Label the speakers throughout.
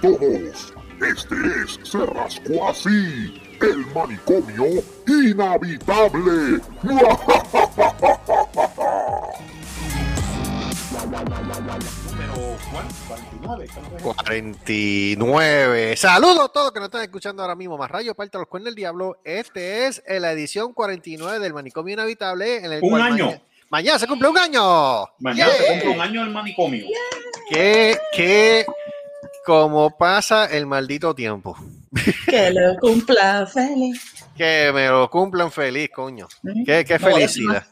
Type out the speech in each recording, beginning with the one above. Speaker 1: todos. Este es Se Rascó Así, el manicomio inhabitable.
Speaker 2: Número ¿cuál? 49. estamos en-
Speaker 3: 49. Saludos a todos que nos están escuchando ahora mismo. Más rayo, parte de los cuernos del diablo. Este es eh, la edición 49 del manicomio inhabitable. En el
Speaker 2: Un
Speaker 3: cual
Speaker 2: año.
Speaker 3: Mañana, mañana se cumple un año.
Speaker 2: Mañana se
Speaker 3: Yeah.
Speaker 2: cumple un año el manicomio.
Speaker 3: Que, que, como pasa el maldito tiempo.
Speaker 4: Que lo cumpla feliz.
Speaker 3: Que me lo cumplan feliz, coño. Qué, qué
Speaker 4: No, es
Speaker 3: felicidad.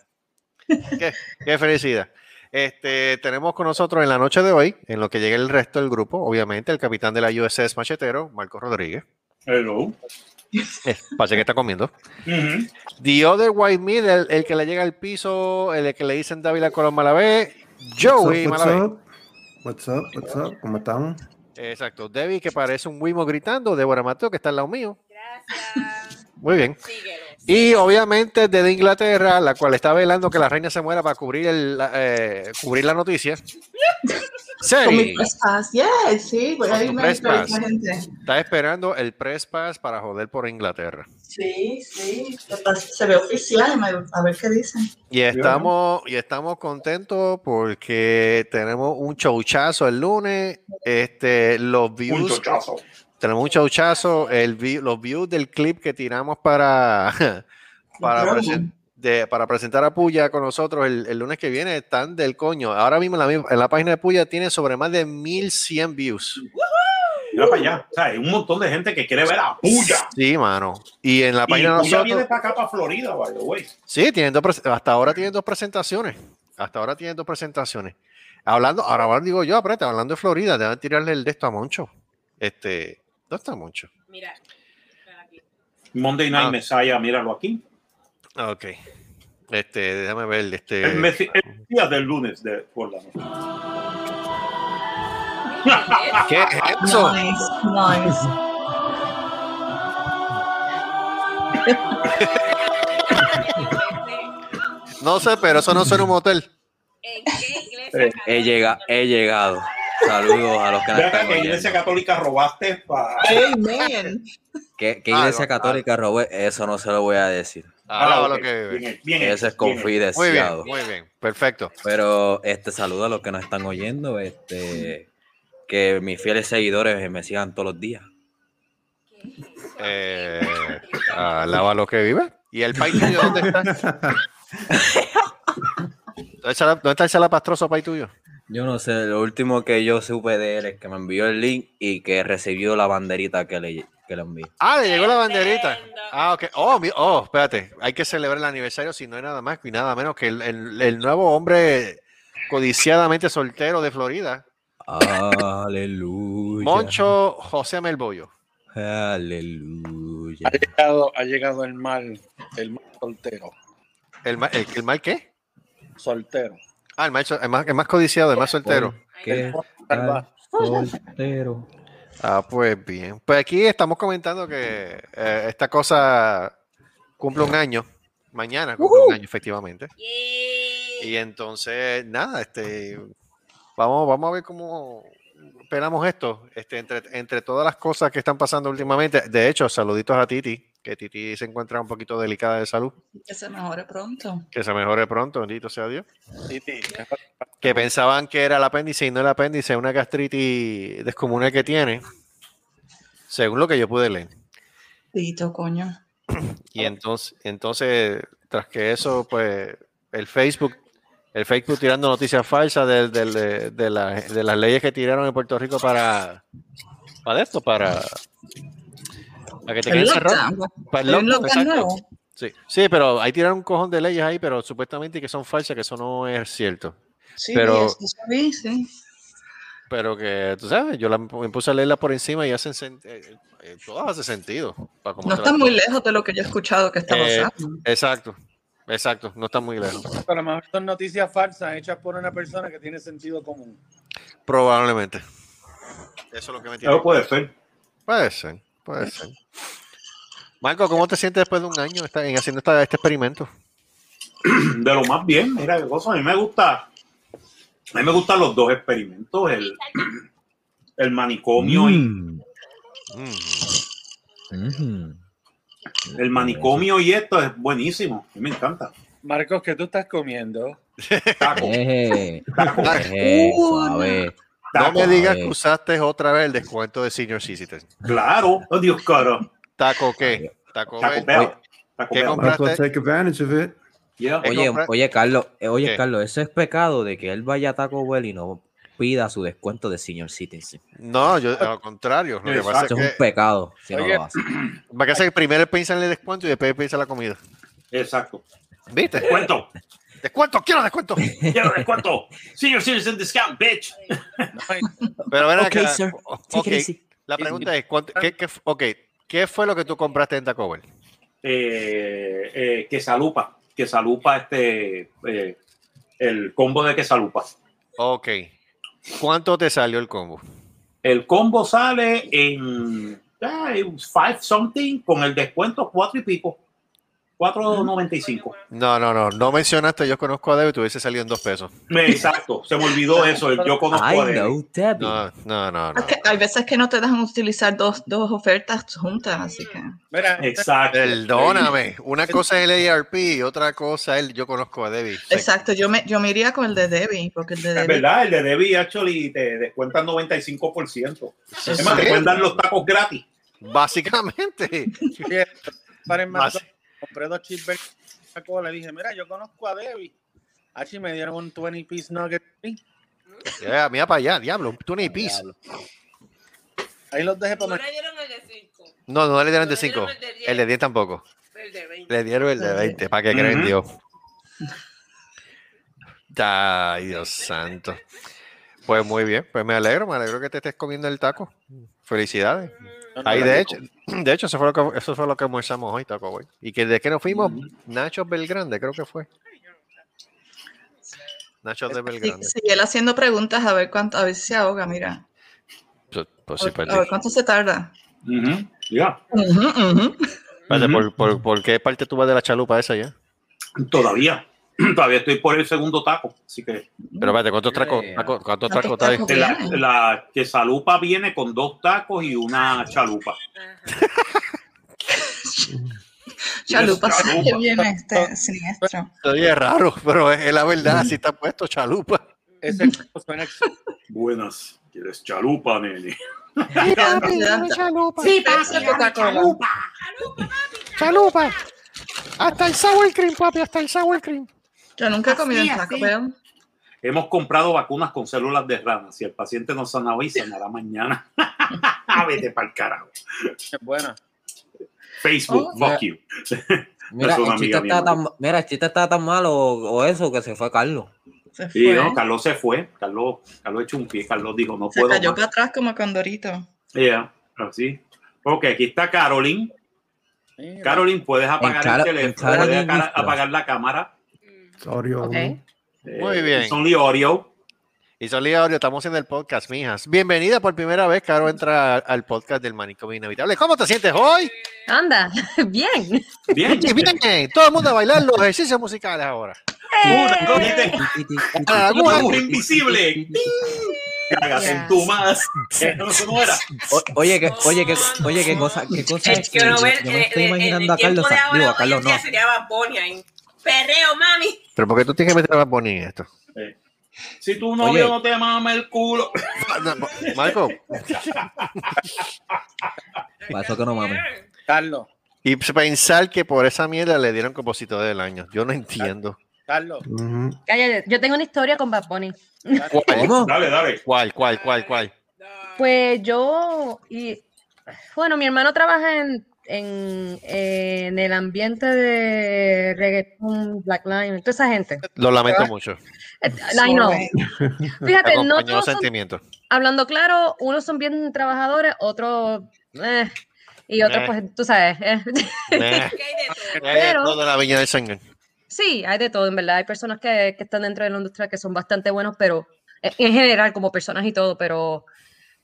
Speaker 3: Qué, qué felicidad. Este, tenemos con nosotros en la noche de hoy, en lo que llega el resto del grupo, obviamente, el capitán de la USS Machetero, Marco Rodríguez.
Speaker 2: Hello.
Speaker 3: Eh, Pase que está comiendo.
Speaker 2: Ujú.
Speaker 3: The Other White Meat, el, el que le llega al piso, el que le dicen Dávila Colón Malavé, Joey
Speaker 5: what's
Speaker 3: Malavé.
Speaker 5: up? What's up? What's up? ¿Cómo estamos?
Speaker 3: Exacto, Debbie que parece un Wimo gritando, Débora Mateo que está al lado mío.
Speaker 6: Gracias.
Speaker 3: Muy bien.
Speaker 6: Síguelo.
Speaker 3: Y obviamente desde Inglaterra, la cual está velando que la reina se muera para cubrir, el, la- eh, cubrir la noticia.
Speaker 4: Con
Speaker 3: Seri
Speaker 4: mi press pass. Yeah, sí, voy
Speaker 3: Con
Speaker 4: a
Speaker 3: tu
Speaker 4: irme
Speaker 3: press
Speaker 4: a
Speaker 3: pass.
Speaker 4: esa gente.
Speaker 3: está esperando el press pass para joder por Inglaterra.
Speaker 4: Sí, sí. lo pas- Se ve oficial. me- A ver qué dicen.
Speaker 3: Y estamos, y estamos contentos porque tenemos un chauchazo el lunes. Este, los
Speaker 2: Un
Speaker 3: views
Speaker 2: chochazo.
Speaker 3: tenemos un chauchazo, el vi- los views del clip que tiramos para, para,
Speaker 4: Claro.
Speaker 3: presen- de- para presentar a Puya con nosotros el, el lunes que viene están del coño. Ahora mismo en la, mi- en la página de Puya tiene sobre más de 1100 views.
Speaker 2: Mira para allá. O sea, hay un montón de gente que quiere ver a Puya.
Speaker 3: Sí, mano. Y en la
Speaker 2: Y
Speaker 3: página de
Speaker 2: Puya viene
Speaker 3: nosotros.
Speaker 2: para acá, para Florida, by the way.
Speaker 3: Sí, tienen dos pres- hasta ahora tienen dos presentaciones. Hasta ahora tienen dos presentaciones. Hablando, ahora bueno, digo yo, aprieta, hablando de Florida, deben tirarle el de esto a Moncho. Este, ¿dónde está Moncho?
Speaker 6: Mira. ven aquí.
Speaker 2: Monday Night
Speaker 3: Ah.
Speaker 2: Messiah, míralo aquí.
Speaker 3: Ah, Ok. Este, déjame ver. Este,
Speaker 2: El, Messi- el día del lunes de por la noche.
Speaker 3: ¿Qué es eso?
Speaker 4: Nice, nice.
Speaker 3: No sé, pero eso no suena un motel.
Speaker 6: ¿En qué iglesia?
Speaker 7: Eh, He, llega, he llegado. Saludos a los que nos
Speaker 3: Ah,
Speaker 2: Ve acá,
Speaker 7: están
Speaker 2: ¿Qué iglesia
Speaker 7: oyendo.
Speaker 2: católica robaste para
Speaker 4: Amen.
Speaker 7: ¿Qué, qué
Speaker 3: Ah,
Speaker 7: iglesia
Speaker 3: no,
Speaker 7: católica, Robert? Eso no se lo voy a decir.
Speaker 3: Alaba
Speaker 2: Ah,
Speaker 3: lo
Speaker 2: ok.
Speaker 3: que bebe.
Speaker 2: Bien hecho, bien
Speaker 7: Eso es
Speaker 2: hecho, bien hecho.
Speaker 3: Muy bien,
Speaker 7: confidenciado.
Speaker 3: muy bien. Perfecto.
Speaker 7: Pero este saludo a los que nos están oyendo. Este,
Speaker 3: Mm.
Speaker 7: que mis fieles seguidores me sigan todos los días.
Speaker 3: Eh, alaba lo que vive. ¿Y el país tuyo dónde está? ¿Dónde está la- ¿Dónde está el salapastroso país tuyo?
Speaker 7: Yo no sé, lo último que yo supe de él es que me envió el link y que recibió la banderita que le, que le envié.
Speaker 3: Ah, le llegó la banderita.
Speaker 6: Tremendo.
Speaker 3: Ah, ok. Oh, mi- oh, espérate. Hay que celebrar el aniversario si no hay nada más y nada menos que el, el- el nuevo hombre codiciadamente soltero de Florida,
Speaker 7: Aleluya.
Speaker 3: Moncho José Melbollo.
Speaker 7: Aleluya.
Speaker 8: Ha llegado, ha llegado el mal, el mal soltero,
Speaker 3: ¿El, ma- el, el mal qué?
Speaker 8: soltero.
Speaker 3: Ah, el, mal sol- el más, el más codiciado, el más soltero.
Speaker 7: ¿Qué?
Speaker 8: Salva-
Speaker 7: Soltero.
Speaker 3: Ah, pues bien. Pues aquí estamos comentando que eh, esta cosa cumple un año. Mañana cumple un año, efectivamente.
Speaker 6: Yay.
Speaker 3: Y entonces, nada, este, vamos, vamos a ver cómo esperamos esto. Este, entre, entre todas las cosas que están pasando últimamente, de hecho, saluditos a Titi, que Titi se encuentra un poquito delicada de salud.
Speaker 4: Que se mejore pronto.
Speaker 3: Que se mejore pronto, bendito sea Dios.
Speaker 8: Titi,
Speaker 3: Que pensaban que era el apéndice y no el apéndice, una gastritis descomunal que tiene, según lo que yo pude leer.
Speaker 4: Tito, coño.
Speaker 3: Y entonces, entonces, tras que eso, pues, el Facebook, el Facebook tirando noticias falsas del- del- de, de la- de las leyes que tiraron en Puerto Rico para, para esto, para, para que te
Speaker 4: El
Speaker 3: queden cerrado.
Speaker 4: lockdown.
Speaker 3: Para el
Speaker 4: Hay
Speaker 3: lockdown,
Speaker 4: un lockdown
Speaker 3: exacto.
Speaker 4: nuevo.
Speaker 3: Sí, sí, pero ahí tiraron un cojón de leyes ahí, pero supuestamente que son falsas, que eso no es cierto.
Speaker 4: Sí,
Speaker 3: Pero-
Speaker 4: eso sí, sí.
Speaker 3: Pero que, tú sabes, yo la, me puse a leerla por encima y hacen, sen- eh, eh, todas hace sentido. para cómo
Speaker 4: No
Speaker 3: te
Speaker 4: está
Speaker 3: la-
Speaker 4: muy lejos de lo que yo he escuchado que está
Speaker 3: Eh,
Speaker 4: pasando.
Speaker 3: Exacto, exacto, no está muy lejos.
Speaker 8: a lo mejor son noticias falsas hechas por una persona que tiene sentido común.
Speaker 3: Probablemente. Eso es lo que me tiene.
Speaker 2: Eso puede ser.
Speaker 3: Puede ser, puede ser. Marco, ¿cómo te sientes después de un año esta- en haciendo esta- este experimento?
Speaker 2: De lo más bien, mira qué cosa. A mí me gusta. A mí me gustan los dos experimentos. El, el manicomio, y,
Speaker 9: Mm. Mm.
Speaker 2: el manicomio y esto es buenísimo. A mí me encanta.
Speaker 8: Marcos, ¿qué tú estás comiendo?
Speaker 2: Taco,
Speaker 9: Eh,
Speaker 2: taco,
Speaker 9: eh, suave.
Speaker 3: No
Speaker 2: taco.
Speaker 3: me digas
Speaker 9: eh.
Speaker 3: que usaste otra vez el descuento de Senior Citizen.
Speaker 2: Claro, oh Dios caro.
Speaker 3: ¿Taco qué? ¿Taco
Speaker 2: Taco
Speaker 3: Bell.
Speaker 2: Bell. Taco
Speaker 3: ¿Qué
Speaker 2: Bell.
Speaker 3: compra-
Speaker 5: Marco,
Speaker 3: Compraste-
Speaker 5: take advantage of it.
Speaker 2: Yeah.
Speaker 3: Eh,
Speaker 7: Oye,
Speaker 3: compra-
Speaker 7: oye, Carlos, eh, oye,
Speaker 3: ¿Qué?
Speaker 7: Carlos, eso es pecado de que él vaya a Taco Bell y no pida su descuento de Senior Citizen.
Speaker 3: No, yo al contrario. Lo que pasa es
Speaker 7: Eso es un
Speaker 3: que,
Speaker 7: pecado si
Speaker 8: Oye.
Speaker 7: no lo hace.
Speaker 3: me parece que primero piensan en el descuento y después piensan en la comida.
Speaker 2: Exacto.
Speaker 3: ¿Viste?
Speaker 2: Descuento.
Speaker 3: Descuento, quiero descuento.
Speaker 2: Quiero descuento. Senior Citizen Discount, bitch.
Speaker 8: Ay,
Speaker 3: Pero ven
Speaker 7: Ok,
Speaker 3: acá.
Speaker 7: sir.
Speaker 3: o-
Speaker 7: Take it
Speaker 3: ok,
Speaker 7: easy.
Speaker 3: La pregunta es, ¿cuánto- qué, qué f- ok, ¿qué fue lo que tú compraste en Taco Bell?
Speaker 2: Eh, eh, quesalupa. Quesalupa, este. eh, el combo de quesalupa.
Speaker 3: Ok. ¿Cuánto te salió el combo?
Speaker 2: El combo sale en 5 something con el descuento 4 y pico. 4.95.
Speaker 3: No, no, no, no mencionaste, yo conozco a Debbie, te hubiese salido en dos pesos.
Speaker 2: Me- Exacto, se me olvidó eso. el Yo conozco a
Speaker 7: I
Speaker 2: Debbie.
Speaker 7: know Debbie.
Speaker 3: No, no, no, no.
Speaker 4: Es que Hay veces que no te dejan utilizar dos, dos ofertas juntas, así que.
Speaker 8: Mira,
Speaker 2: Exacto.
Speaker 3: Perdóname, una cosa es el ARP y otra cosa es el yo conozco a Debbie. Sí.
Speaker 4: Exacto, yo me, yo me iría con el de Debbie, porque el de
Speaker 2: Es
Speaker 4: Debbie.
Speaker 2: verdad, el de Debbie actually te descuentan 95%. Es más, te
Speaker 3: Sí.
Speaker 2: pueden dar los tacos gratis.
Speaker 3: Básicamente.
Speaker 8: oye, para en
Speaker 3: Más-
Speaker 8: McDonald's, compré dos cheeseburgers una cola, le dije, mira, yo conozco a Debbie. Achi me dieron un 20 piece nugget.
Speaker 3: Ya, mira para allá, diablo, un tuna y pis.
Speaker 8: Ah, Ahí los dejé
Speaker 6: No
Speaker 8: para
Speaker 6: le dieron el de 5.
Speaker 3: No, no le dieron el de
Speaker 6: No le dieron
Speaker 3: 5.
Speaker 6: el de diez.
Speaker 3: El de 10 tampoco.
Speaker 6: El de 20.
Speaker 3: Le dieron el de 20, para que
Speaker 2: Ujú.
Speaker 3: creen Dios. Ay, Dios santo. Pues muy bien, pues me alegro, me alegro que te estés comiendo el taco. Felicidades. Ahí de hecho, de hecho eso fue lo que eso fue lo que almorzamos hoy, taco Bell. Y que de que nos fuimos Nachos Belgrande, creo que fue. Nachos de
Speaker 4: Sí,
Speaker 3: Belgrande.
Speaker 4: sí, él haciendo preguntas a ver cuánto, a ver si se ahoga, mira.
Speaker 3: Pues- pues sí,
Speaker 4: A
Speaker 3: perdí.
Speaker 4: a ver cuánto se tarda.
Speaker 2: Ujú, ya.
Speaker 4: Ujú, ujú.
Speaker 3: Espérate,
Speaker 2: Ujú.
Speaker 3: ¿por, por, por qué parte tú vas de la chalupa esa ya?
Speaker 2: Todavía. Todavía estoy por el segundo taco. Así que
Speaker 3: Pero espérate, ¿cuántos tracos,
Speaker 8: Eh.
Speaker 7: Yeah.
Speaker 3: taco- cuántos tracos
Speaker 4: ¿Cuántos
Speaker 3: traes?
Speaker 4: tacos?
Speaker 2: la,
Speaker 4: Bien.
Speaker 2: la quesalupa viene con dos tacos y una chalupa.
Speaker 6: Ajá.
Speaker 4: Chalupa,
Speaker 2: Chalupa.
Speaker 4: sí, que viene este siniestro.
Speaker 3: Oye, es raro, pero es, es la verdad, así está puesto chalupa.
Speaker 8: Ese suena ex-
Speaker 2: Buenas. ¿Quieres chalupa, nene?
Speaker 4: Ya, ya.
Speaker 3: chalupa,
Speaker 4: Sí, parece Coca-Cola.
Speaker 3: chalupa. Hasta el sour cream, papi, hasta el sour cream.
Speaker 4: Yo nunca he comido en Taco Bell.
Speaker 2: Hemos comprado vacunas con células de rana. Si el paciente no sana hoy, sanará mañana. Vete para el carajo.
Speaker 8: es buena.
Speaker 2: Facebook,
Speaker 4: Oh.
Speaker 2: fuck you.
Speaker 7: Mira,
Speaker 2: es una
Speaker 7: el chiste
Speaker 2: amiga mía,
Speaker 7: está tan, mira, el chiste está tan malo o, o eso que se fue Carlos.
Speaker 4: Se fue.
Speaker 2: Y no, Carlos se fue. Carlos, Carlos echó un pie. Carlos dijo, no
Speaker 4: se
Speaker 2: puedo.
Speaker 4: cayó
Speaker 2: más.
Speaker 4: para atrás como Condorito.
Speaker 2: Yeah, así. Ok, aquí está Caroline.
Speaker 8: Mira.
Speaker 2: Caroline, puedes apagar
Speaker 7: Caro-
Speaker 2: el
Speaker 7: en
Speaker 2: teléfono, puedes
Speaker 7: Caroline
Speaker 2: apagar,
Speaker 7: Isla.
Speaker 2: apagar la cámara.
Speaker 5: It's audio
Speaker 4: Ok.
Speaker 5: only.
Speaker 2: Eh,
Speaker 3: Muy bien.
Speaker 2: it's Only audio.
Speaker 3: Y Solía Oreo, estamos en el podcast, mijas. Bienvenida por primera vez, Caro entra al- al podcast del Manicomio Inevitable. ¿Cómo te sientes hoy?
Speaker 10: Anda, bien.
Speaker 2: Bien.
Speaker 3: Sí, bien. Todo el mundo a bailar los ejercicios musicales ahora.
Speaker 2: Una, dos, tres.
Speaker 3: Ah,
Speaker 2: Una
Speaker 3: bueno.
Speaker 2: mujer invisible. Cágate en tu más. Eso no era.
Speaker 7: O- oye, que, oye, que, oye, qué cosa, qué cosa
Speaker 6: Es que uno
Speaker 7: yo,
Speaker 6: ve
Speaker 7: yo
Speaker 6: eh,
Speaker 7: me estoy
Speaker 6: eh, en
Speaker 7: imaginando
Speaker 6: el
Speaker 7: a
Speaker 6: tiempo
Speaker 7: Carlos,
Speaker 6: de
Speaker 7: digo,
Speaker 6: ahora,
Speaker 7: a Carlos
Speaker 6: hoy en día
Speaker 7: no.
Speaker 6: sería Bad Bunny ahí. Perreo, mami.
Speaker 3: Pero ¿por qué tú tienes que meter a Bad Bunny en esto?
Speaker 2: Eh, Si tu novio
Speaker 7: Oye.
Speaker 2: no te mama el culo.
Speaker 3: Marco,
Speaker 7: Pasó que no mames.
Speaker 8: Carlos,
Speaker 3: y pensar que por esa mierda le dieron compositor del año. Yo no entiendo.
Speaker 8: Carlos.
Speaker 5: Mhm.
Speaker 10: Cállate, yo tengo una historia con Bad Bunny.
Speaker 8: Carlos.
Speaker 7: ¿Cómo?
Speaker 2: Dale, dale.
Speaker 3: ¿Cuál, cuál, cuál, cuál?
Speaker 10: Pues yo, y bueno, mi hermano trabaja en, en, en el ambiente de reggaeton, Black Line, toda esa gente.
Speaker 3: Lo lamento mucho.
Speaker 10: Eh, I know.
Speaker 4: Sorry.
Speaker 3: Te
Speaker 10: Fíjate, no
Speaker 3: acompañó
Speaker 10: todos son-
Speaker 3: sentimientos.
Speaker 10: hablando claro, unos son bien trabajadores, otros, eh, y otros,
Speaker 3: Eh.
Speaker 10: pues tú sabes. eh.
Speaker 3: Nah,
Speaker 6: ¿Qué hay de todo?
Speaker 3: eh,
Speaker 10: Pero-
Speaker 3: todo de la viña del Señor.
Speaker 10: Sí, hay de todo, en verdad. Hay personas que, que están dentro de la industria que son bastante buenos, pero eh, en general, como personas y todo, pero,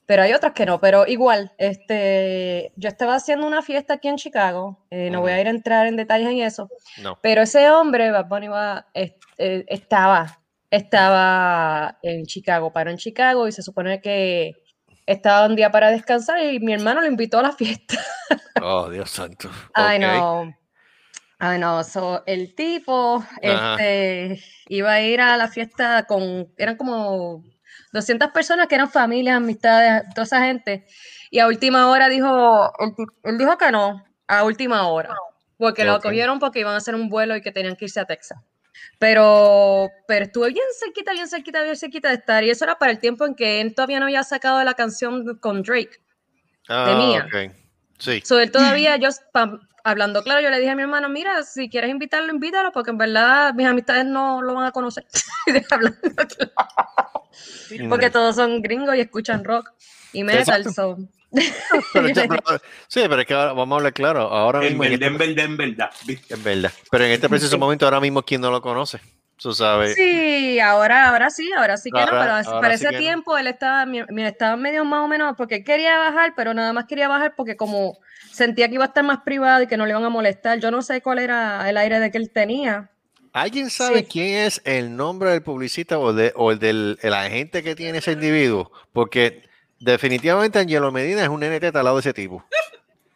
Speaker 10: pero hay otras que no. Pero igual, este, yo estaba haciendo una fiesta aquí en Chicago, eh, no voy a
Speaker 3: Ujú.
Speaker 10: ir a entrar en detalles en eso,
Speaker 3: No.
Speaker 10: pero ese hombre, Bad Bunny, va- es- eh, estaba, estaba en Chicago, paró en Chicago y se supone que Estaba un día para descansar y mi hermano lo invitó a la fiesta.
Speaker 3: Oh, Dios santo.
Speaker 10: Ay,
Speaker 3: Ok.
Speaker 10: no. Ay, Ah, no. So, el tipo
Speaker 3: Ajá.
Speaker 10: este, iba a ir a la fiesta con. Eran como 200 personas que eran familias, amistades, toda esa gente. Y a última hora dijo. Él, di- él dijo que no, a última hora. Porque lo
Speaker 3: Ok.
Speaker 10: cogieron porque iban a hacer un vuelo y que tenían que irse a Texas. Pero, pero estuve bien cerquita, bien cerquita, bien cerquita de estar. Y eso era para el tiempo en que él todavía no había sacado la canción con Drake.
Speaker 3: Ah,
Speaker 10: Tenía.
Speaker 3: ok. Sí.
Speaker 10: So, él todavía, yo, pa- hablando claro, yo le dije a mi hermano, mira, si quieres invitarlo, invítalo, porque en verdad mis amistades no lo van a conocer. Hablando claro, porque todos son gringos y escuchan rock y metal. so.
Speaker 3: Pero ya- pero- sí, pero es que ahora vamos a hablar claro. Ahora
Speaker 2: En
Speaker 3: mismo, en
Speaker 2: verdad,
Speaker 3: este-
Speaker 2: en verdad, en verdad. ¿viste?
Speaker 3: es verdad. Pero en este preciso
Speaker 10: Sí.
Speaker 3: momento, ahora mismo, ¿quién no lo conoce? Tú sabes.
Speaker 10: Sí, ahora, ahora sí, ahora sí que no,
Speaker 3: Ahora-
Speaker 10: pero as-
Speaker 3: ahora
Speaker 10: para
Speaker 3: sí
Speaker 10: ese
Speaker 3: que no.
Speaker 10: tiempo él estaba, mi- mi- estaba medio más o menos, porque él quería bajar, pero nada más quería bajar porque como sentía que iba a estar más privado y que no le iban a molestar, yo no sé cuál era el aire de que él tenía,
Speaker 3: ¿Alguien sabe
Speaker 10: Sí.
Speaker 3: quién es el nombre del publicista o, de, o el del el agente que tiene ese individuo? Porque definitivamente Angelo Medina es un nene teta al lado de ese tipo.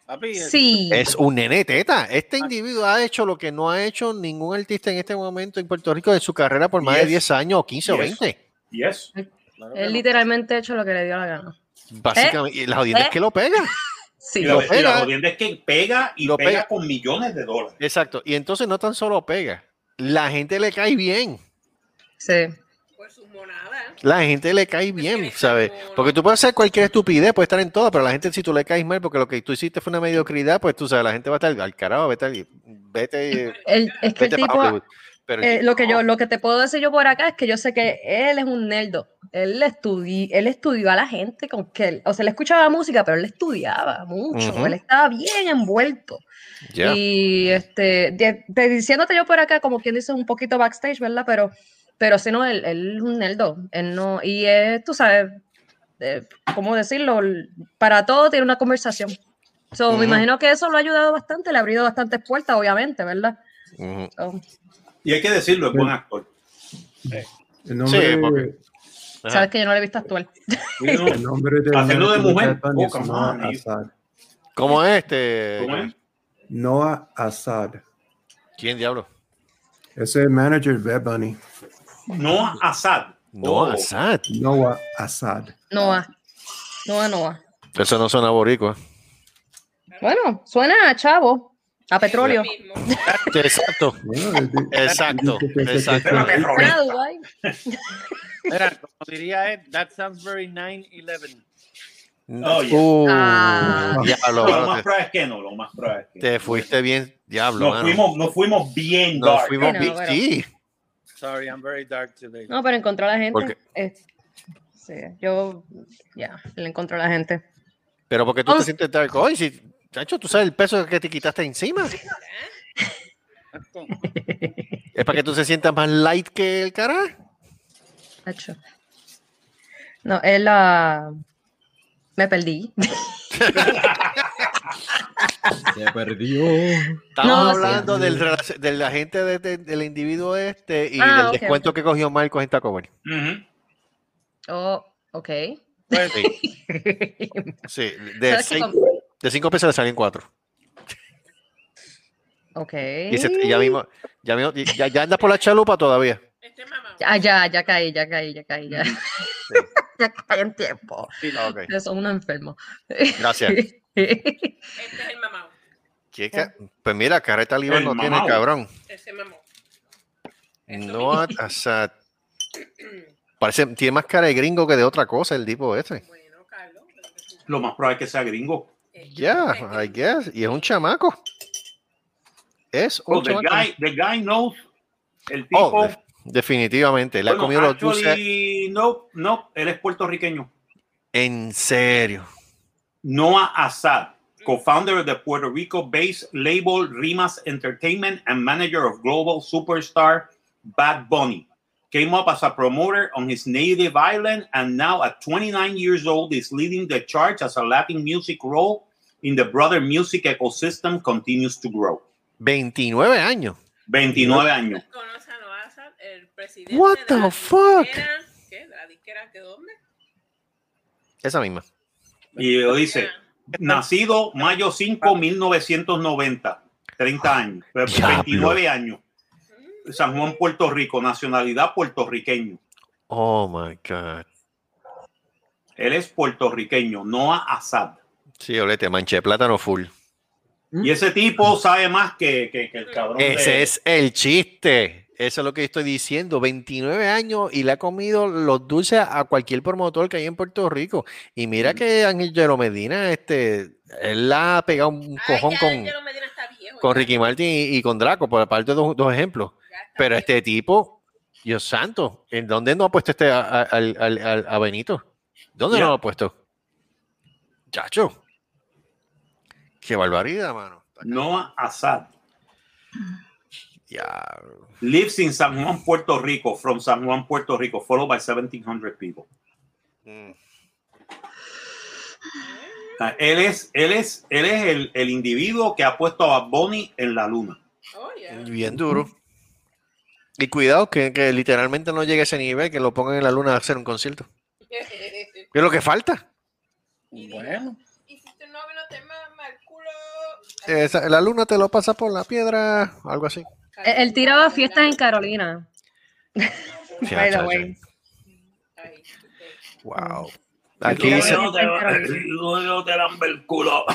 Speaker 8: Papi, eh,
Speaker 10: Sí, Ah.
Speaker 3: Es un nene teta. Este individuo ha hecho lo que no ha hecho ningún artista en este momento en Puerto Rico en su carrera por más de
Speaker 2: Yes.
Speaker 3: 10 años o 15 o
Speaker 2: Yes.
Speaker 10: ¿Eh?
Speaker 3: 20.
Speaker 2: Yes.
Speaker 8: claro que
Speaker 10: él
Speaker 8: no.
Speaker 10: literalmente ha hecho lo que le dio la gana.
Speaker 3: Básicamente, y la jodienda es
Speaker 10: ¿Eh?
Speaker 3: que lo pega.
Speaker 10: Sí.
Speaker 2: Y la, y
Speaker 3: pega.
Speaker 2: la jodienda es que pega y
Speaker 3: Lo
Speaker 2: pega,
Speaker 3: pega.
Speaker 2: con millones de dólares.
Speaker 3: Exacto. Y entonces no tan solo pega, la gente le cae bien.
Speaker 10: Sí,
Speaker 6: Por sus monadas.
Speaker 3: La gente le cae bien, ¿sabes? Porque tú puedes hacer cualquier estupidez, puedes estar en todo, pero la gente, si tú le caes mal, porque lo que tú hiciste fue una mediocridad, pues tú sabes, la gente va a estar al carajo, vete, al- vete,
Speaker 10: el- es que el
Speaker 3: vete pa'
Speaker 10: tipo,
Speaker 3: Hollywood". Pero el
Speaker 10: eh,
Speaker 3: tipo
Speaker 10: lo que
Speaker 3: no.
Speaker 10: yo, lo que te puedo decir yo por acá es que yo sé que él es un nerdo. Él estudió, él estudió a la gente con que, él- o sea, él escuchaba música, pero él estudiaba mucho.
Speaker 3: Ujú.
Speaker 10: Él estaba bien envuelto.
Speaker 3: Ya.
Speaker 10: Y este, de- de- diciéndote yo por acá, como quien dice, un poquito backstage, ¿verdad? Pero, pero si no, él, él es un nerdo. Él no, y es, tú sabes, eh, ¿cómo decirlo? L- Para todo tiene una conversación. So,
Speaker 3: Ujú.
Speaker 10: Me imagino que eso lo ha ayudado bastante, le ha abrido bastantes puertas, obviamente, ¿verdad?
Speaker 3: Ujú.
Speaker 10: So,
Speaker 2: Y hay que decirlo, es buen actor.
Speaker 5: El nombre,
Speaker 3: porque- Ajá.
Speaker 10: Sabes que yo no le he visto actuar.
Speaker 2: You know,
Speaker 5: el nombre del
Speaker 2: Hacerlo de
Speaker 5: narco
Speaker 2: mujer,
Speaker 5: Bad Bunny es
Speaker 2: poca
Speaker 5: Noah
Speaker 2: madre.
Speaker 5: Azar.
Speaker 3: ¿Cómo es este?
Speaker 2: ¿cómo es?
Speaker 5: Noah Azar.
Speaker 3: ¿Quién diablo?
Speaker 5: Ese es el manager de Bad Bunny.
Speaker 2: Noah Assad.
Speaker 3: No,
Speaker 2: Oh,
Speaker 3: Assad.
Speaker 5: Noah Azad.
Speaker 10: Noah. Noah, Noah.
Speaker 3: Eso no suena boricua.
Speaker 10: Bueno, suena a chavo, a petróleo.
Speaker 6: Mismo.
Speaker 3: Exacto,
Speaker 5: Bueno, él di-
Speaker 3: exacto,
Speaker 5: él dice que-
Speaker 3: exacto.
Speaker 2: Pero me robé.
Speaker 10: Suena a Dubái.
Speaker 8: Mira, como diría Ed, that sounds very 9-11.
Speaker 2: Oh, yeah.
Speaker 3: Uh,
Speaker 10: Ah.
Speaker 3: diablo,
Speaker 2: No, lo
Speaker 3: mano,
Speaker 2: más
Speaker 3: te,
Speaker 2: probable es que no, lo más probable es que no.
Speaker 3: te fuiste bien, diablo,
Speaker 2: Nos
Speaker 3: mano.
Speaker 2: fuimos, nos fuimos bien
Speaker 3: Nos
Speaker 2: dark.
Speaker 3: fuimos
Speaker 10: Sí, no,
Speaker 3: bien,
Speaker 10: bueno.
Speaker 3: sí.
Speaker 8: Sorry, I'm very dark today.
Speaker 10: No, pero encontró a la gente.
Speaker 3: Porque-
Speaker 10: Es- sí, yo, ya, le encontró a la gente.
Speaker 3: Pero porque tú te
Speaker 10: Once.
Speaker 3: sientes dark hoy, si, chacho, tú sabes el peso que te quitaste encima. Es para que tú se sientas más light que el cara.
Speaker 10: Acho. No, él la. Me perdí.
Speaker 9: Se perdió.
Speaker 3: Estamos
Speaker 10: No, sí.
Speaker 3: hablando del, relac- del agente de- de- del individuo este y
Speaker 10: Ah,
Speaker 3: del
Speaker 10: ok,
Speaker 3: descuento que cogió Marcos en Taco Bell.
Speaker 2: Ujú.
Speaker 10: Oh, ok.
Speaker 8: Pues,
Speaker 3: Sí, sí, de,
Speaker 10: ¿Sabes qué?
Speaker 3: seis- de cinco pesos le salen cuatro.
Speaker 10: Ok.
Speaker 3: Y se- y ya mismo, ya, mismo- y ya, ya andas por la chalupa todavía.
Speaker 6: Este es mamá.
Speaker 10: Ah, ya, ya caí, ya caí, ya caí, ya. ya caí en tiempo.
Speaker 3: Ah, ok,
Speaker 10: Eso es un enfermo.
Speaker 3: Gracias.
Speaker 6: Este es el mamá.
Speaker 3: ¿Qué ca- Pues mira, carreta libre
Speaker 2: El
Speaker 3: no tiene,
Speaker 2: mamao.
Speaker 3: cabrón.
Speaker 6: Este mamá.
Speaker 3: No, o sea, parece, tiene más cara de gringo que de otra cosa el tipo este.
Speaker 6: Bueno, Carlos. pero que tú-
Speaker 2: Lo más probable es que sea gringo.
Speaker 6: eh,
Speaker 3: Yeah,
Speaker 6: eh,
Speaker 3: I guess. Y es un chamaco. Es un
Speaker 2: Oh, the,
Speaker 3: chamaco.
Speaker 2: guy, the guy knows. El tipo.
Speaker 3: Oh, de- definitivamente. Le ha
Speaker 2: Bueno,
Speaker 3: comido los dulces.
Speaker 2: actually, No, no, él es puertorriqueño.
Speaker 3: En serio.
Speaker 2: Noah Assad, co-founder of the Puerto Rico-based label Rimas Entertainment and manager of global superstar Bad Bunny, came up as a promoter on his native island and now at 29 years old is leading the charge as a Latin music role in the brother music ecosystem continues to grow.
Speaker 3: 29 años.
Speaker 2: 29 años.
Speaker 6: Conoce a Noah Azad, el presidente.
Speaker 3: What
Speaker 6: de
Speaker 3: the
Speaker 6: la
Speaker 3: fuck?
Speaker 6: disquera- ¿Qué? ¿De la disquera que dónde?
Speaker 3: Esa misma.
Speaker 2: Y lo dice, nacido mayo 5, 1990, 30 años, 29 años. San Juan, Puerto Rico, nacionalidad puertorriqueño.
Speaker 3: Oh my God.
Speaker 2: Él es puertorriqueño, no Assad.
Speaker 3: Sí, olete, manché plátano full.
Speaker 2: Y ese tipo sabe más que, que- que el cabrón. de-
Speaker 3: ¿Mm? Ese es el chiste. Eso es lo que yo estoy diciendo. 29 años y le ha comido los dulces a cualquier promotor que hay en Puerto Rico. Y
Speaker 2: Mm.
Speaker 3: mira que Ángel Yero Medina, este, él la ha pegado un cojón con, con Ricky Martin y, y con Draco, por aparte dos, dos ejemplos. Pero este tipo, Dios santo, ¿en dónde no ha puesto este a, a- al- al- al- a Benito? ¿Dónde
Speaker 2: Ya.
Speaker 3: no lo ha puesto? Chacho. Qué barbaridad, mano.
Speaker 2: Noah Assad.
Speaker 3: Ya.
Speaker 2: Lives in San Juan, Puerto Rico, from San Juan, Puerto Rico, followed by 1700 people. Mm. O sea, Él es, él es, él es el, el individuo que ha puesto a Bad Bunny en la luna.
Speaker 3: Bien duro. Y cuidado que, que literalmente no llegue a ese nivel, que lo pongan en la luna a hacer un concierto. ¿Qué es lo que falta?
Speaker 8: Bueno.
Speaker 3: Esa- la luna te lo pasa por la piedra, algo así.
Speaker 10: Él, él tiraba fiestas en Carolina.
Speaker 3: Sí,
Speaker 10: By the
Speaker 3: chacho.
Speaker 10: way.
Speaker 3: Wow.
Speaker 11: Mm.
Speaker 3: Aquí dice
Speaker 2: Luego te dan el culo.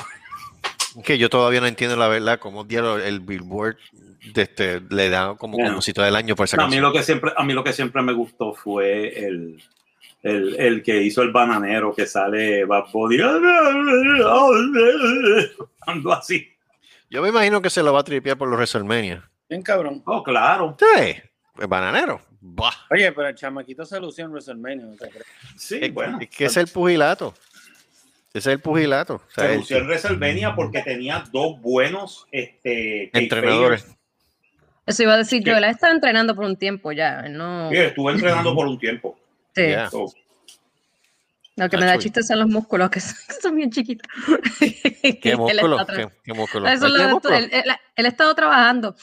Speaker 3: que yo todavía no entiendo la verdad cómo diablo el Billboard de este, le da como
Speaker 2: Bueno.
Speaker 3: compositor del año por esa
Speaker 2: a mí
Speaker 3: canción.
Speaker 2: lo que siempre a mí lo que siempre me gustó fue el el, el que hizo el bananero que sale Bad Bunny ando así
Speaker 3: Yo me imagino que se lo va a tripear por los WrestleMania.
Speaker 8: Bien cabrón.
Speaker 2: oh claro
Speaker 3: Sí, el bananero. Bah.
Speaker 8: Oye, pero el chamaquito se lució en WrestleMania. ¿no te crees?
Speaker 2: sí
Speaker 3: Es,
Speaker 2: bueno
Speaker 3: es que es el pugilato. Ese es el pugilato. O sea, Mm.
Speaker 2: se
Speaker 3: el-
Speaker 2: lució en WrestleMania porque tenía dos buenos este
Speaker 3: entrenadores.
Speaker 10: Eso iba a decir yo,
Speaker 2: ¿Qué?
Speaker 10: él ha estado entrenando por un tiempo ya. él No,
Speaker 2: kayfabers. Sí, estuvo entrenando por un tiempo
Speaker 10: Sí.
Speaker 3: ya.
Speaker 2: So,
Speaker 10: Lo que me da
Speaker 3: Nacho, y-
Speaker 10: chiste son los músculos, que son, que son bien chiquitos.
Speaker 3: ¿Qué
Speaker 10: Él
Speaker 3: músculo?
Speaker 10: está tra-
Speaker 3: ¿Qué, qué músculo?
Speaker 10: Eso
Speaker 3: ¿No
Speaker 10: lo-
Speaker 3: tiene músculo?
Speaker 10: él, él- él ha estado trabajando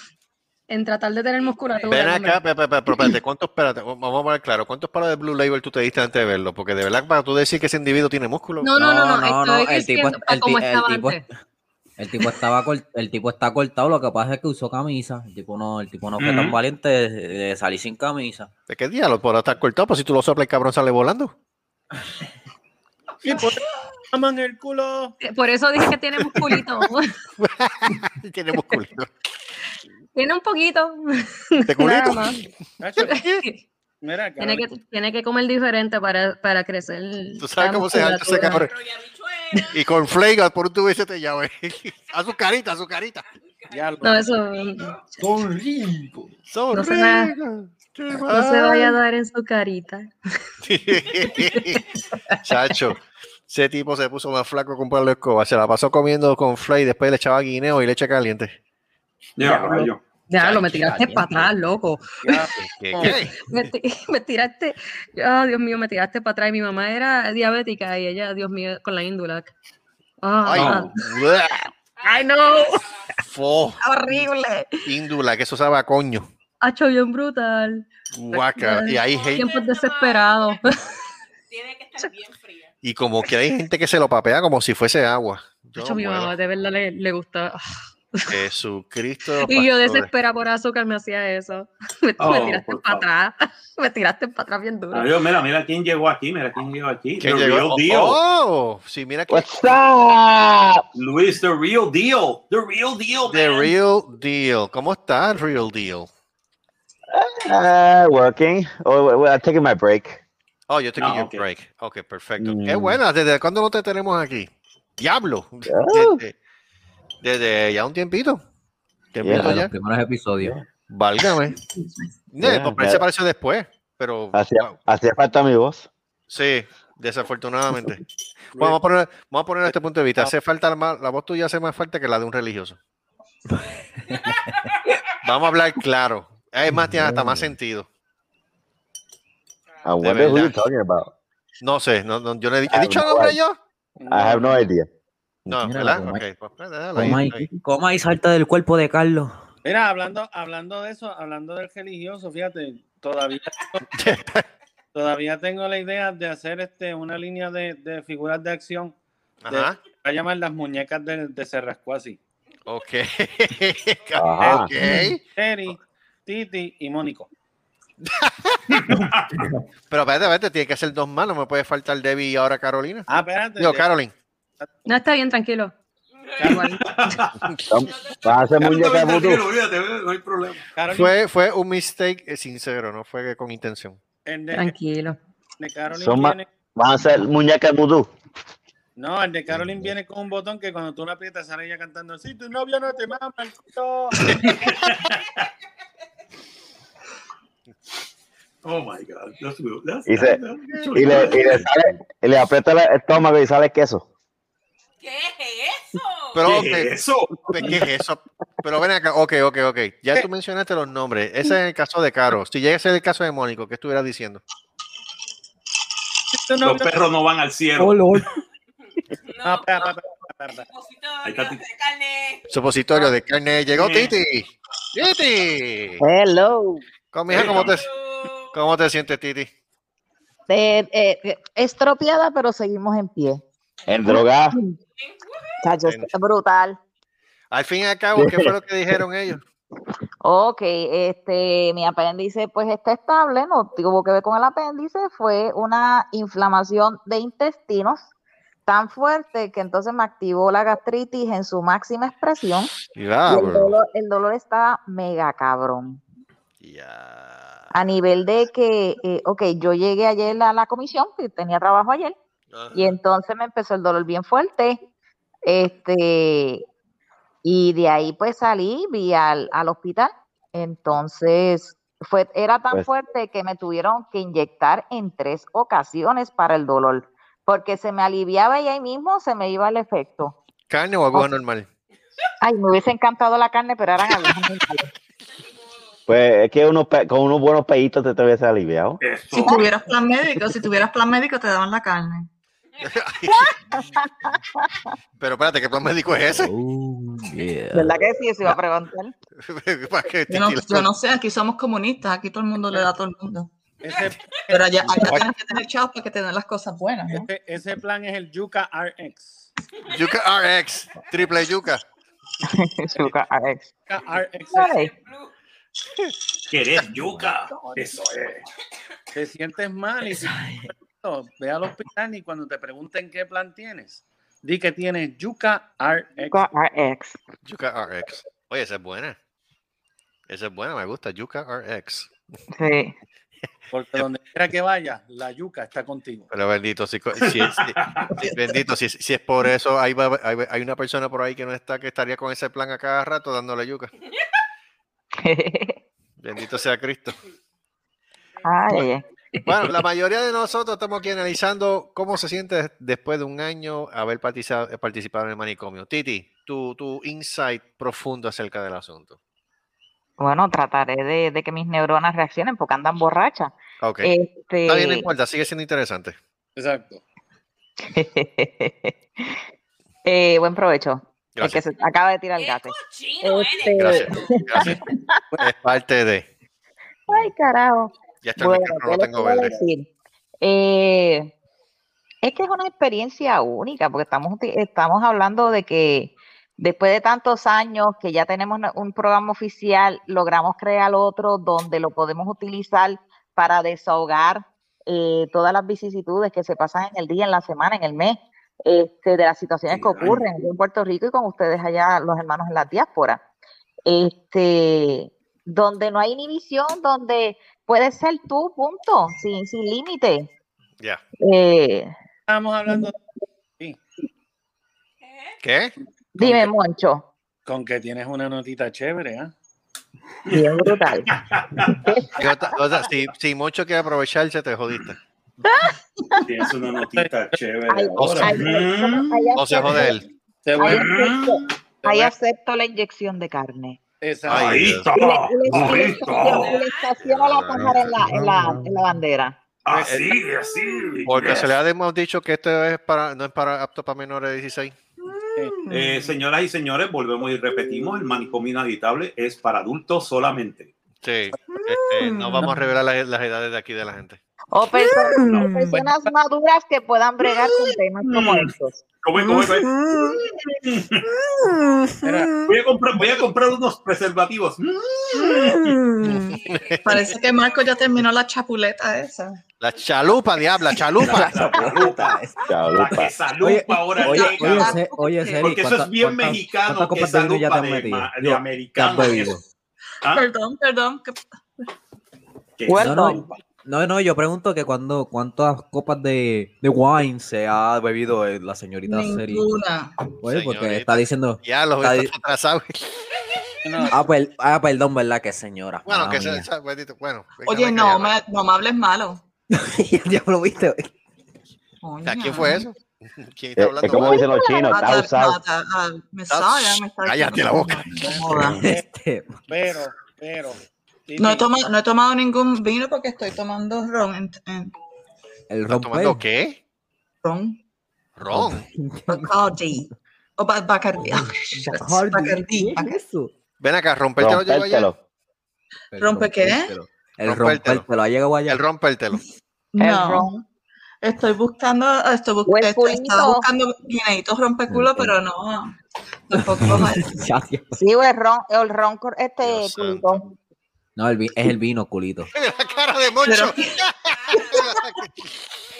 Speaker 10: en tratar de tener musculatura.
Speaker 3: Ven
Speaker 10: hombre.
Speaker 3: acá, pe- pe- pe- pero espérate, ¿cuántos, espérate, vamos a poner claro, ¿cuántos palos de Blue Label tú te diste antes de verlo? Porque de verdad, para tú decir que ese individuo tiene músculo,
Speaker 10: No, no, no, no, estoy
Speaker 7: el tipo,
Speaker 10: diciendo pa'
Speaker 7: el, ti-
Speaker 10: cómo
Speaker 7: el
Speaker 10: estaba
Speaker 7: tipo-
Speaker 10: antes.
Speaker 9: El tipo, estaba cort- el tipo está cortado, lo que pasa es que usó camisa. El tipo no, el tipo no fue tan
Speaker 2: Ujú.
Speaker 9: valiente de, de salir sin camisa.
Speaker 3: ¿de qué día lo podrás estar cortado? Pues si tú lo soplas, el cabrón sale volando.
Speaker 8: ¿Y por qué aman el culo?
Speaker 10: Eh, Por eso dije que tiene musculito.
Speaker 3: tiene músculo.
Speaker 10: tiene un poquito.
Speaker 3: ¿Te culito?
Speaker 10: Nada más.
Speaker 8: Nacho, mira,
Speaker 10: Tiene que,
Speaker 8: cabrón.
Speaker 10: tiene que comer diferente para, para crecer.
Speaker 3: Tú sabes
Speaker 10: la
Speaker 3: cómo se jalta ese
Speaker 10: musculatura.
Speaker 3: cabrón. Y con Flake, por un tubo ese te llama. Azucarita, azucarita.
Speaker 8: Ya lo-
Speaker 10: No, eso no
Speaker 3: Son
Speaker 10: No se va-
Speaker 3: ricas. Qué
Speaker 10: se vaya a
Speaker 3: mal.
Speaker 10: dar en su carita.
Speaker 3: Chacho, ese tipo se puso más flaco con Pablo Escobar. Se la pasó comiendo con Flay, después le echaba guineo y leche caliente.
Speaker 2: ya, rayo.
Speaker 10: Ya, lo
Speaker 9: Chacho,
Speaker 10: me tiraste
Speaker 9: caliente.
Speaker 10: para atrás, Ah, loco.
Speaker 8: ya-
Speaker 3: ¿Qué,
Speaker 8: Oh.
Speaker 3: qué?
Speaker 10: Me, ti- me tiraste, ah, Dios mío, me tiraste para atrás. Mi mamá era diabética y ella, Dios mío, con la índula.
Speaker 3: Ay,
Speaker 10: Ah,
Speaker 2: No.
Speaker 3: bleh,
Speaker 10: Ay, no,
Speaker 3: fo,
Speaker 10: horrible.
Speaker 3: índula, que eso sabe a coño.
Speaker 10: Hacho bien brutal.
Speaker 3: Guaca. Y hay gente,
Speaker 10: Tiempos desesperados.
Speaker 6: Tiene que estar bien fría.
Speaker 3: y como que hay gente que se lo papea como si fuese agua. Yo
Speaker 10: Hacho, mi
Speaker 3: muero.
Speaker 10: mamá de verdad le, le gustaba.
Speaker 3: Jesucristo.
Speaker 10: Y yo
Speaker 3: pastores.
Speaker 10: desesperada por azúcar me hacía eso. Me, me
Speaker 2: Oh,
Speaker 10: tiraste
Speaker 2: por
Speaker 10: para atrás. Me tiraste para atrás bien duro.
Speaker 2: Adiós, mira, mira quién llegó aquí, mira quién llegó aquí.
Speaker 3: ¿Quién
Speaker 2: the
Speaker 3: llegó?
Speaker 2: real deal.
Speaker 3: Oh, sí, mira que
Speaker 2: Luis, the real deal. The real deal.
Speaker 3: The
Speaker 2: man.
Speaker 3: Real Deal. ¿Cómo está el Real Deal?
Speaker 12: Uh, working. Oh, well, I'm taking my break.
Speaker 3: Oh, yo tengo
Speaker 2: Ah,
Speaker 3: que
Speaker 2: ok.
Speaker 3: break. Ok, perfecto.
Speaker 12: Mm.
Speaker 3: Qué buena. ¿Desde cuándo no te tenemos aquí? Diablo. Desde, desde ya un tiempito. Tiempito
Speaker 9: De los
Speaker 3: ya.
Speaker 9: primeros episodios.
Speaker 3: Válgame. No,
Speaker 12: Yeah, yeah.
Speaker 3: por parece pues, apareció después, pero
Speaker 11: Ah.
Speaker 12: Hacía,
Speaker 3: wow,
Speaker 12: hacía falta mi voz.
Speaker 3: sí, desafortunadamente. Bueno, vamos, a poner, vamos a
Speaker 2: Eh,
Speaker 3: poner este punto de
Speaker 2: ah.
Speaker 3: vista. Hace falta más, la voz tuya hace más falta que la de un religioso. vamos a hablar claro. Es más, tiene hasta más sentido.
Speaker 12: I wonder who
Speaker 3: verdad.
Speaker 12: you're talking about.
Speaker 3: No sé, no, no, yo no he, dicho- ¿he
Speaker 12: Ah,
Speaker 3: dicho el nombre
Speaker 12: bueno.
Speaker 3: yo.
Speaker 12: I have no idea.
Speaker 3: No,
Speaker 9: Mira,
Speaker 3: ¿verdad?
Speaker 9: coma-
Speaker 3: Ok, pues, pues,
Speaker 2: Ah,
Speaker 3: déjalo ahí,
Speaker 9: Coma
Speaker 3: ahí.
Speaker 9: y, coma y salta del cuerpo de Carlos.
Speaker 8: Mira, hablando, hablando de eso, hablando del religioso, fíjate, todavía, todavía tengo la idea de hacer este, una línea de, de figuras de acción
Speaker 3: Ajá.
Speaker 8: Se va a llamar las muñecas de, de Serrascuasi.
Speaker 3: Ok.
Speaker 8: Ajá.
Speaker 3: ok.
Speaker 8: Eri, Titi y Mónico.
Speaker 3: Pero espérate, espérate, tiene que ser dos más, no me puede faltar Debbie y ahora Carolina.
Speaker 8: Ah, espérate.
Speaker 3: Digo, Caroline.
Speaker 10: No, está bien, tranquilo.
Speaker 12: Vas a hacer muñeca
Speaker 2: Tranquilo,
Speaker 12: vudú.
Speaker 2: olvídate, eh, no hay problema.
Speaker 3: Fue, fue un mistake eh, sincero, no fue que con intención.
Speaker 8: El de,
Speaker 10: Tranquilo.
Speaker 8: el de Caroline
Speaker 12: Son ma-
Speaker 8: viene-
Speaker 12: Vas a hacer muñeca vudú.
Speaker 8: no, el de Caroline viene con un botón que cuando tú lo aprietas sale ella cantando si tu novio no te mama el culo".
Speaker 2: Oh my God. That's, that's,
Speaker 12: Y, se- y le, y le sale- y le aprieta el estómago y sale queso.
Speaker 3: Pero,
Speaker 2: ¿Qué
Speaker 3: ok,
Speaker 2: es eso?
Speaker 3: ¿Qué es eso? Pero ven acá, ok, ok, ok. Ya tú mencionaste los nombres. Ese es el caso de Caro. Si llega a ser el caso de Mónico, ¿qué estuvieras diciendo?
Speaker 8: Si tu
Speaker 2: Los
Speaker 8: novio-
Speaker 2: perros no van al cielo.
Speaker 8: No, Ah, espera, espera, espera, espera.
Speaker 2: Ahí está Titi.
Speaker 3: Supositorio de carne. Llegó
Speaker 2: Sí.
Speaker 3: Titi. Titi.
Speaker 13: Hello.
Speaker 3: Comija, ¿cómo te, ¿cómo te sientes, Titi?
Speaker 13: Eh, eh, eh, estropeada, pero seguimos en pie.
Speaker 12: En droga.
Speaker 13: Chacho, esto es brutal.
Speaker 3: Al fin y al cabo, ¿qué fue lo que dijeron ellos?
Speaker 13: Ok, este, mi apéndice pues está estable, no tuvo que ver con el apéndice, fue una inflamación de intestinos tan fuerte que entonces me activó la gastritis en su máxima expresión. y el dolor, el dolor estaba mega cabrón. A nivel de que, eh, ok, yo llegué ayer a la comisión, que tenía trabajo ayer, y entonces me empezó el dolor bien fuerte. Este, y de ahí pues salí, vi al, al hospital. Entonces, fue, era tan
Speaker 12: Pues-
Speaker 13: fuerte que me tuvieron que inyectar en tres ocasiones para el dolor, porque se me aliviaba y ahí mismo se me iba el efecto.
Speaker 3: ¿Carne o aguja normal?
Speaker 13: Ay, me hubiese encantado la carne, pero eran agujas normales.
Speaker 12: Pues es que unos pe- con unos buenos peitos te, te hubiese aliviado.
Speaker 4: Si tuvieras plan médico, si tuvieras plan médico, te daban la carne.
Speaker 3: Pero espérate, ¿qué plan médico es ese?
Speaker 13: ¿Verdad que sí? Se iba a preguntar.
Speaker 3: ¿Para qué,
Speaker 4: Yo no,
Speaker 3: Titi?
Speaker 4: yo no sé, aquí somos comunistas, aquí todo el mundo le da a todo el mundo.
Speaker 8: Ese,
Speaker 4: Pero allá, allá tienes que tener chavos para que te den las cosas buenas, ¿no?
Speaker 8: ese- ese plan es el Yuka RX.
Speaker 3: Yuca RX, triple yuca.
Speaker 13: Yuca RX.
Speaker 8: Yuka RX.
Speaker 13: Ay,
Speaker 2: ¿Querés yuca? Eso es.
Speaker 8: Te sientes mal y si- ve al hospital y cuando te pregunten qué plan tienes, di que tienes Yuka RX.
Speaker 13: Yuca RX.
Speaker 3: Yuca RX. Oye, esa es buena. Esa es buena, me gusta. Yuca RX.
Speaker 13: Sí.
Speaker 8: Porque donde quiera que vaya, la yuca está contigo.
Speaker 3: Pero bendito, si, co- si, es- si- si- bendito, si, es- si es por eso, ahí va- hay, hay una persona por ahí que no está, que estaría con ese plan a cada rato dándole yuca. Bendito sea Cristo.
Speaker 13: Ay, ay.
Speaker 3: Bueno, la mayoría de nosotros estamos aquí analizando cómo se siente después de un año haber partiza- participado en el manicomio. Titi, tu, tu insight profundo acerca del asunto.
Speaker 13: Bueno, trataré de, de que mis neuronas reaccionen porque andan borrachas.
Speaker 3: Ok.
Speaker 13: Este,
Speaker 3: Está bien, no importa, sigue siendo interesante.
Speaker 8: Exacto.
Speaker 13: eh, buen provecho. El que
Speaker 3: Gracias.
Speaker 13: se acaba de tirar el gato. Este,
Speaker 3: Gracias. gracias. Pues Es parte de.
Speaker 13: Ay, carajo.
Speaker 3: Ya está el
Speaker 13: Bueno,
Speaker 3: micrófono,
Speaker 13: ¿qué
Speaker 3: lo
Speaker 13: les
Speaker 3: tengo
Speaker 13: puedo
Speaker 3: verde.
Speaker 13: decir? Eh, es que es una experiencia única, porque estamos, uti- estamos hablando de que después de tantos años que ya tenemos una- un programa oficial, logramos crear otro donde lo podemos utilizar para desahogar eh, todas las vicisitudes que se pasan en el día, en la semana, en el mes, este, de las situaciones que ocurren aquí en Puerto Rico y con ustedes allá, los hermanos en la diáspora. Este, donde no hay inhibición, donde puedes ser tú, punto, sin, sin límite.
Speaker 3: Ya.
Speaker 13: Eh,
Speaker 8: Estamos hablando
Speaker 3: ¿Qué?
Speaker 13: dime, Moncho,
Speaker 8: con que tienes una notita chévere, ¿ah?
Speaker 13: bien brutal.
Speaker 3: Yo ta- o sea, si, si mucho quiere aprovecharse, te jodiste.
Speaker 2: Tienes una notita chévere.
Speaker 13: Ay,
Speaker 2: ahora.
Speaker 13: ay,
Speaker 2: Mm.
Speaker 13: ay,
Speaker 3: O se
Speaker 13: acepto-
Speaker 3: jode él.
Speaker 8: Te voy
Speaker 13: ay,
Speaker 8: a-
Speaker 13: acepto-
Speaker 8: Ah, te
Speaker 13: ay,
Speaker 8: voy a-
Speaker 13: acepto la inyección de carne.
Speaker 8: Exacto.
Speaker 3: Ay,
Speaker 2: Ahí
Speaker 3: Dios.
Speaker 2: está.
Speaker 13: Y le, y le- y le estaciono- y
Speaker 2: Bonito.
Speaker 13: le estaciono la pájara en la, en la- en la bandera.
Speaker 2: Así, así.
Speaker 3: Porque
Speaker 2: Yes.
Speaker 3: se le ha hemos dicho que esto es para, no es para apto para menores de 16.
Speaker 2: Eh, señoras y señores, volvemos y repetimos, el manicomio inhabitable es para adultos solamente.
Speaker 3: Sí. este, no vamos a revelar las, las edades de aquí de la gente.
Speaker 13: O personas, o personas maduras que puedan bregar con temas como este. estos.
Speaker 2: Come, come, come. Voy a comprar, voy a comprar unos preservativos.
Speaker 4: Parece que Marco ya terminó la chapuleta esa.
Speaker 3: La chalupa, diabla, chalupa.
Speaker 2: La chalupa.
Speaker 7: Chalupa.
Speaker 2: Que salupa
Speaker 7: Oye,
Speaker 2: ahora
Speaker 7: oye,
Speaker 2: llega.
Speaker 7: oye, se- oye, Seri,
Speaker 2: Porque eso es
Speaker 7: ¿cuántas-
Speaker 2: bien
Speaker 7: cuántas-
Speaker 2: mexicano.
Speaker 7: cuántas
Speaker 2: Que
Speaker 7: copas de vino ya te
Speaker 2: salupa
Speaker 7: has
Speaker 2: de,
Speaker 7: metido?
Speaker 2: ma- de
Speaker 7: Yo,
Speaker 2: americano.
Speaker 7: te has bebido.
Speaker 2: eso. ¿Ah?
Speaker 4: Perdón, perdón. que-
Speaker 2: Que
Speaker 9: No, no,
Speaker 2: salupa.
Speaker 9: no, no, yo pregunto que cuando, cuántas copas de, de wine se ha bebido eh, la señorita Seri.
Speaker 4: Ninguna.
Speaker 9: Oye, porque
Speaker 3: Señorita.
Speaker 9: está diciendo.
Speaker 3: Ya los
Speaker 9: está di-
Speaker 3: está atrasado.
Speaker 9: ah, per- ah, perdón, ¿verdad? Que señora.
Speaker 3: Bueno,
Speaker 9: mala
Speaker 3: que se,
Speaker 9: mía.
Speaker 3: se- bendito, ah, bueno. venga,
Speaker 4: Oye,
Speaker 3: venga, ya,
Speaker 4: no, me, no me hables malo.
Speaker 9: ya lo viste.
Speaker 3: ¿A quién fue eso? ¿Quién está
Speaker 12: Es,
Speaker 3: hablando?
Speaker 12: es como
Speaker 3: mal?
Speaker 12: dicen los chinos, está
Speaker 4: Mata,
Speaker 12: usado.
Speaker 4: mata, ah, me sabe, me está
Speaker 3: Cállate la boca.
Speaker 4: Joda.
Speaker 9: Este,
Speaker 8: Pero, pero. y-
Speaker 4: No he, tomado, no he tomado ningún vino porque estoy tomando ron. ent- en-
Speaker 9: el
Speaker 3: ¿Estás
Speaker 9: romper.
Speaker 3: tomando qué?
Speaker 4: ron.
Speaker 3: Ron.
Speaker 4: Bacardi. O ba- Bacardi. Ah, shit,
Speaker 9: Oh, Bacardi,
Speaker 4: Bacardi.
Speaker 9: ¿qué es eso?
Speaker 3: Ven acá, romper te lo llevo allá.
Speaker 12: Rompértelo.
Speaker 9: El
Speaker 4: ¿Rompe qué?
Speaker 9: rompértelo. El
Speaker 3: Rompértelo.
Speaker 9: romper, te lo ha llegado allá.
Speaker 3: El rompértelo.
Speaker 4: No.
Speaker 13: El ron.
Speaker 4: Estoy buscando, estoy bus-
Speaker 13: Buen
Speaker 4: est- estaba
Speaker 13: pulito.
Speaker 4: buscando guineitos rompeculo, pero no, tampoco vale.
Speaker 9: Ya, ya.
Speaker 13: Sí, o el ron, el ron cor- este
Speaker 3: Dios
Speaker 13: culito.
Speaker 9: No, el vi- es el vino, culito.
Speaker 3: Mira la cara de Moncho.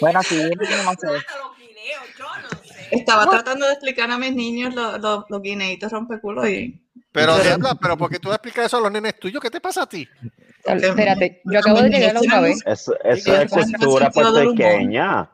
Speaker 13: Bueno, sí, no sé.
Speaker 6: Plata, los guineos, yo no sé.
Speaker 4: Estaba tratando de explicar a mis niños lo- lo- los guineitos rompeculo y
Speaker 3: Pero, diabla, pero porque tú le explicas eso a los nenes tuyos, ¿qué te pasa a ti?
Speaker 4: porque
Speaker 10: Espérate, yo
Speaker 4: a
Speaker 10: acabo de
Speaker 4: mis
Speaker 10: llegar la
Speaker 4: niños
Speaker 10: última vez.
Speaker 12: Eso,
Speaker 8: Sí,
Speaker 12: eso es
Speaker 4: como que no han
Speaker 12: cultura
Speaker 4: sentido del humor.
Speaker 12: puertorriqueña.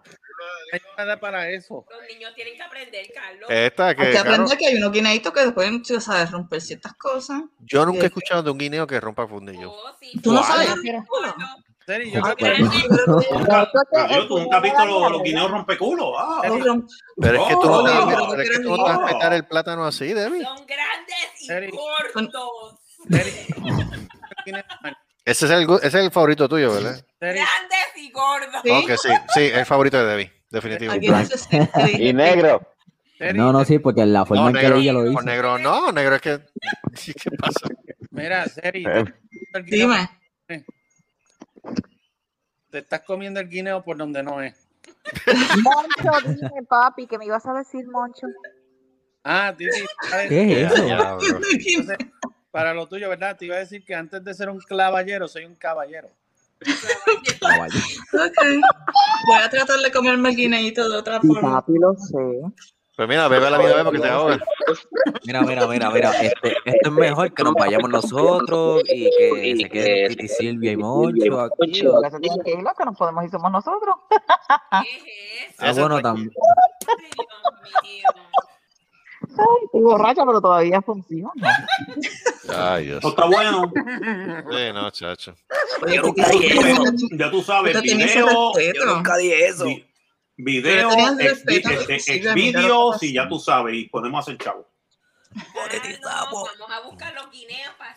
Speaker 8: hay nada para eso.
Speaker 6: Los niños tienen que aprender, Carlos.
Speaker 3: Esta
Speaker 4: Hay
Speaker 3: que,
Speaker 4: que
Speaker 3: claro,
Speaker 4: aprender que hay unos guineitos que después tú sabes romper ciertas cosas.
Speaker 3: yo nunca
Speaker 12: Este
Speaker 3: he escuchado de un guineo que rompa fundillo.
Speaker 6: Oh, sí,
Speaker 4: Tú no
Speaker 6: sí,
Speaker 4: sabes
Speaker 6: sí,
Speaker 4: romper
Speaker 6: Carlos.
Speaker 4: culo.
Speaker 8: Seri, yo creo que
Speaker 6: Grande,
Speaker 8: hay-
Speaker 2: Nunca-
Speaker 13: Esto
Speaker 2: pero
Speaker 13: es-
Speaker 2: yo, tú nunca has visto los, los guineos
Speaker 13: Oye,
Speaker 2: rompeculo. Ah,
Speaker 4: Los rom-
Speaker 3: Pero es que tú
Speaker 2: Oh,
Speaker 3: no te vas a
Speaker 2: yo
Speaker 3: meter-
Speaker 4: creo
Speaker 3: pero es
Speaker 4: que
Speaker 3: que tú no
Speaker 4: era
Speaker 3: te vas a
Speaker 4: mío.
Speaker 3: meter el plátano así, Debbie.
Speaker 6: Son grandes y
Speaker 8: Seri.
Speaker 6: cortos.
Speaker 8: Seri, tiene-
Speaker 3: Ese es el, gu- ese es el favorito tuyo, ¿verdad?
Speaker 8: Seri,
Speaker 6: Grandes y gordos.
Speaker 4: Sí.
Speaker 3: Ok, sí, sí, el favorito de Debbie, definitivo.
Speaker 4: Alguien se siente
Speaker 12: Y negro.
Speaker 8: Seri,
Speaker 9: Pues No, no, sí, porque la forma
Speaker 3: No,
Speaker 9: en que
Speaker 3: negro,
Speaker 9: ella lo
Speaker 3: por
Speaker 9: dice.
Speaker 3: negro, no, negro es que. sí, ¿Qué pasa?
Speaker 8: Mira, Seri,
Speaker 12: Eh.
Speaker 8: te, estás comiendo el guineo-
Speaker 4: Dime,
Speaker 8: te estás comiendo el guineo por donde no es.
Speaker 13: Moncho, dime, papi, que me ibas a decir, Moncho.
Speaker 8: Ah, Titi, ¿sabes?
Speaker 9: ¿Qué es
Speaker 3: Ya,
Speaker 9: eso?
Speaker 3: diablo.
Speaker 8: Entonces, para lo tuyo, ¿verdad? Te iba a decir que antes de ser un clavallero, soy un caballero.
Speaker 9: Caballo.
Speaker 4: Ok. voy a tratar de comerme el guineito de otra
Speaker 13: Sí,
Speaker 4: forma.
Speaker 13: papi, lo sé.
Speaker 3: Pero Pues mira, bebe la vida, bebe porque te ahogas.
Speaker 9: Mira, mira, mira, mira. Este, esto es mejor que nos vayamos nosotros y que se queden Titi, Silvia y Moncho aquí. Ah,
Speaker 13: Porque se tienen que ir los que nos podemos ir somos nosotros.
Speaker 6: ¿Qué es eso?
Speaker 9: Ah, bueno, también.
Speaker 6: Ay, Dios mío.
Speaker 13: Ay, estoy borracha, pero todavía funciona.
Speaker 3: Ay, Dios.
Speaker 2: Eso está bueno.
Speaker 3: Sí, no, chacho.
Speaker 4: Oye,
Speaker 7: Yo
Speaker 4: tú
Speaker 7: nunca
Speaker 4: tienes-
Speaker 7: dije
Speaker 4: tú
Speaker 2: Ya tú sabes,
Speaker 4: tienes ese
Speaker 2: video,
Speaker 4: respeto.
Speaker 7: dije
Speaker 2: vi- video,
Speaker 4: Pero tenías
Speaker 2: ex,
Speaker 4: respeto,
Speaker 2: este,
Speaker 4: inclusive,
Speaker 2: ex
Speaker 4: mira
Speaker 2: videos,
Speaker 4: lo que
Speaker 2: y ya tú sabes, y podemos hacer chavo.
Speaker 6: Ah, no, vamos a buscar los guineos para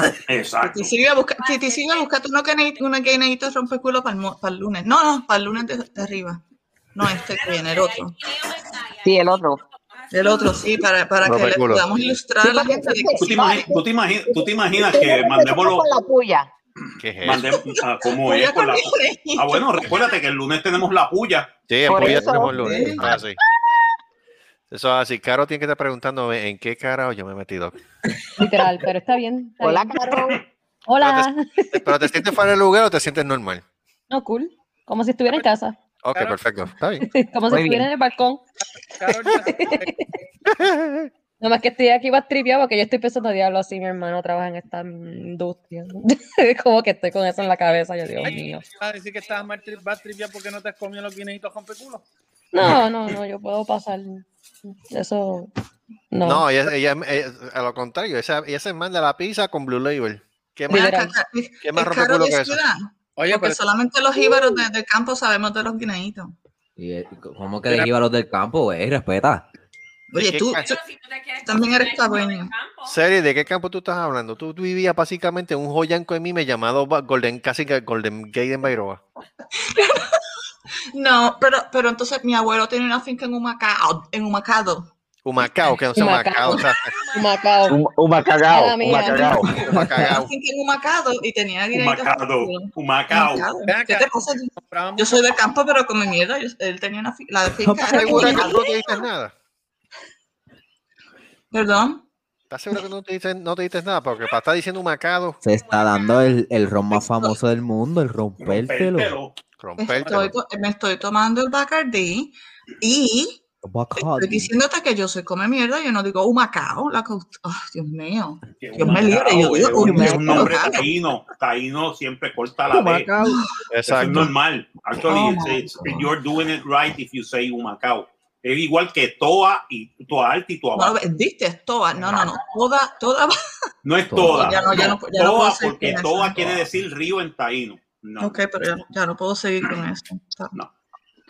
Speaker 6: hacer.
Speaker 2: Exacto.
Speaker 4: Titi Silvia, busca, Titi Silvia, búscate uno que ne- uno que necesito rompe culo para el, mo- para el lunes. No, no, para el lunes de, de arriba. No, este que viene, el otro.
Speaker 13: Sí, el otro.
Speaker 4: El otro, sí, para, para que le
Speaker 3: Rompeculo.
Speaker 4: podamos ilustrar
Speaker 13: Sí,
Speaker 4: a la
Speaker 13: porque
Speaker 4: gente de que
Speaker 13: entonces-
Speaker 2: ¿Tú te,
Speaker 4: sí.
Speaker 2: imagi- tú te imagi- tú te imaginas
Speaker 13: Tú
Speaker 2: que
Speaker 13: no
Speaker 2: mandemos
Speaker 13: empezamos
Speaker 2: los.
Speaker 13: con la tuya.
Speaker 3: ¿Qué es eso?
Speaker 2: mandem- ah, ¿Cómo
Speaker 4: Voy
Speaker 2: es?
Speaker 4: a
Speaker 2: Con la,
Speaker 4: cambiar
Speaker 2: ah, bueno, recuérdate que el lunes tenemos la puya.
Speaker 3: Sí, en
Speaker 13: Por
Speaker 3: Puya
Speaker 13: eso.
Speaker 3: tenemos lunes. Ah,
Speaker 4: Sí.
Speaker 3: Eso es así. Eso es así. Caro tiene que estar preguntando en en qué cara yo me he metido.
Speaker 10: Literal, pero está bien. está
Speaker 13: Hola,
Speaker 10: bien.
Speaker 13: Caro.
Speaker 10: Hola.
Speaker 3: Pero te sientes fuera del lugar o te sientes normal.
Speaker 10: No, cool. Como si estuviera en casa.
Speaker 3: Ok,
Speaker 8: Claro.
Speaker 3: perfecto. Está bien.
Speaker 10: Como si
Speaker 13: Muy bien.
Speaker 10: estuviera en el balcón.
Speaker 8: Carolina,
Speaker 10: Nomás que estoy aquí más tripeado porque yo estoy pensando, diablo, así mi hermano trabaja en esta industria. Como que estoy con eso en la cabeza, yo Dios mío.
Speaker 8: vas a decir que estabas mal tri- vas trivia porque no te has comido los guineitos con peculo.
Speaker 10: No, no, no, yo puedo pasar. Eso. No.
Speaker 3: No, ella, ella- ella- a lo contrario, esa- ella se manda la pizza con Blue Label. ¿Qué más?
Speaker 10: Mira.
Speaker 4: Mira, ca- ca-
Speaker 3: ¿Qué más
Speaker 4: es
Speaker 3: rompe
Speaker 4: caro
Speaker 3: culo
Speaker 4: de
Speaker 3: que eso? Uh.
Speaker 4: ciudad,
Speaker 8: Oye,
Speaker 4: porque
Speaker 8: pero
Speaker 4: solamente los íbaros de- del campo sabemos de los guineitos.
Speaker 9: Y, eh, ¿Cómo que de íbaros del campo, güey? Respeta.
Speaker 4: Oye,
Speaker 3: qué
Speaker 4: tú,
Speaker 3: ca-
Speaker 4: tú-
Speaker 6: Pero si tú te quieres
Speaker 4: También eres
Speaker 6: cocinar en
Speaker 4: cagüeño.
Speaker 6: el campo,
Speaker 3: Seri, ¿de qué campo tú estás hablando? Tú, tú vivías básicamente un joyanco de mime llamado Ba- Golden, casi que Golden Gate en Bairoa.
Speaker 4: no, pero, pero entonces mi abuelo tiene una finca en Humacao, en Humacado.
Speaker 3: Humacao, que no sea Humacao.
Speaker 10: Humacao.
Speaker 3: o sea,
Speaker 10: Humacao.
Speaker 12: Un, un macagao,
Speaker 10: Mala mía.
Speaker 12: un macagao.
Speaker 3: Humacao.
Speaker 4: Dicen que era humacado y tenía dinero.
Speaker 2: Humacado, humacao.
Speaker 4: ¿Qué te pasa? Yo soy del campo, pero con mi mierda. yo- él tenía una fi- la de finca.
Speaker 3: ¿Estás
Speaker 4: era
Speaker 3: segura que
Speaker 4: humacado.
Speaker 3: tú no te diste nada?
Speaker 4: ¿Perdón?
Speaker 3: ¿Estás segura que no te diste, no te diste nada? Porque para estar diciendo Humacao,
Speaker 9: Se está dando el, el ron más famoso del mundo, el rompértelo.
Speaker 4: Estoy, to- me estoy tomando el Bacardi y estoy diciéndote que yo soy come mierda. Yo no digo humacao. La que usted- ay, Dios mío. Dios me libre. Yo
Speaker 2: Humacao,
Speaker 4: digo
Speaker 2: es un, es un nombre
Speaker 4: humacao.
Speaker 2: taíno. Taíno siempre corta la B.
Speaker 4: Humacao.
Speaker 2: Eso es
Speaker 3: Exacto.
Speaker 2: normal. Actually,
Speaker 4: Oh,
Speaker 2: it's-
Speaker 4: my
Speaker 2: it's- you're doing it right if you say Humacao. Es igual que Toa y Toa Alta y Toa
Speaker 4: No,
Speaker 2: Baja.
Speaker 4: ¿Viste? Toda. No, no, no. Toda, toda.
Speaker 2: No es toda.
Speaker 4: Ya no, ya no, ya no puedo
Speaker 2: toa,
Speaker 4: seguir
Speaker 2: porque
Speaker 4: con
Speaker 2: toa
Speaker 4: eso.
Speaker 2: quiere decir río en taíno. No.
Speaker 4: Ok, pero ya, ya no puedo seguir con eso. Está-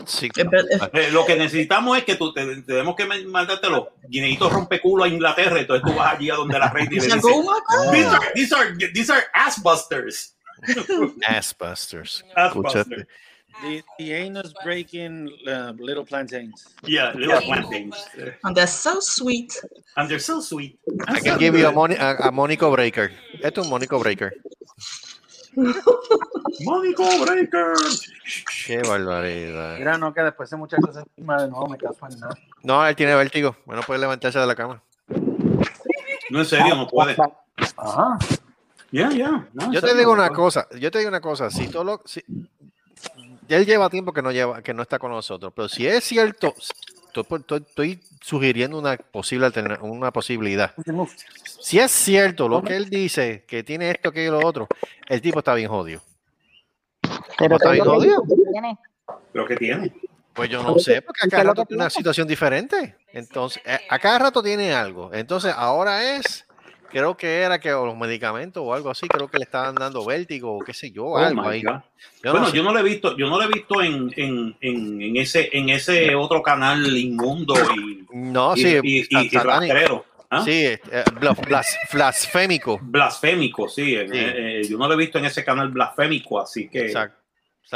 Speaker 3: Sí.
Speaker 4: Es ver- es-
Speaker 2: Eh, lo que necesitamos es que tú te- tenemos que men- mandarte los guineitos rompeculo a Inglaterra, entonces tú vas allí a donde la reina y le
Speaker 4: Dice,
Speaker 2: dices,
Speaker 4: "Go, Humacao".
Speaker 2: these are, these are, these are ass busters.
Speaker 3: Assbusters.
Speaker 2: Ass
Speaker 3: Escuchaste.
Speaker 2: busters.
Speaker 8: The, the anus breaking uh, little plantains.
Speaker 2: Yeah, little plantains.
Speaker 4: And they're so sweet.
Speaker 2: And they're so sweet.
Speaker 3: I can give you a, moni- a, a Mónico Breaker. Esto es un Mónico Breaker.
Speaker 2: Mónico Breaker.
Speaker 3: Qué barbaridad.
Speaker 8: Mira, no, que después ese muchacho se encima de nuevo, me caso en nada.
Speaker 3: No, él tiene vértigo. Bueno, puede levantarse de la cama.
Speaker 2: No, en serio, no puede.
Speaker 8: Ajá.
Speaker 2: Ah, Yeah, yeah. No, en
Speaker 3: Yo te
Speaker 2: serio,
Speaker 3: digo
Speaker 2: no
Speaker 3: una
Speaker 2: puede.
Speaker 3: cosa, yo te digo una cosa, si todo lo, si, ya él lleva tiempo que no lleva, que no está con nosotros, pero si es cierto, estoy, por- estoy- estoy sugiriendo una posible alterna- una posibilidad. Si es cierto lo que él dice, que tiene esto, que lo otro, el tipo está bien jodido.
Speaker 13: Pero
Speaker 3: está
Speaker 13: ¿qué
Speaker 3: bien
Speaker 13: es lo que
Speaker 3: jodido?
Speaker 13: tiene?
Speaker 2: Lo que tiene.
Speaker 3: Pues yo no sé, porque a
Speaker 13: ¿Y qué
Speaker 3: cada
Speaker 13: es lo que
Speaker 3: rato tiene una situación diferente. Entonces, eh, a cada rato tiene algo. Entonces, ahora es, creo que era que o los medicamentos o algo así, creo que le estaban dando vértigo o qué sé yo,
Speaker 2: Oh
Speaker 3: algo
Speaker 2: my
Speaker 3: ahí.
Speaker 2: God.
Speaker 3: Yo
Speaker 2: bueno,
Speaker 3: no sé.
Speaker 2: yo no lo he visto, yo no lo he visto en, en, en, en ese, en ese otro canal inmundo y,
Speaker 3: No,
Speaker 2: y-
Speaker 3: sí,
Speaker 2: y- y-
Speaker 3: sa-
Speaker 2: y
Speaker 3: satánico.
Speaker 2: rastrero. ¿Ah?
Speaker 3: Sí, eh, blas- blas-
Speaker 8: Ah.
Speaker 3: blasfémico.
Speaker 2: Blasfémico, sí. en- eh, eh, yo no lo he visto en ese canal blasfémico, así que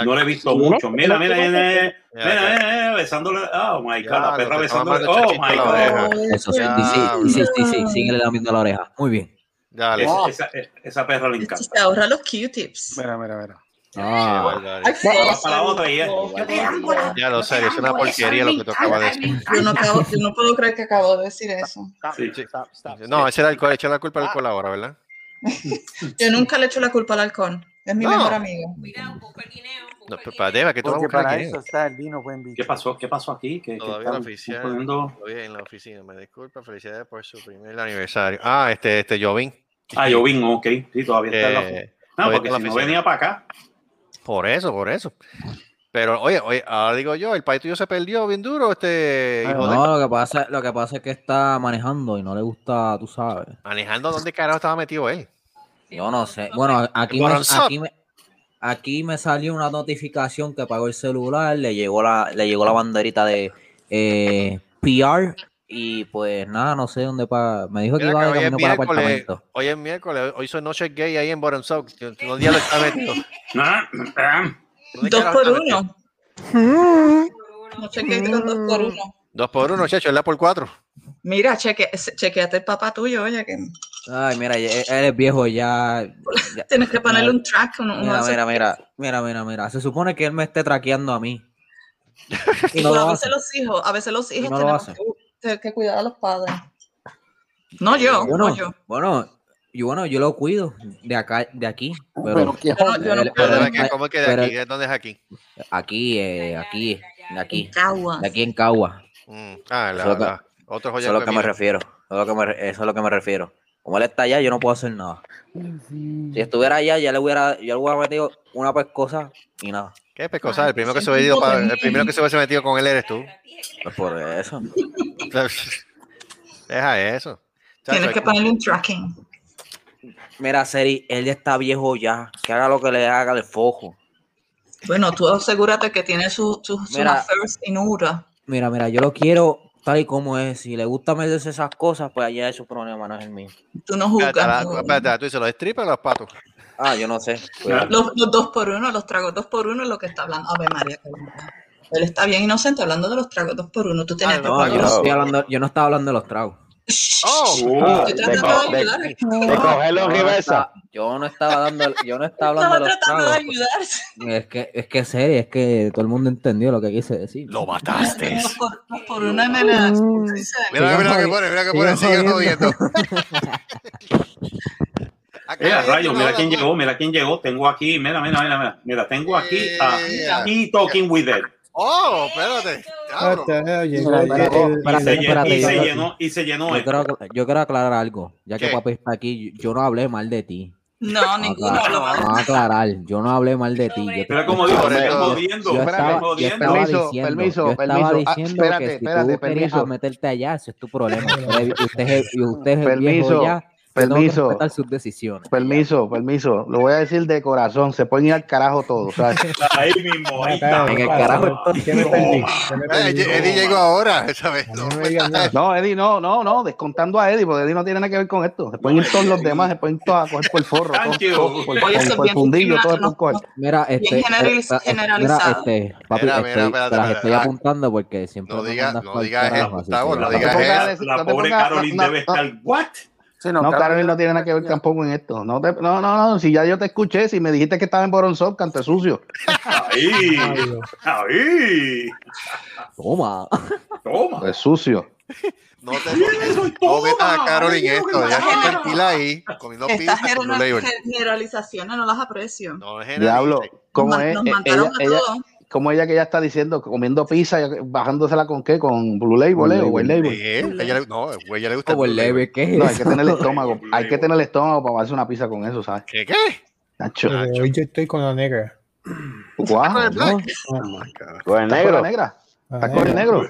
Speaker 2: no lo he visto
Speaker 3: Exacto.
Speaker 2: mucho. Mira, mira, mira, mira, eh,
Speaker 3: Ya,
Speaker 2: mira,
Speaker 3: ya.
Speaker 2: mira, mira, besándole. Oh my God, la
Speaker 3: Ya,
Speaker 2: perra
Speaker 3: te estaba
Speaker 2: besándole.
Speaker 3: mandando
Speaker 2: Oh
Speaker 3: chachito
Speaker 2: my
Speaker 3: a la
Speaker 2: God.
Speaker 3: oreja.
Speaker 9: Eso sí,
Speaker 3: Diablo.
Speaker 9: sí, sí, sí, sí, síguele lamiendo la oreja. Muy bien.
Speaker 3: Dale.
Speaker 2: Esa, esa, esa perra le encanta.
Speaker 4: Se ahorra los Q-tips.
Speaker 8: Mira, mira, mira.
Speaker 9: Ah,
Speaker 3: Barbaridad.
Speaker 2: Una para la otra y es-
Speaker 3: Ya lo sé, es una porquería lo que tú acabas de decir.
Speaker 4: Yo no, acabo- yo no puedo creer que acabo de decir eso.
Speaker 2: Sí, sí.
Speaker 3: No, ese era el alcohol, echar la culpa al
Speaker 4: Ah.
Speaker 3: alcohol ahora, ¿verdad?
Speaker 4: Yo nunca le echo la culpa al halcón. Es mi
Speaker 3: No.
Speaker 4: mejor amigo. Pues
Speaker 3: No, pero para Deva, que tú vas a
Speaker 8: Porque
Speaker 3: buscar
Speaker 8: para
Speaker 3: quién
Speaker 8: eso
Speaker 3: es.
Speaker 8: está el vino buen bicho.
Speaker 2: ¿Qué pasó? ¿Qué pasó aquí? ¿Qué, qué
Speaker 3: Todavía en la
Speaker 2: están
Speaker 3: oficina.
Speaker 2: poniendo?
Speaker 3: Todavía en la oficina, me disculpa, felicidades por su primer aniversario. Ah, este, este Jovin.
Speaker 2: Ah, yo vin, ok. Sí, todavía está en la
Speaker 3: Eh,
Speaker 2: oficina. No,
Speaker 3: todavía está
Speaker 2: porque
Speaker 3: en la
Speaker 2: si no
Speaker 3: oficina.
Speaker 2: venía para acá.
Speaker 3: Por eso, por eso. Pero oye, oye, ahora digo yo, el país tuyo se perdió bien duro, este hijo de
Speaker 9: No, lo que pasa, lo que pasa es que está manejando y no le gusta, tú sabes.
Speaker 3: manejando dónde carajo estaba metido él.
Speaker 9: Yo no sé. Bueno, aquí me, aquí me, aquí me salió una notificación que pagó el celular, le llegó la, le llegó la banderita de eh, PR y pues nada, no sé dónde pa- Me dijo que
Speaker 3: Mira
Speaker 9: iba
Speaker 3: que
Speaker 9: de
Speaker 3: hoy es
Speaker 9: camino para el
Speaker 3: miércoles,
Speaker 9: apartamento.
Speaker 3: hoy es miércoles, hoy son noches gay ahí en Boronzao. Los días lo está metido. ¿Dónde
Speaker 4: Dos
Speaker 3: carajo
Speaker 4: por
Speaker 3: está metido?
Speaker 4: uno. No chequeate con dos por uno.
Speaker 3: Dos por uno, chacho, es la por cuatro.
Speaker 4: Mira, cheque, chequeate el papá tuyo, oye, que
Speaker 9: Ay, mira, ya- él él es viejo ya. ya-
Speaker 4: tienes que ponerle
Speaker 9: mira,
Speaker 4: un track. uno- uno
Speaker 9: Mira,
Speaker 4: hace-
Speaker 9: mira, mira, mira, mira, mira. Se supone que él me esté traqueando a mí. Y
Speaker 4: Y
Speaker 9: no
Speaker 4: pues a
Speaker 9: lo
Speaker 4: veces
Speaker 9: hace.
Speaker 4: los hijos, a veces los hijos
Speaker 9: no lo
Speaker 4: tenemos
Speaker 9: hacen.
Speaker 4: que, que cuidar a los padres. No yo,
Speaker 9: Bueno,
Speaker 4: no yo.
Speaker 9: bueno, yo, bueno, yo lo cuido de acá, de aquí. Pero,
Speaker 8: Pero qué
Speaker 4: Yo no- yo no
Speaker 9: él-
Speaker 4: puedo.
Speaker 9: pero él-
Speaker 3: Espera, que- ¿Cómo es que de
Speaker 9: pero
Speaker 3: aquí? ¿De ¿Dónde es aquí?
Speaker 9: aquí, eh, aquí, de aquí,
Speaker 4: Caguas.
Speaker 9: de aquí en Cagua.
Speaker 3: Mm, Ah,
Speaker 9: Eso
Speaker 3: la,
Speaker 9: es lo que-
Speaker 3: la- otro
Speaker 9: Eso
Speaker 3: joya
Speaker 9: es lo que me
Speaker 3: mira.
Speaker 9: refiero. Eso es lo que me, re- eso es lo que me refiero. Como él está allá, yo no puedo hacer nada. Si estuviera allá, ya le hubiera, yo le hubiera metido una pescosa y nada.
Speaker 3: Qué pescosa, el primero que se
Speaker 4: siento
Speaker 3: hubiese ido
Speaker 4: un
Speaker 3: pa-
Speaker 4: poco
Speaker 3: el primero que se hubiese metido con él eres tú.
Speaker 9: Pues por eso.
Speaker 3: Deja eso. Chacho,
Speaker 4: Tienes
Speaker 3: es
Speaker 4: que
Speaker 3: como-
Speaker 4: ponerle un tracking.
Speaker 9: Mira, Seri, él ya está viejo ya. Que haga lo que le haga de fojo.
Speaker 4: Bueno, tú asegúrate que tiene su, su, su
Speaker 9: Mira.
Speaker 4: affairs in order.
Speaker 9: Mira, mira, yo lo quiero tal y como es. Si le gusta meterse esas cosas, pues allá es su problema, no es el mío.
Speaker 4: Tú no
Speaker 3: Espérate, la-
Speaker 4: juzgas. no.
Speaker 3: espérate, tú dices los strippers o los patos.
Speaker 9: Ah, yo no sé.
Speaker 2: Ya.
Speaker 9: Cuidado.
Speaker 4: Los, los dos por uno, los tragos dos por uno es lo que está hablando. Ave María. qué bueno. Él está bien inocente hablando de los tragos dos por uno. Tú tenías
Speaker 9: No, yo, no estoy hablando, yo no estaba hablando de los tragos.
Speaker 4: Oh,
Speaker 12: Ah, de co- de- de cogerlo en
Speaker 9: Yo no
Speaker 12: reversa.
Speaker 9: estaba- Yo no estaba dando, yo no estaba hablando
Speaker 4: Estaba
Speaker 9: de los
Speaker 4: tratando de
Speaker 9: tragos.
Speaker 11: pues.
Speaker 4: ayudarse.
Speaker 9: Es que, es que es serio, es que todo el mundo entendió lo que quise decir.
Speaker 3: Lo mataste.
Speaker 4: Dos por, dos por uno en el.
Speaker 11: Mira, mira que pone, mira que pone, sigue jodiendo.
Speaker 2: Mira, rayo, mira quién llegó, mira quién llegó. Tengo aquí, mira, mira, mira, mira. Mira, tengo aquí a
Speaker 3: Eh,
Speaker 2: He Talking With Dead.
Speaker 11: Oh, espérate.
Speaker 9: What the hell, llegó
Speaker 11: Mira,
Speaker 9: el-
Speaker 11: llegó.
Speaker 9: el- el-
Speaker 11: Espérate,
Speaker 9: el-
Speaker 11: espérate,
Speaker 9: el-
Speaker 11: y se
Speaker 9: el-
Speaker 11: llenó-
Speaker 2: y se llenó
Speaker 9: Yo
Speaker 2: esto.
Speaker 9: quiero, yo quiero aclarar algo, ya que
Speaker 2: ¿Qué?
Speaker 9: papi está aquí, yo, yo no hablé mal de ti. Ah,
Speaker 4: No, ninguno
Speaker 9: Acla-
Speaker 4: habló mal de
Speaker 9: Vamos a
Speaker 4: ti.
Speaker 9: aclarar, yo no hablé mal de ti. Yo
Speaker 2: Pero como digo, se están jodiendo,
Speaker 9: yo
Speaker 2: se están
Speaker 9: estaba, yo
Speaker 2: jodiendo.
Speaker 9: estaba
Speaker 2: Permiso,
Speaker 9: diciendo,
Speaker 2: permiso,
Speaker 9: yo estaba
Speaker 2: permiso. Ah,
Speaker 9: diciendo
Speaker 2: espérate,
Speaker 9: que si
Speaker 2: espérate,
Speaker 9: tú querías
Speaker 2: permiso.
Speaker 9: meterte allá, ese es tu problema. Usted, usted es, el- usted es el
Speaker 14: Permiso,
Speaker 9: viejo ya, yo tengo que
Speaker 14: permiso.
Speaker 9: respetar sus decisiones.
Speaker 14: Permiso, permiso. Lo voy a decir de corazón. Se pueden ir al carajo todos, ¿sabes?
Speaker 2: Ahí mismo, ahí
Speaker 14: está.
Speaker 9: En el carajo.
Speaker 14: ¿Qué me perdí?
Speaker 11: Eddie llegó ahora, ¿sabes?
Speaker 14: No, Eddie, no, no, no. Descontando a Eddie, porque Eddie no tiene nada que ver con esto. Se pueden ir todos los demás, se pueden ir todos a coger por el forro, todos,
Speaker 9: you.
Speaker 14: todos por,
Speaker 9: Oye, eso
Speaker 14: por-
Speaker 9: es
Speaker 14: por el
Speaker 9: bien
Speaker 14: fundillo, todos
Speaker 9: general,
Speaker 14: por coger.
Speaker 9: Mira, este, eh,
Speaker 4: generaliz-
Speaker 9: eh, mira,
Speaker 4: generalizado.
Speaker 9: este, papi,
Speaker 11: Mira, mira,
Speaker 9: estoy-
Speaker 11: espérate,
Speaker 9: te las
Speaker 11: espérate,
Speaker 9: estoy
Speaker 11: ah,
Speaker 9: apuntando porque siempre
Speaker 11: no
Speaker 9: me
Speaker 11: digas-
Speaker 9: mandas
Speaker 11: no
Speaker 9: pa'l
Speaker 11: digas
Speaker 9: carajo,
Speaker 11: eso,
Speaker 9: así
Speaker 11: Gustavo,
Speaker 9: que-
Speaker 11: no digas
Speaker 14: pongas
Speaker 11: eso.
Speaker 14: a decir-
Speaker 11: La
Speaker 14: no te
Speaker 11: pobre
Speaker 14: pongas-
Speaker 11: Caroline
Speaker 14: no-
Speaker 11: debe
Speaker 14: no-
Speaker 11: estar, ¿what?
Speaker 14: no, Carolyn no tiene nada que ver tampoco en esto. No, te- no, no, no, si ya yo te escuché, si me dijiste que estaba en Boronzón, canto de sucio.
Speaker 2: Ahí, ahí.
Speaker 9: Toma.
Speaker 2: Toma.
Speaker 14: Es sucio.
Speaker 11: No te no metas a Carolyn esto, ya está tranquila ahí, comiendo pizza
Speaker 4: Estas
Speaker 11: con Blue
Speaker 4: general-
Speaker 11: Label.
Speaker 4: generalizaciones no las aprecio. No,
Speaker 14: Diablo, ¿cómo
Speaker 4: Nos
Speaker 14: es?
Speaker 4: nos
Speaker 14: Eh,
Speaker 4: mandaron
Speaker 14: ella-
Speaker 4: a
Speaker 14: ella-
Speaker 4: todos.
Speaker 14: ¿Cómo ella que ya está diciendo, comiendo pizza, y bajándosela con qué? ¿Con Blue Label, eh, o White Label?
Speaker 11: Eh, a ella le- no, güey, a ella le gusta
Speaker 9: Oh, Blue Label, ¿qué es
Speaker 14: No, hay que
Speaker 9: eso?
Speaker 14: tener el estómago, hay que tener el estómago para hacer una pizza con eso, ¿sabes?
Speaker 11: ¿Qué qué?
Speaker 14: Nacho.
Speaker 15: Hoy yo estoy con la negra.
Speaker 14: Guau, ¿no?
Speaker 12: Con el
Speaker 14: ¿Estás
Speaker 12: negro.
Speaker 14: con la negra? ¿Estás con el negro?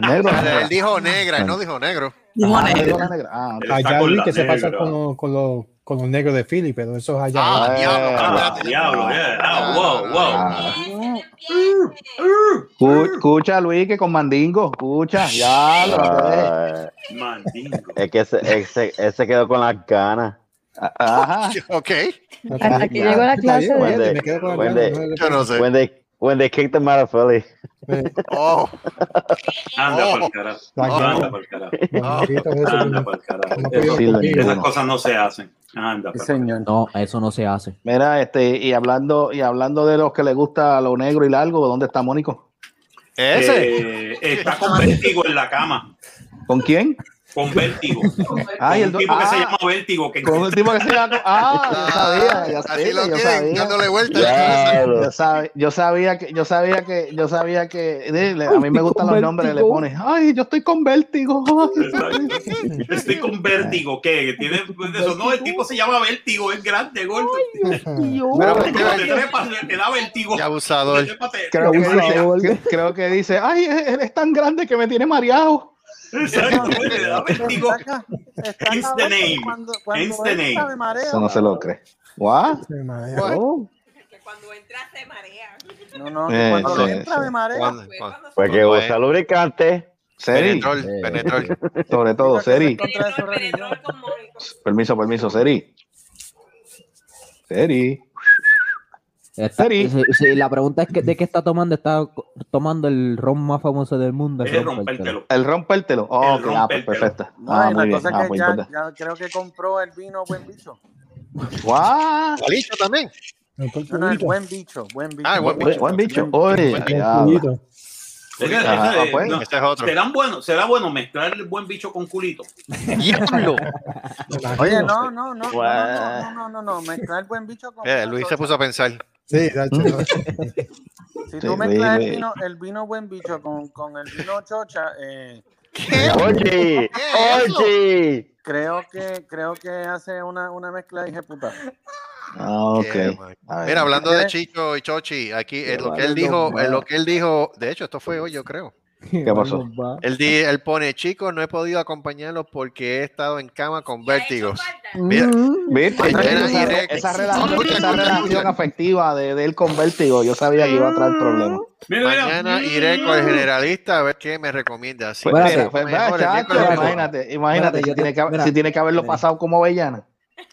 Speaker 14: Negro.
Speaker 3: Ah,
Speaker 11: Pero él dijo negra, él no dijo negro.
Speaker 14: Dijo
Speaker 15: negra.
Speaker 14: Ah. dijo la negra. Ah, ok.
Speaker 15: Allá vi que se pasa con, los- con, los, con los negros de Philly, pero eso es allá.
Speaker 11: Ah, diablo,
Speaker 14: Eh,
Speaker 2: Ah, diablo, yeah. Ah, wow, wow.
Speaker 14: Escu- Escucha, Luis, que con mandingo. Escucha, ya lo
Speaker 12: Ah,
Speaker 2: este.
Speaker 12: es que ese, ese, ese quedó con las ganas.
Speaker 14: Ajá.
Speaker 11: ok.
Speaker 12: Hasta
Speaker 15: aquí llegó la clase de- Me quedo con las ganas, no
Speaker 11: Yo no sé.
Speaker 12: When they, when they kicked him out of Philly.
Speaker 11: Oh.
Speaker 2: Anda
Speaker 11: Oh.
Speaker 2: por carajo.
Speaker 11: Oh.
Speaker 2: Anda por carajo. Anda por carajo.
Speaker 14: puedo Sí, contigo.
Speaker 2: Esas
Speaker 14: ninguno.
Speaker 2: cosas no se hacen. Anda por
Speaker 9: No, eso no se hace.
Speaker 14: Mira, este, y hablando, y hablando de los que le gusta lo negro y largo, ¿dónde está Mónico?
Speaker 2: Eh, está con vértigo en la cama.
Speaker 14: ¿Con quién?
Speaker 2: Con vértigo.
Speaker 14: Ah, y el
Speaker 2: con
Speaker 14: do-
Speaker 2: un tipo que
Speaker 14: ah.
Speaker 2: se llama vértigo. Que
Speaker 14: Con el tipo que se llama. Ah, yo sabía, ya
Speaker 11: Así
Speaker 14: sabía,
Speaker 11: lo
Speaker 14: yo
Speaker 11: tienen,
Speaker 14: sabía.
Speaker 11: dándole vueltas.
Speaker 14: Yo, sab- yo sabía que, yo sabía que, yo sabía que, dile, a mí me gustan los nombres que le pones. Ay, yo estoy con vértigo.
Speaker 2: Estoy con vértigo. ¿Qué? ¿Tiene eso? No, el tipo se llama vértigo. Es grande, gordo. Pero
Speaker 14: Dios.
Speaker 2: cuando te trepas, le- te da vértigo.
Speaker 11: abusador.
Speaker 14: Creo que, dice, creo que dice, ay, él es tan grande que me tiene mareado.
Speaker 2: Exacto, le da vértigo. Hence the name.
Speaker 16: Cuando,
Speaker 2: Hence
Speaker 16: cuando
Speaker 2: the
Speaker 16: entra,
Speaker 2: name.
Speaker 16: me mareo.
Speaker 14: Eso no se lo cree. ¿What?
Speaker 16: No, no,
Speaker 12: Eh,
Speaker 16: cuando
Speaker 12: sí,
Speaker 16: entra
Speaker 12: sí.
Speaker 16: me mareo.
Speaker 14: Ah,
Speaker 11: Cuando-
Speaker 14: Pues
Speaker 12: Fue que
Speaker 11: Cuando
Speaker 12: usa lubricante.
Speaker 14: Seri.
Speaker 11: Penetrol.
Speaker 14: Sobre todo, Seri.
Speaker 16: Contra eso, religión.
Speaker 14: Permiso, permiso, Seri. Seri.
Speaker 9: Está- sí, sí, la pregunta es que, de qué está tomando. Está co- tomando el ron más famoso del mundo.
Speaker 14: El El rompértelo. Oh,
Speaker 9: El
Speaker 14: ok, ah, pues,
Speaker 9: rompértelo.
Speaker 14: perfecto.
Speaker 9: No,
Speaker 14: Ah,
Speaker 9: y
Speaker 14: muy
Speaker 9: la
Speaker 14: bien.
Speaker 9: cosa es
Speaker 14: Ah,
Speaker 9: que
Speaker 14: pues,
Speaker 9: ya-
Speaker 14: importante.
Speaker 16: Ya creo que compró el vino Buen Bicho.
Speaker 14: ¡Guau!
Speaker 11: Calicho también.
Speaker 16: No, no, el Buen Bicho, Buen Bicho.
Speaker 11: Ah, el Buen Bicho.
Speaker 14: Buen bicho.
Speaker 11: Buen
Speaker 14: Oye,
Speaker 11: bicho.
Speaker 14: ya.
Speaker 2: Es que-
Speaker 14: Ajá,
Speaker 2: esa-
Speaker 14: ah, pues.
Speaker 2: no,
Speaker 11: Ese es otro.
Speaker 2: ¿serán bueno, será bueno mezclar el buen bicho con culito.
Speaker 11: ¡Diablo!
Speaker 16: Oye, no, no, no, no,
Speaker 11: Guau.
Speaker 16: no, no, no, no, no, mezclar Buen Bicho con...
Speaker 11: Eh, Luis se puso a pensar.
Speaker 15: Sí,
Speaker 14: Mm.
Speaker 15: exacto.
Speaker 16: Si
Speaker 11: Sí,
Speaker 16: tú mezclas
Speaker 11: güey,
Speaker 16: el vino, el vino Buen Bicho con, con el vino Chocha, eh,
Speaker 12: Oye, oye.
Speaker 16: creo que creo que hace una, una mezcla de puta.
Speaker 14: Ah, ok.
Speaker 11: Yeah, man. Mira, hablando de
Speaker 16: ¿Quieres?
Speaker 11: Chicho y Chochi, aquí eh, lo
Speaker 14: Qué
Speaker 11: que él dijo,
Speaker 14: malo,
Speaker 11: eh, lo que él dijo, de hecho, esto fue hoy, yo creo.
Speaker 14: ¿Qué pasó?
Speaker 11: Él, di- él pone, chicos, no he podido acompañarlos porque he estado en cama con vértigos.
Speaker 9: Mm.
Speaker 11: Mira,
Speaker 14: ¿Viste? Yo-
Speaker 11: Era
Speaker 14: Esa,
Speaker 11: directo.
Speaker 14: esa relación, esa relación afectiva de, de él con vértigo, yo sabía que iba a traer problemas.
Speaker 11: mañana iré con el generalista a ver qué me recomienda. Si
Speaker 14: Pues,
Speaker 11: me-
Speaker 14: espérate, pues,
Speaker 11: mejor el
Speaker 14: vea, chacho,
Speaker 11: miércoles me-
Speaker 14: imagínate, imagínate
Speaker 9: Espérate,
Speaker 14: si,
Speaker 9: yo
Speaker 14: tiene
Speaker 9: te-
Speaker 14: que,
Speaker 9: mira.
Speaker 14: si tiene que haberlo pasado como Avellana.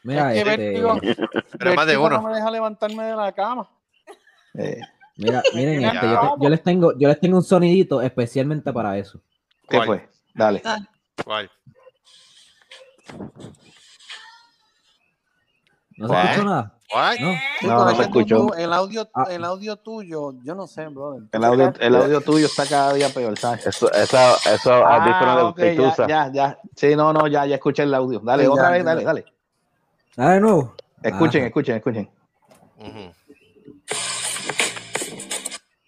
Speaker 9: Mira,
Speaker 16: Es que
Speaker 9: este,
Speaker 16: vértigo-
Speaker 11: Pero más de
Speaker 16: vértigo
Speaker 11: uno.
Speaker 16: No me deja levantarme de la cama.
Speaker 14: Eh,
Speaker 9: Mira, miren
Speaker 14: Ya.
Speaker 9: este, yo, te- yo les tengo, yo les tengo un sonidito especialmente para eso.
Speaker 14: ¿Qué ¿Cuál? fue?
Speaker 9: Dale.
Speaker 4: Ah,
Speaker 3: ¿Cuál?
Speaker 9: No se
Speaker 14: ¿Cuál?
Speaker 9: escuchó nada.
Speaker 3: ¿Cuál?
Speaker 9: No,
Speaker 14: No, no se escuchó. Ah.
Speaker 16: Tú, el, audio, el audio tuyo, yo no sé, brother.
Speaker 14: El audio, el audio tuyo está cada día peor, ¿sabes?
Speaker 12: Eso, eso, eso audífono de
Speaker 14: Ah, ok, ya,
Speaker 12: Pitusa.
Speaker 14: ya, ya. Sí, no, no, ya, ya escuché el audio. Dale,
Speaker 9: Sí,
Speaker 14: otra
Speaker 9: ya,
Speaker 14: vez,
Speaker 9: ya.
Speaker 14: dale, dale.
Speaker 9: Dale Ah, de nuevo. Ah.
Speaker 14: Escuchen,
Speaker 9: Ajá.
Speaker 14: escuchen, escuchen.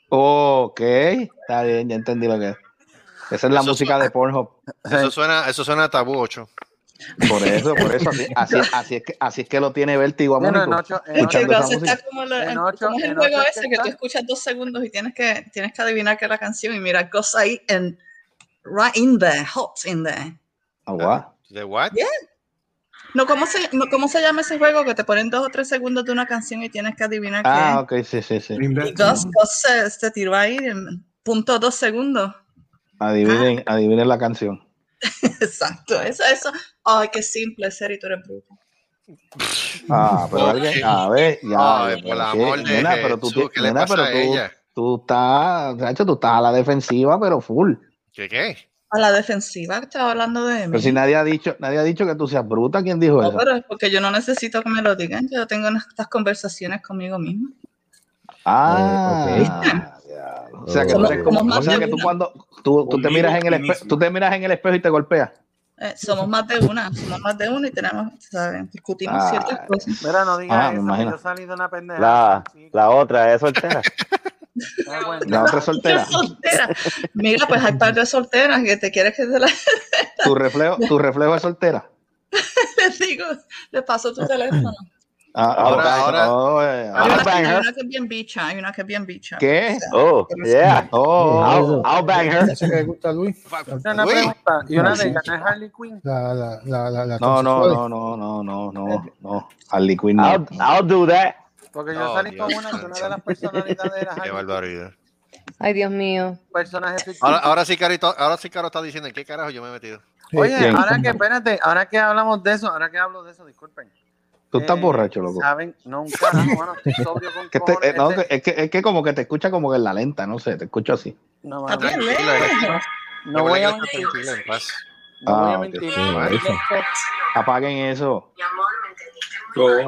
Speaker 14: Ok, está bien, ya entendí lo que es. Esa es la
Speaker 3: Eso
Speaker 14: música de Pornhub.
Speaker 3: Eso suena, eso suena a tabú 8.
Speaker 14: Por eso, por eso, así, así, así es, que, así es que lo tiene vértigo a
Speaker 16: Bueno,
Speaker 14: Mónico,
Speaker 16: en ocho- en ocho-
Speaker 14: escuchando esa
Speaker 4: Eso
Speaker 14: música.
Speaker 4: está como, la-
Speaker 16: En
Speaker 4: como
Speaker 16: ocho-
Speaker 4: es el
Speaker 16: en
Speaker 4: juego
Speaker 16: ocho
Speaker 4: ese que tú escuchas dos segundos y tienes que, tienes que adivinar qué es la canción y mirar cosas ahí en right in there, hot in there.
Speaker 14: Agua.
Speaker 3: Ah, ¿De what?
Speaker 4: Yeah. No, ¿cómo se, no, ¿cómo se llama ese juego que te ponen dos o tres segundos de una canción y tienes que adivinar
Speaker 14: Ah, ok, sí, sí, sí.
Speaker 4: qué? Y dos cosas se tiró ahí en punto dos segundos.
Speaker 14: Adivinen,
Speaker 4: Ah.
Speaker 14: adivinen la canción.
Speaker 4: Exacto, eso, eso. Ay, qué simple ser y tú eres bruto.
Speaker 14: Ah, pero alguien, a ver, ya.
Speaker 3: Ay,
Speaker 14: ya,
Speaker 3: por
Speaker 14: pero
Speaker 3: el
Speaker 14: qué-
Speaker 3: amor de
Speaker 14: nena, pero tú,
Speaker 3: Jesús,
Speaker 14: ti-
Speaker 3: ¿qué le
Speaker 14: nena,
Speaker 3: pasa
Speaker 14: pero
Speaker 3: a
Speaker 14: tú,
Speaker 3: ella?
Speaker 14: tú estás, Nacho, tú estás a la defensiva, pero full.
Speaker 3: ¿Qué qué?
Speaker 4: A la defensiva, estaba hablando de mí.
Speaker 14: Pero si nadie ha dicho, nadie ha dicho que tú seas bruta, ¿quién dijo
Speaker 4: No,
Speaker 14: eso?
Speaker 4: pero es porque yo no necesito que me lo digan, yo tengo estas conversaciones conmigo misma.
Speaker 14: Ah, ya. o sea que tú
Speaker 4: Somos-
Speaker 14: eres como,
Speaker 4: somos más
Speaker 14: o sea
Speaker 4: de
Speaker 14: que tú
Speaker 4: una.
Speaker 14: cuando tú, tú te
Speaker 4: Conmigo
Speaker 14: miras en el
Speaker 4: y
Speaker 14: espejo, tú te miras en el espejo y te golpeas.
Speaker 4: Eh, somos más de una, somos más de una y tenemos, ¿sabes? discutimos
Speaker 14: Ah,
Speaker 4: ciertas cosas.
Speaker 16: Mira, no digas
Speaker 14: Ah, me
Speaker 16: eso, que
Speaker 14: imagino.
Speaker 16: yo salí de una pendeja.
Speaker 12: La, la otra es soltera.
Speaker 14: La otra es soltera.
Speaker 2: Ah,
Speaker 4: soltera. Mira, pues hay par de solteras que te quieres que te la-
Speaker 14: Tu reflejo, tu reflejo es soltera.
Speaker 4: les digo, les paso tu teléfono.
Speaker 14: Ah,
Speaker 12: Ahora,
Speaker 14: ah,
Speaker 12: ahora-
Speaker 14: oh, eh,
Speaker 4: Hay
Speaker 14: ah.
Speaker 4: una, que, hay una que es bien bicha, hay una que es bien bicha.
Speaker 14: ¿Qué?
Speaker 12: Oh, yeah.
Speaker 14: Oh,
Speaker 12: I'll, I'll bang her.
Speaker 15: Esa que le gusta a Luis.
Speaker 16: Una pregunta, y
Speaker 14: Ah,
Speaker 16: una de ellas
Speaker 15: La-
Speaker 16: es Harley Quinn.
Speaker 15: la- la- la- la
Speaker 14: No, no,
Speaker 15: transexual.
Speaker 14: no, no, no, no, no, no. Harley Quinn no.
Speaker 12: I'll, I'll do that.
Speaker 3: Oh,
Speaker 16: Porque yo salí con una que una de las personalidades era
Speaker 3: Qué
Speaker 16: Harley
Speaker 3: barbaridad.
Speaker 10: Ay, Dios mío.
Speaker 16: personaje ficticio.
Speaker 3: Ahora, ahora sí, Carito, ahora sí, Caro está diciendo en qué carajo yo me he metido.
Speaker 16: Oye,
Speaker 14: ¿quién?
Speaker 16: ahora que, espérate, ahora que hablamos de eso, ahora que hablo de eso, disculpen.
Speaker 14: Tú estás
Speaker 16: Eh,
Speaker 14: borracho, loco.
Speaker 16: Saben, no, un carajo, mano, estoy sobrio con
Speaker 14: Que te- eh,
Speaker 16: cojones.
Speaker 14: no,
Speaker 16: Este-
Speaker 14: que- es, que, es que como que te escucha como que en la lenta, no sé, te escucho así.
Speaker 16: no,
Speaker 3: Está
Speaker 16: mano,
Speaker 3: tranquilo,
Speaker 16: no,
Speaker 3: eh.
Speaker 16: no voy
Speaker 3: Recuerda
Speaker 16: a
Speaker 3: que
Speaker 16: mentir,
Speaker 3: está tranquilo, en paz.
Speaker 16: no voy
Speaker 14: Ah,
Speaker 16: a
Speaker 14: ok.
Speaker 16: mentir.
Speaker 14: Sí, eso. Apaguen eso. ¿Qué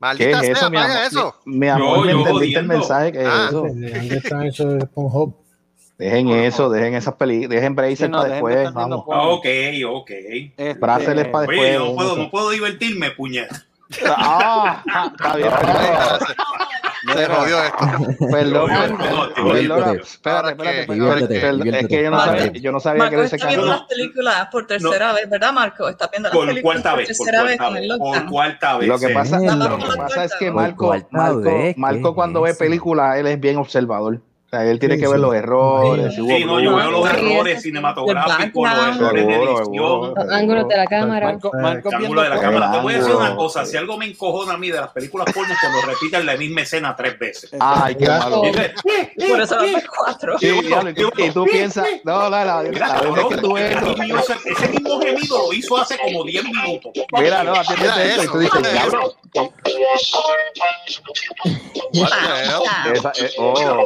Speaker 3: Maldita
Speaker 14: es
Speaker 3: sea,
Speaker 14: eso, mi amor?
Speaker 3: apaga eso.
Speaker 14: Mi, mi amor,
Speaker 2: Yo-
Speaker 14: ¿me
Speaker 2: yo
Speaker 14: entendiste el
Speaker 2: jodiendo.
Speaker 14: mensaje? Eh, ¿Qué es
Speaker 3: Ah.
Speaker 14: eso?
Speaker 15: ¿Dónde está eso de Pornhub?
Speaker 14: Dejen eso, dejen esas películas, dejen Bracer
Speaker 16: Sí, no,
Speaker 14: para
Speaker 16: dejen de
Speaker 14: después,
Speaker 16: estar viendo
Speaker 14: vamos.
Speaker 2: Ah, ok, ok.
Speaker 14: Braceles para después.
Speaker 2: Oye, yo no
Speaker 14: dejen
Speaker 2: puedo,
Speaker 14: eso.
Speaker 2: no puedo divertirme, puñeta.
Speaker 14: Ah, ah, está bien.
Speaker 3: Se jodió esto.
Speaker 14: Perdón,
Speaker 3: No, no, no, tío,
Speaker 14: perdón.
Speaker 3: tío. Espérate,
Speaker 14: Espérate,
Speaker 3: que-
Speaker 14: perdón,
Speaker 3: espérate.
Speaker 14: perdón, Es que yo no
Speaker 4: Marco,
Speaker 14: sabía, yo no sabía que
Speaker 4: Marco
Speaker 14: era ese
Speaker 4: está viendo
Speaker 14: canal.
Speaker 4: las películas por tercera vez, ¿verdad, Marco? Está viendo las
Speaker 2: Por
Speaker 4: películas
Speaker 2: cuarta
Speaker 4: por
Speaker 2: vez, por
Speaker 4: tercera vez
Speaker 2: cuarta
Speaker 4: con el
Speaker 2: vez.
Speaker 4: lockdown.
Speaker 2: Por cuarta vez.
Speaker 14: Lo que
Speaker 2: sí.
Speaker 14: pasa,
Speaker 9: Nena.
Speaker 14: lo que pasa es que
Speaker 9: Por
Speaker 14: Marco,
Speaker 9: cuarta
Speaker 14: Marco,
Speaker 9: vez,
Speaker 14: Marco
Speaker 9: ¿qué
Speaker 14: cuando ve
Speaker 9: es eso?
Speaker 14: películas, él es bien observador. O sea, él tiene
Speaker 15: Sí,
Speaker 14: que ver
Speaker 15: sí.
Speaker 14: los errores, si hubo
Speaker 2: Sí, no, yo veo los
Speaker 14: bruto.
Speaker 2: errores cinematográficos, los
Speaker 4: background.
Speaker 2: errores de
Speaker 14: Seguro,
Speaker 2: edición,
Speaker 14: seguro,
Speaker 10: Los ángulos de la cámara.
Speaker 16: Marco, Marco
Speaker 2: el ángulo
Speaker 16: viendo
Speaker 2: de la
Speaker 14: por
Speaker 2: cámara.
Speaker 14: el
Speaker 2: Te voy a decir una
Speaker 14: ángulo,
Speaker 2: cosa,
Speaker 14: sí.
Speaker 2: si algo me encojona a mí de las películas porno es cuando repiten la misma escena tres veces.
Speaker 3: Ah.
Speaker 14: Ay, qué malo.
Speaker 2: Dice, "Eh, eh,
Speaker 4: Por eso
Speaker 2: eh".
Speaker 4: las cuatro.
Speaker 14: Sí,
Speaker 2: Y uno,
Speaker 14: diablo, y tú,
Speaker 2: y uno,
Speaker 14: y tú piensas, no, la, la,
Speaker 2: Mira,
Speaker 14: la vez que
Speaker 2: cabrón,
Speaker 14: tú ves
Speaker 2: ese
Speaker 14: eso,
Speaker 2: niño se- ese mismo gemido lo hizo hace como 10 minutos.
Speaker 14: mira, no, atiéndete esto, y tú dices,
Speaker 3: mira
Speaker 14: diablo,
Speaker 3: eso. What the hell?
Speaker 14: esa, eh, oh,
Speaker 10: En verdad,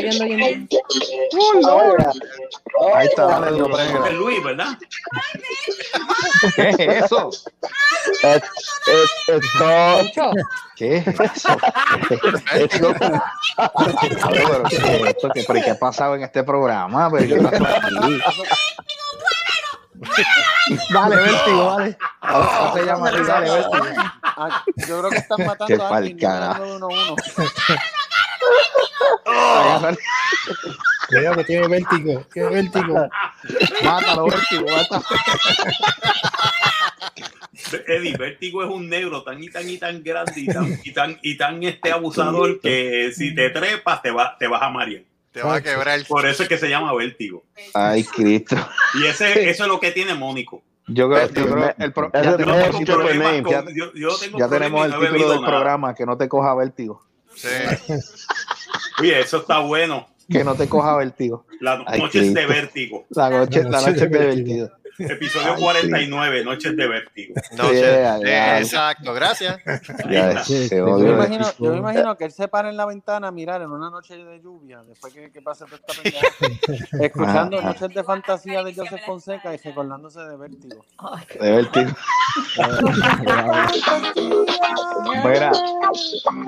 Speaker 10: yo ando bien.
Speaker 14: ahí está, dale duro,
Speaker 2: Es
Speaker 14: prende.
Speaker 2: Luis, ¿verdad?
Speaker 14: ¿Qué es eso?
Speaker 12: It's, it's, it's called.
Speaker 10: Poncho,
Speaker 14: ¿Qué es eso? It's called- Diablo, pero ¿qué es esto? ¿Qué, pero ¿qué ha pasado en este programa? ¿Pero qué pasó aquí? Dale, vértigo, dale. Ahora se llama así, dale, vértigo.
Speaker 16: Ah, Yo creo que están
Speaker 14: Qué
Speaker 16: matando a alguien.
Speaker 14: pa'l carajo.
Speaker 16: Uno, uno, uno.
Speaker 15: Cuidado que tiene vértigo. Tiene vértigo.
Speaker 14: Mátalo, vértigo, mátalo.
Speaker 2: Eddie, Vértigo es un negro tan y tan y tan grande y tan y tan, y tan este abusador que si te trepas te, va, te vas a marear.
Speaker 3: Te vas a quebrar.
Speaker 2: Por eso es que se llama Vértigo.
Speaker 14: Ay, Cristo.
Speaker 2: Y ese, eso es lo que tiene Mónico.
Speaker 14: Yo creo,
Speaker 2: Este,
Speaker 14: yo creo el pro-
Speaker 12: Ese
Speaker 14: ya
Speaker 12: es
Speaker 14: tenemos
Speaker 12: el
Speaker 14: el
Speaker 2: Tengo
Speaker 12: título.
Speaker 14: título,
Speaker 2: problemas
Speaker 12: name,
Speaker 2: con-
Speaker 12: ya-
Speaker 2: yo, yo tengo
Speaker 14: ya
Speaker 2: problemas
Speaker 14: tenemos el
Speaker 2: y no he
Speaker 14: título
Speaker 2: bebido
Speaker 14: del
Speaker 2: nada.
Speaker 14: programa, que no te coja vértigo.
Speaker 3: Sí.
Speaker 2: Oye, eso está bueno.
Speaker 14: Que no te coja vértigo.
Speaker 2: Las
Speaker 14: Ay,
Speaker 2: noches de
Speaker 14: Cristo.
Speaker 2: Vértigo.
Speaker 14: La noche,
Speaker 15: La
Speaker 14: la
Speaker 15: noche
Speaker 14: noche
Speaker 15: de
Speaker 14: de
Speaker 15: vértigo.
Speaker 14: vértigo.
Speaker 2: Episodio 49, Noches de Vértigo.
Speaker 11: No sé,
Speaker 2: Yeah, yeah.
Speaker 11: exacto, gracias.
Speaker 2: Ya,
Speaker 16: Sí,
Speaker 2: se
Speaker 16: yo,
Speaker 2: odia
Speaker 16: me
Speaker 2: el
Speaker 16: imagino, yo me
Speaker 2: equipo.
Speaker 16: imagino que él se para en la ventana a mirar en una noche de lluvia, después que, que pase toda esta pendeja, escuchando
Speaker 14: Ajá.
Speaker 16: noches de fantasía de Joseph Fonseca y recordándose de Vértigo.
Speaker 14: De vértigo.
Speaker 16: Mira,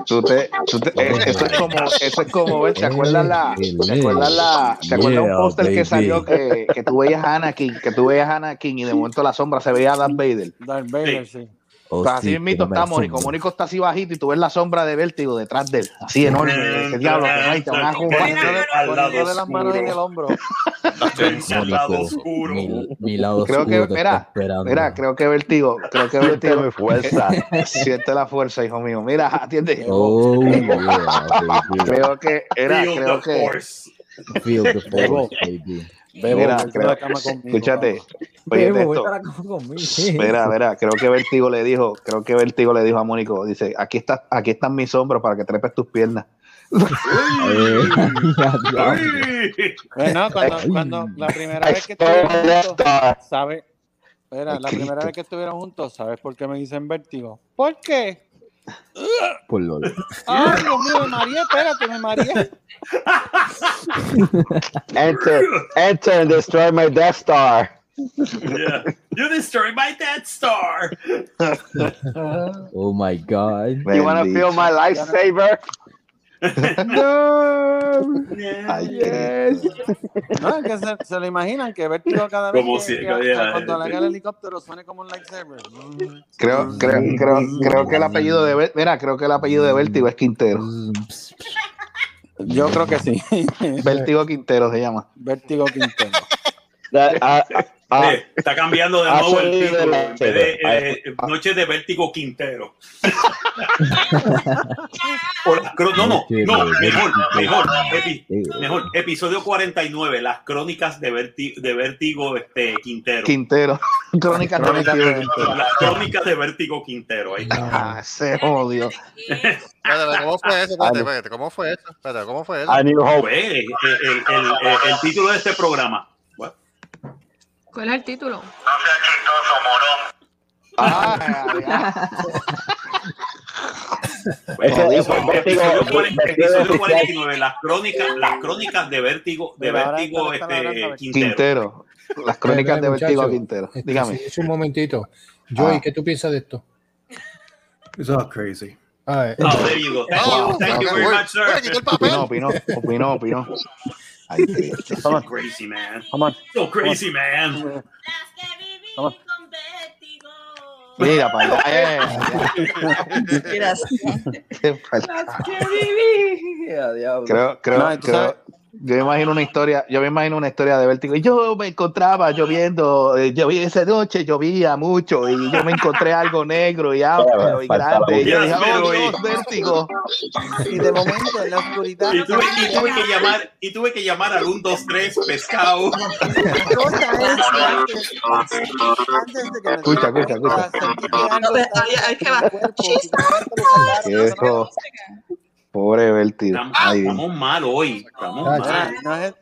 Speaker 14: Tú te, tú te- eh, eso es como, eso es como, ¿ves? ¿Te acuerdas la, te acuerdas la, te acuerdas un
Speaker 9: Yeah,
Speaker 14: póster que
Speaker 9: baby.
Speaker 14: salió que, que tú veías a Anakin, que tú veías a Anakin y de momento la sombra se veía a Darth Vader?
Speaker 16: Darth Vader, sí.
Speaker 9: Oh,
Speaker 14: O sea, así mismito está Mónico. Mónico está así bajito y tú ves la sombra de vértigo detrás de él. Así enorme. Ese diablo que no hay, te van a
Speaker 16: Poniéndole-
Speaker 14: jumbar.
Speaker 16: poniéndole las manos en el hombro.
Speaker 9: Mónico, mi, mi lado
Speaker 14: Creo que,
Speaker 9: oscuro te está
Speaker 14: mira,
Speaker 9: esperando.
Speaker 14: mira, creo que vértigo, creo que
Speaker 9: Siente
Speaker 14: vértigo.
Speaker 9: mi fuerza.
Speaker 14: Siente la fuerza, hijo mío. Mira, atiende.
Speaker 9: Oh, yeah, baby.
Speaker 14: Creo que era,
Speaker 9: Feel
Speaker 14: creo
Speaker 9: the
Speaker 14: que.
Speaker 9: force. Feel the force,
Speaker 14: Bebo.
Speaker 9: baby.
Speaker 14: Bebo, Mira, vente a la creo- cama conmigo, escúchate, oye, Bebo, esto. vente a la Mira, mira, creo que Vértigo le dijo, creo que Vértigo le dijo a Mónico, dice, aquí está, aquí están mis hombros para que trepes tus piernas.
Speaker 16: Bueno, cuando, cuando la primera vez que estuvieron juntos, ¿sabes? Espera, la primera vez que estuvieron juntos, ¿sabes por qué me dicen vértigo? ¿Por qué?
Speaker 9: Por LOL.
Speaker 16: Ay, Dios mío, me mareé, espérate, me mareé.
Speaker 12: Enter, enter and destroy my Death Star.
Speaker 2: Yeah. You destroyed my Death Star.
Speaker 9: Oh my God.
Speaker 12: You wanna feel my lightsaber?
Speaker 16: yes. No, es que se, se lo imaginan que vértigo cada vez
Speaker 2: Como
Speaker 16: que,
Speaker 2: si-
Speaker 16: que-
Speaker 2: cada día-
Speaker 16: cuando le haga el helicóptero suene como un lightsaber.
Speaker 14: Creo, creo, creo, creo que el apellido de Ver- mira, creo que el apellido de Vértigo es Quintero.
Speaker 16: Yo creo que sí.
Speaker 14: Vértigo Quintero se llama.
Speaker 16: Vértigo Quintero.
Speaker 2: Eh, está cambiando de
Speaker 14: ah,
Speaker 2: nuevo el
Speaker 14: soy de
Speaker 2: título.
Speaker 14: la- ah.
Speaker 2: En vez de eh, eh, Noches de Vértigo Quintero. O las cro- no, no, no, mejor, mejor,
Speaker 11: Eh,
Speaker 2: epi-
Speaker 12: Eh,
Speaker 2: mejor. Episodio 49, las crónicas de Vértigo, de Vértigo este, Quintero.
Speaker 14: Quintero. Crónica
Speaker 2: Crónicas de-
Speaker 14: 32.
Speaker 2: las crónicas de Vértigo Quintero. Ahí está.
Speaker 14: Ah, se jodió.
Speaker 11: Espérate, ¿Cómo fue eso? Espérate,
Speaker 14: Ay,
Speaker 11: espérate, ¿Cómo fue eso? Espérate, ¿Cómo fue eso?
Speaker 2: Pues, eh, eh, el, el- eh, el título de este programa. What?
Speaker 4: ¿Cuál es el título?
Speaker 2: Bueno,
Speaker 12: Ese- ese vértigo-
Speaker 2: episodio cuaren-
Speaker 12: vértigo
Speaker 2: episodio
Speaker 12: oficial.
Speaker 2: 49, las crónicas, las crónicas de vértigo, de
Speaker 15: Pero ahora
Speaker 2: vértigo este, Quintero.
Speaker 14: Quintero. Las crónicas de
Speaker 15: Espera,
Speaker 14: Vértigo
Speaker 15: muchacho,
Speaker 14: Quintero.
Speaker 15: este,
Speaker 14: Dígame.
Speaker 15: sí, Es un momentito. Joey,
Speaker 14: Ah.
Speaker 15: ¿qué tú piensas de esto? Ah, eh,
Speaker 5: It's all crazy.
Speaker 15: All right.
Speaker 2: Oh, there you go. Thank you, thank you very much, sir.
Speaker 14: Opinó, opinó, opinó, opinó. Ay, Cristo.
Speaker 2: So crazy, man.
Speaker 14: Come on.
Speaker 2: So crazy, man.
Speaker 14: Mira para allá. eh. Qué falta. Creo, creo,
Speaker 16: No, y tú
Speaker 14: creo-
Speaker 16: sabes-
Speaker 14: Yo me imagino una historia, yo me imagino una historia de vértigo. Y Yo me encontraba lloviendo, eh, llovía esa noche, llovía mucho y yo me encontré algo negro y amplio ah, y
Speaker 16: Faltaba
Speaker 14: grande. Y yo
Speaker 16: un-
Speaker 14: dije, oh
Speaker 16: Yes,
Speaker 14: Dios, vértigo.
Speaker 16: Y de momento, en la oscuridad.
Speaker 2: Y tuve, y tuve que llamar, y tuve que llamar al 1, 2, 3, pescado.
Speaker 14: Escucha, escucha, escucha.
Speaker 4: No, pero había- hay que bajar.
Speaker 14: Viejo. Pobre vértigo. Ay,
Speaker 2: Estamos mal hoy. Estamos mal.
Speaker 16: Ah, No es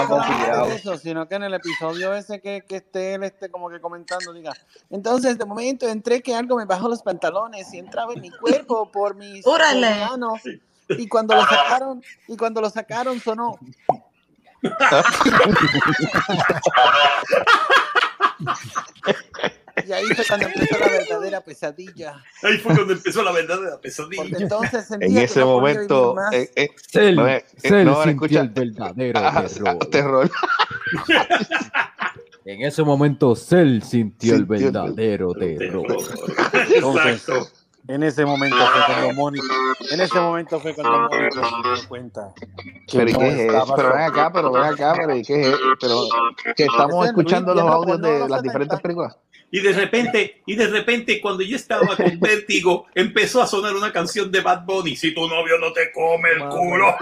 Speaker 16: no es eso, sino que en el episodio ese que, que esté él esté como que comentando, diga. Entonces, de momento entré que algo me bajó los pantalones y entraba en mi cuerpo por mis
Speaker 4: Órale.
Speaker 16: por mis manos. Y cuando lo sacaron, y cuando lo sacaron sonó. Y ahí fue cuando empezó la verdadera pesadilla.
Speaker 2: Ahí fue cuando empezó la verdad de la pesadilla.
Speaker 16: Porque entonces sentía
Speaker 14: en
Speaker 16: que
Speaker 14: ese
Speaker 16: no podía
Speaker 14: momento,
Speaker 16: vivir más.
Speaker 14: eh, eh,
Speaker 9: Cell,
Speaker 14: no, eh, eh,
Speaker 9: Cell
Speaker 14: no, ahora
Speaker 9: sintió
Speaker 14: escucha,
Speaker 9: el verdadero
Speaker 14: Ah,
Speaker 9: terror.
Speaker 14: terror.
Speaker 9: En ese momento, Cell sintió el
Speaker 14: Sintió el
Speaker 9: verdadero terror.
Speaker 16: Entonces, en ese momento fue cuando Mónica, en ese momento fue cuando Mónica se dio cuenta. que
Speaker 14: Pero ¿y
Speaker 16: no
Speaker 14: qué es
Speaker 16: estaba
Speaker 14: eso? Pero ven
Speaker 16: solo.
Speaker 14: acá, pero ven acá, pero ¿y qué es eso? Pero que
Speaker 16: Es
Speaker 14: estamos
Speaker 16: el
Speaker 14: escuchando los
Speaker 16: Luis Guerra
Speaker 14: audios
Speaker 16: porno de
Speaker 14: de
Speaker 16: los
Speaker 14: las diferentes películas.
Speaker 2: Y de repente, y de repente, cuando yo estaba con vértigo, empezó a sonar una canción de Bad Bunny. Si tu novio no te come el culo.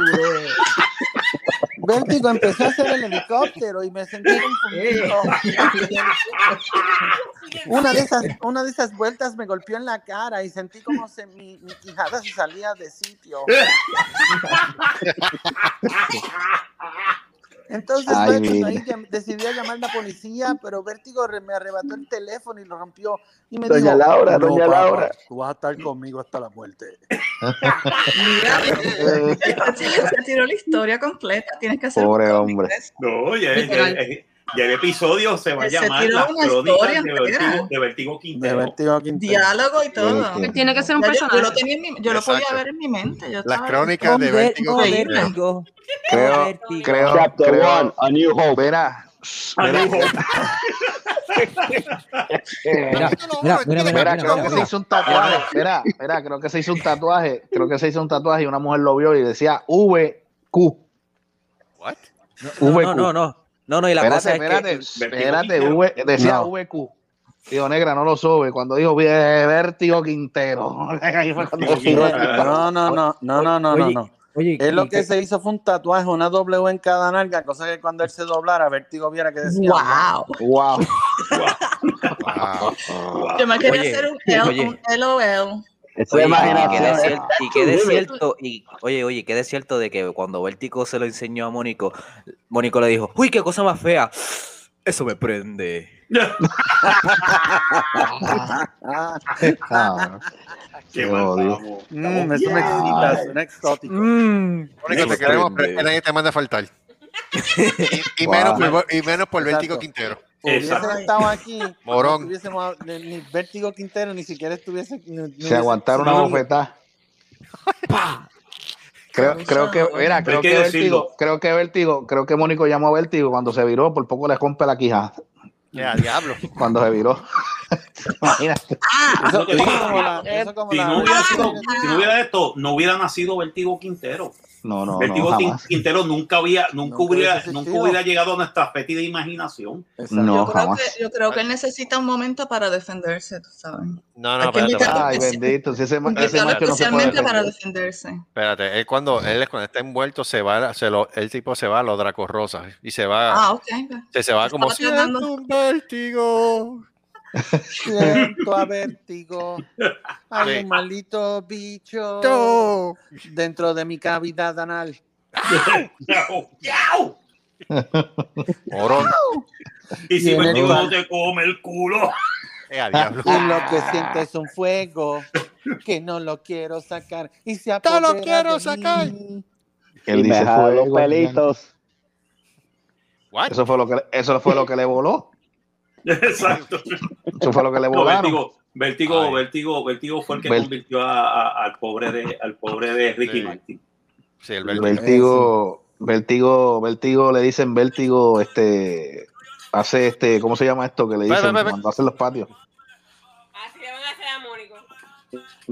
Speaker 16: Vértigo empezó a hacer el helicóptero y me sentí confundido. Una de esas, una de esas vueltas me golpeó en la cara y sentí como se, mi, mi quijada se salía de sitio. Entonces,
Speaker 14: Ay,
Speaker 16: bueno, pues,
Speaker 14: mira.
Speaker 16: ahí llam- decidí a llamar a la policía, pero Vértigo re- me arrebató el teléfono y lo rompió. Y me
Speaker 14: Doña
Speaker 16: dijo,
Speaker 14: Laura,
Speaker 16: "No,
Speaker 14: doña
Speaker 16: papá,
Speaker 14: Laura".
Speaker 16: Tú vas a estar conmigo hasta la muerte.
Speaker 4: Sí, se tiró la historia completa. Tienes que hacer
Speaker 14: Pobre hombre.
Speaker 2: No, ya, ya-
Speaker 4: Literal.
Speaker 2: ya- ya el episodio se va a
Speaker 4: Se
Speaker 2: llamar
Speaker 4: tiró
Speaker 2: Las
Speaker 4: una
Speaker 2: Crónicas
Speaker 4: historia
Speaker 2: de
Speaker 4: entera.
Speaker 2: Vertigo, de Vertigo Quintero.
Speaker 4: diálogo y todo.
Speaker 10: Pues tiene que ser un
Speaker 4: Ya yo- Yo, lo,
Speaker 10: personaje.
Speaker 4: tenía en mi- yo lo podía
Speaker 10: Exacto.
Speaker 4: ver en mi mente. Yo
Speaker 10: Las
Speaker 4: estaba-
Speaker 10: crónicas de
Speaker 4: Increíble.
Speaker 10: Vértigo
Speaker 4: Increíble.
Speaker 14: Creo, creo,
Speaker 12: Chapter
Speaker 14: creo.
Speaker 12: one, A New Hope.
Speaker 14: Mira, mira,
Speaker 9: Mira, mira, mira, mira,
Speaker 14: Mira,
Speaker 9: mira,
Speaker 14: creo
Speaker 9: mira,
Speaker 14: que se
Speaker 9: mira.
Speaker 14: hizo un tatuaje. Mira, mira, creo que se hizo un tatuaje. Creo que se hizo un tatuaje y una mujer lo vio y decía VQ.
Speaker 9: No,
Speaker 14: VQ.
Speaker 9: no, no, no. No, no, y la cosa
Speaker 14: Espérate,
Speaker 9: es que-
Speaker 14: espérate, espérate, V, decía
Speaker 9: No.
Speaker 14: VQ. Tío Negra no lo sobe. Cuando dijo "Vie- Vértigo Quintero. Ahí fue cuando-
Speaker 16: No, no, no, no, no, no, no,
Speaker 14: Oye,
Speaker 16: no.
Speaker 9: Oye,
Speaker 16: Él
Speaker 9: y
Speaker 16: lo que
Speaker 9: que-
Speaker 16: se hizo fue un tatuaje, una W en cada nalga, cosa que cuando él se doblara, Vértigo viera que decía.
Speaker 4: Wow.
Speaker 14: Wow.
Speaker 4: Yo me quería
Speaker 9: Oye,
Speaker 4: hacer un, L,
Speaker 9: oye.
Speaker 4: un LOL.
Speaker 9: Oye, y que
Speaker 14: ¿eh?
Speaker 4: imaginación.
Speaker 9: de cier- y que de
Speaker 4: Tú dime.
Speaker 9: cierto, y oye, oye, que de cierto de que cuando Vértigo se lo enseñó a Mónico, Mónico le dijo, uy, qué cosa más fea. Eso me prende.
Speaker 14: Ah, Qué odio.
Speaker 16: Mm, eso me excita, suena exótico.
Speaker 11: Mónico, te queremos, pero es que nadie te manda a faltar. Y, y menos, por, y menos por Vértigo Quintero.
Speaker 16: Hubiesen estado aquí,
Speaker 11: Morón.
Speaker 16: no estuviésemos- ni Vértigo Quintero ni siquiera estuviese. ni- ni
Speaker 14: Se
Speaker 16: hubiese-
Speaker 14: aguantaron una
Speaker 16: Sí.
Speaker 14: bofetada. Creo, creo que, mira, creo
Speaker 2: Hay que
Speaker 14: que
Speaker 2: decirlo.
Speaker 14: Vértigo, creo que Vértigo, creo que Mónico llamó a Vértigo cuando se viró, por poco le rompe la quijada.
Speaker 11: Ya, diablo.
Speaker 14: Cuando se viró. Imagínate.
Speaker 2: Eso no te digo,
Speaker 16: como
Speaker 2: si-
Speaker 16: la- eso como
Speaker 2: si
Speaker 16: la-
Speaker 2: no hubiera sido- si no hubiera esto, no hubiera nacido Vertigo Quintero.
Speaker 14: No, no,
Speaker 2: Vertigo
Speaker 14: no,
Speaker 2: Tin-
Speaker 14: jamás.
Speaker 2: Quintero nunca había, nunca, hubiera,
Speaker 14: hubiese
Speaker 2: nunca
Speaker 14: existido.
Speaker 2: hubiera llegado a nuestra pétida imaginación.
Speaker 14: No,
Speaker 4: Yo creo,
Speaker 14: jamás.
Speaker 4: que, yo creo que él necesita un momento para defenderse, tú sabes.
Speaker 3: No,
Speaker 4: Hay
Speaker 3: no, Ah, espérate,
Speaker 4: que invitarlo
Speaker 3: espérate.
Speaker 14: Ay,
Speaker 4: especi-
Speaker 14: bendito, si ese, ma- ese macho
Speaker 4: invitarlo
Speaker 14: no se puede
Speaker 4: especialmente para
Speaker 14: defender.
Speaker 4: defenderse.
Speaker 3: Espérate, él cuando, él es cuando está envuelto, se va, a- se lo, el tipo se va a los Dracos Rosas y se va,
Speaker 4: Ah, ok.
Speaker 3: se, se va como
Speaker 4: Estaba tratando-
Speaker 3: "Siento un vértigo.
Speaker 16: Siento a vértigo. Hay
Speaker 3: Sí.
Speaker 16: un maldito bicho
Speaker 3: No.
Speaker 16: dentro de mi cavidad anal.
Speaker 3: Morón.
Speaker 2: Y si
Speaker 16: Y en
Speaker 2: Vertigo
Speaker 16: el-
Speaker 2: no te come el culo.
Speaker 11: Eh,
Speaker 16: Y lo que siento es un fuego que no lo quiero sacar. Y se apodera
Speaker 3: lo quiero
Speaker 16: de mí.
Speaker 3: sacar.
Speaker 14: Él
Speaker 12: Y me
Speaker 14: dice
Speaker 12: jala los
Speaker 14: fuego al final.
Speaker 12: pelitos.
Speaker 14: Eso fue lo que, eso fue lo que le voló.
Speaker 2: Exacto.
Speaker 14: Eso fue lo que le
Speaker 2: No,
Speaker 14: volaron.
Speaker 2: Vertigo, Vertigo, Vertigo, Vertigo fue el que
Speaker 14: Ver-
Speaker 2: convirtió a- a- al pobre de, al pobre de Ricky Martin.
Speaker 3: Sí, el vértigo.
Speaker 14: Vértigo, vértigo, vértigo, le dicen vértigo, este, hace este, ¿cómo se llama esto que le
Speaker 3: Ve, ve,
Speaker 14: dicen
Speaker 3: ve, ve.
Speaker 14: cuando hacen los patios?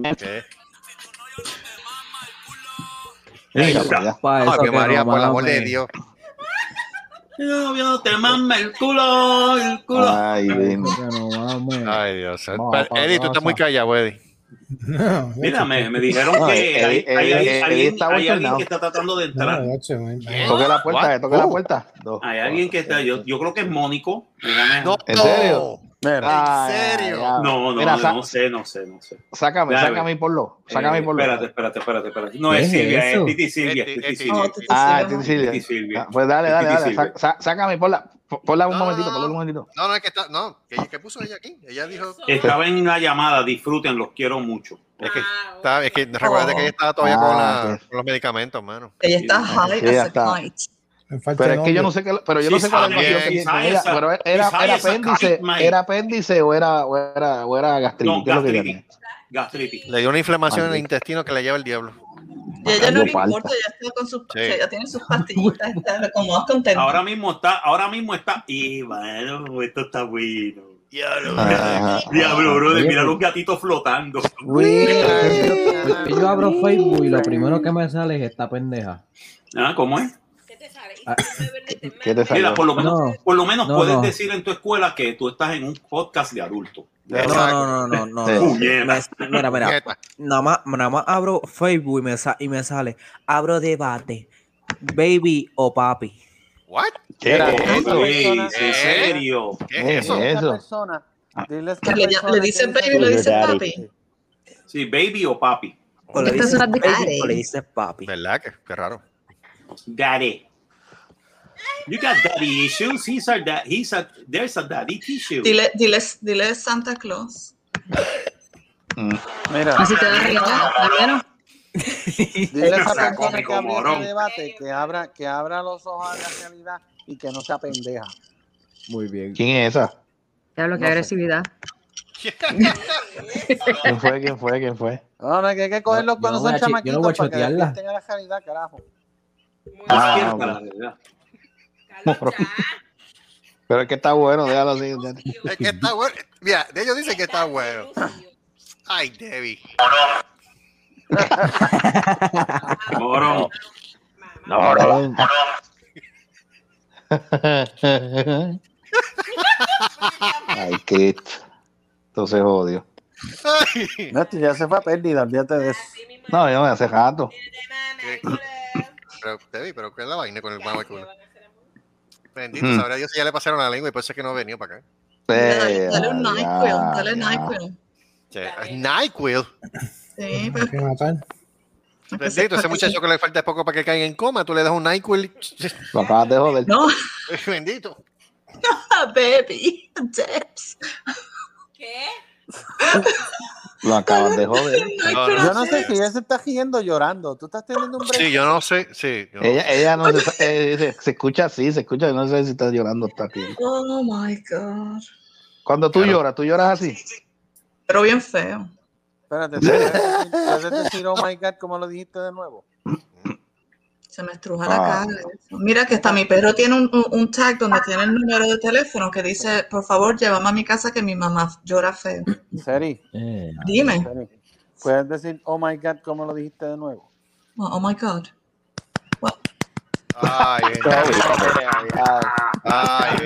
Speaker 3: ¿Qué?
Speaker 14: Mira para allá.
Speaker 9: Pa' eso
Speaker 11: Ay,
Speaker 9: que
Speaker 11: María,
Speaker 9: no
Speaker 11: por el amor
Speaker 9: mames.
Speaker 11: de Dios.
Speaker 2: No, yo te mama el culo, el culo.
Speaker 11: Ah,
Speaker 14: Ay, bien.
Speaker 3: Ay, Dios.
Speaker 15: Vamos
Speaker 3: Pero,
Speaker 15: pa'
Speaker 3: Eddie, tú estás
Speaker 15: casa.
Speaker 3: muy callado, Eddie.
Speaker 15: No,
Speaker 2: eh, Mira, me, me dijeron
Speaker 14: No, eh,
Speaker 2: que
Speaker 14: Eddie-
Speaker 2: hay,
Speaker 14: Eddie-
Speaker 2: hay- hay
Speaker 14: Eddie
Speaker 2: alguien,
Speaker 14: está
Speaker 2: hay alguien
Speaker 14: bochornado.
Speaker 2: que está tratando de entrar.
Speaker 15: Ah, no, ocho, no,
Speaker 14: Toque la puerta,
Speaker 11: What?
Speaker 14: eh, toque la
Speaker 15: Uh,
Speaker 11: Oh.
Speaker 14: puerta. Dos,
Speaker 2: Hay alguien que está, yo, yo creo que es Mónico. Dígame.
Speaker 11: No,
Speaker 14: ¿En serio? Ay,
Speaker 11: serio?
Speaker 14: ya.
Speaker 2: No, no,
Speaker 14: Mira, sa-
Speaker 2: no sé, no sé, no sé.
Speaker 14: sácame,
Speaker 2: Dale.
Speaker 14: sácame y ponlo. Sácame
Speaker 2: Eh,
Speaker 14: y ponlo.
Speaker 2: espérate, espérate, espérate, espérate. No
Speaker 9: ¿Qué
Speaker 2: es
Speaker 9: es
Speaker 2: Silvia, es
Speaker 9: eso?
Speaker 2: Titi Silvia, es Titi Silvia.
Speaker 14: Ah,
Speaker 4: Silvia,
Speaker 14: Titi
Speaker 2: Titi
Speaker 14: Silvia.
Speaker 2: Silvia.
Speaker 14: Ah, Pues dale,
Speaker 2: Es
Speaker 14: dale,
Speaker 2: Titi
Speaker 14: dale.
Speaker 2: Silvia.
Speaker 14: sa- sa- sácame y ponla. P- Ponla un
Speaker 11: No, no,
Speaker 14: momentito,
Speaker 11: no,
Speaker 14: ponla un
Speaker 11: no.
Speaker 14: momentito.
Speaker 11: No, no, es que está, no, que, que puso ella aquí. Ella dijo
Speaker 2: Estaba en una llamada, disfruten, los quiero mucho.
Speaker 11: es que, Ah, está, es que recuerda que ella estaba todavía con, la- con los medicamentos, mano.
Speaker 4: Ella está
Speaker 14: Ah,
Speaker 4: high
Speaker 14: sí,
Speaker 4: as
Speaker 14: ya
Speaker 4: a
Speaker 14: está.
Speaker 4: kite.
Speaker 14: Pero es que yo no sé qué, pero yo no
Speaker 2: She's
Speaker 14: sé cuál
Speaker 2: high,
Speaker 14: es la que
Speaker 2: she's
Speaker 14: tiene
Speaker 2: high
Speaker 14: ella,
Speaker 2: as a-
Speaker 14: pero
Speaker 2: she's
Speaker 14: era,
Speaker 2: high
Speaker 14: era
Speaker 2: as a
Speaker 14: apéndice,
Speaker 2: kite, man.
Speaker 14: era apéndice o era, o era, o era gastritis,
Speaker 2: No,
Speaker 14: ¿qué es lo que ella
Speaker 2: gastritis.
Speaker 14: tiene?
Speaker 2: Gastritis.
Speaker 11: Le dio una inflamación en el
Speaker 14: Maldito.
Speaker 11: intestino que le lleva el diablo.
Speaker 4: Y a ella no
Speaker 14: Algo
Speaker 4: le
Speaker 14: falta.
Speaker 4: importa, ella está con sus,
Speaker 11: Sí.
Speaker 4: ella tiene sus pastillitas, está como más contenta.
Speaker 2: Ahora mismo está, ahora mismo está. Y bueno, esto está bueno. Diablo,
Speaker 14: Ajá.
Speaker 2: brother. Diablo, brother.
Speaker 9: Oye,
Speaker 2: Mira
Speaker 9: pero-
Speaker 2: los gatitos flotando.
Speaker 9: Yo, yo abro Facebook y lo primero que me sale es esta pendeja.
Speaker 2: Ah, ¿Cómo es?
Speaker 9: Ah,
Speaker 14: ¿Qué te
Speaker 2: Mira,
Speaker 14: salió?
Speaker 2: por lo menos,
Speaker 9: No,
Speaker 2: por lo menos
Speaker 9: no,
Speaker 2: puedes
Speaker 9: no.
Speaker 2: decir en tu escuela que tú estás en un podcast de adultos.
Speaker 9: No, no, no, no, no, no.
Speaker 2: Puñeta.
Speaker 9: Me- mira, mira.
Speaker 11: Puñeta.
Speaker 9: Nada más, nada más abro Facebook y me, sa- y me sale. Abro debate. Baby o papi.
Speaker 11: What?
Speaker 14: ¿Qué
Speaker 16: Mira,
Speaker 14: es
Speaker 16: esa
Speaker 14: eso?
Speaker 2: Ey,
Speaker 16: persona-
Speaker 2: ¿En serio?
Speaker 11: ¿Qué es
Speaker 14: ¿Qué
Speaker 11: eso?
Speaker 14: es
Speaker 16: esa
Speaker 14: eso?
Speaker 16: persona, dile a esa
Speaker 4: Que le,
Speaker 16: persona
Speaker 4: le
Speaker 16: que
Speaker 4: dice
Speaker 16: esa
Speaker 4: baby, le
Speaker 16: persona-
Speaker 4: dice papi.
Speaker 2: Sí, baby o papi.
Speaker 9: O le
Speaker 4: Esta es
Speaker 9: dices
Speaker 4: una de
Speaker 9: baby
Speaker 4: Karen.
Speaker 9: o le dices papi.
Speaker 11: ¿Verdad? Qué, qué raro.
Speaker 2: Daddy. You got daddy issues. He's a dad. He's a there's a daddy issue.
Speaker 4: Dile, dile, dile Santa Claus.
Speaker 16: Mira.
Speaker 4: Así te da risa, ¿también?
Speaker 16: Dile a esa
Speaker 2: Saco,
Speaker 16: persona que
Speaker 2: amigo
Speaker 16: abre
Speaker 2: morón.
Speaker 16: este debate, que abra, que abra los ojos a la realidad y que no sea pendeja.
Speaker 14: Muy bien. ¿Quién es esa?
Speaker 10: Diablo, qué
Speaker 16: No sé.
Speaker 10: agresividad.
Speaker 14: ¿Quién fue? ¿Quién fue? ¿Quién fue?
Speaker 16: No, no, que hay que cogerlos
Speaker 14: Yo- yo
Speaker 16: cuando
Speaker 14: no voy
Speaker 16: son
Speaker 14: a chi- yo no
Speaker 16: chamaquitos
Speaker 14: voy a
Speaker 16: para que
Speaker 14: chotearla.
Speaker 16: despierten a la realidad, carajo.
Speaker 14: Ah, bueno. Pero es que está bueno, déjalo así.
Speaker 3: Es que está bueno. Mira, de ellos dicen que está bueno. Ay, Debbie.
Speaker 2: Morón.
Speaker 14: No, no. Ay, Cristo. Entonces odio.
Speaker 16: No, esto ya se fue a pérdida, olvídate de eso.
Speaker 14: No, yo me hace rato.
Speaker 3: Pero, Debbie, pero ¿qué es la vaina con el mama culo? Bendito,
Speaker 14: Hmm.
Speaker 3: sabrá Dios si ya le pasaron la lengua y por eso es que no ha venido para acá.
Speaker 14: Eh,
Speaker 4: Dale un
Speaker 14: ya,
Speaker 4: NyQuil, dale
Speaker 14: ya.
Speaker 4: NyQuil.
Speaker 3: NyQuil.
Speaker 4: Sí,
Speaker 15: Hay que matar.
Speaker 3: Bendito, ese muchacho que le falta poco para que caiga en coma, tú le das un NyQuil.
Speaker 14: Lo acabas de joder.
Speaker 4: No,
Speaker 3: Bendito.
Speaker 4: baby,
Speaker 16: Ah.
Speaker 4: Debs.
Speaker 14: Lo acabas de joder.
Speaker 3: No, no,
Speaker 16: Yo no sé si ella se está riendo o llorando. Tú estás teniendo un break.
Speaker 3: Sí, yo no sé. Sí, yo no
Speaker 14: Ella,
Speaker 3: sé.
Speaker 14: ella no se, eh, dice, se escucha así, se escucha, no sé si está llorando o está aquí.
Speaker 4: Oh my God.
Speaker 14: Cuando tú lloras, tú lloras así.
Speaker 4: Pero bien feo.
Speaker 16: Espérate, ¿puedes decir- puedes decir, oh my god, como lo dijiste de nuevo?
Speaker 4: Se me estruja la
Speaker 14: Ah.
Speaker 4: cara. eso. Mira que hasta mi perro tiene un, un- un tag donde tiene el número de teléfono que dice, por favor, llévame a mi casa que mi mamá llora feo.
Speaker 16: Seri.
Speaker 14: Eh,
Speaker 4: Dime.
Speaker 16: Seri, ¿Puedes decir, oh my god, como lo dijiste de nuevo?
Speaker 4: Oh, oh my God.
Speaker 3: Ay, bendito.
Speaker 16: Ah,
Speaker 3: Ay,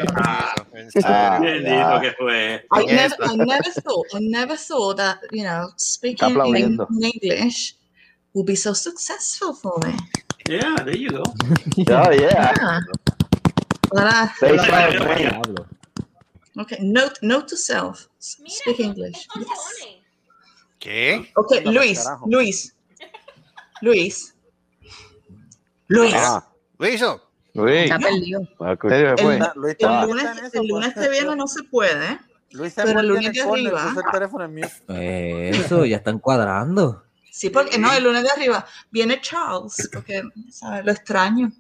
Speaker 3: bendito.
Speaker 14: Ah,
Speaker 2: Bendito
Speaker 14: ya.
Speaker 2: que fue.
Speaker 4: I
Speaker 3: Yes.
Speaker 4: never, I never thought, I never thought that, you know, speaking in,
Speaker 14: aplaudiendo.
Speaker 4: in English would be so successful for me.
Speaker 2: Yeah, there you go.
Speaker 14: Oh, yeah.
Speaker 4: Yeah. But I-
Speaker 14: They sound great.
Speaker 4: okay, note, note to self, s- speak English. Yes.
Speaker 3: ¿Qué?
Speaker 4: Okay,
Speaker 3: Anda pa'l
Speaker 4: Luis,
Speaker 3: carajo.
Speaker 4: Luis, Luis, Luis.
Speaker 14: Ah,
Speaker 3: Luiso.
Speaker 14: Luis.
Speaker 4: Está perdido.
Speaker 14: ¿En serio,
Speaker 4: El,
Speaker 14: fue?
Speaker 16: Luis
Speaker 4: el
Speaker 16: también
Speaker 4: lunes,
Speaker 16: está en eso.
Speaker 4: el lunes que viene no se puede,
Speaker 16: Luis se
Speaker 4: pero el
Speaker 16: envuelve en
Speaker 4: lunes
Speaker 16: el
Speaker 4: de
Speaker 16: corner,
Speaker 4: arriba.
Speaker 16: puso el teléfono en mute.
Speaker 9: Eh, Eso, ya están cuadrando.
Speaker 4: Sí, porque no, el lunes de arriba viene Charles, porque ¿sabes? lo extraño.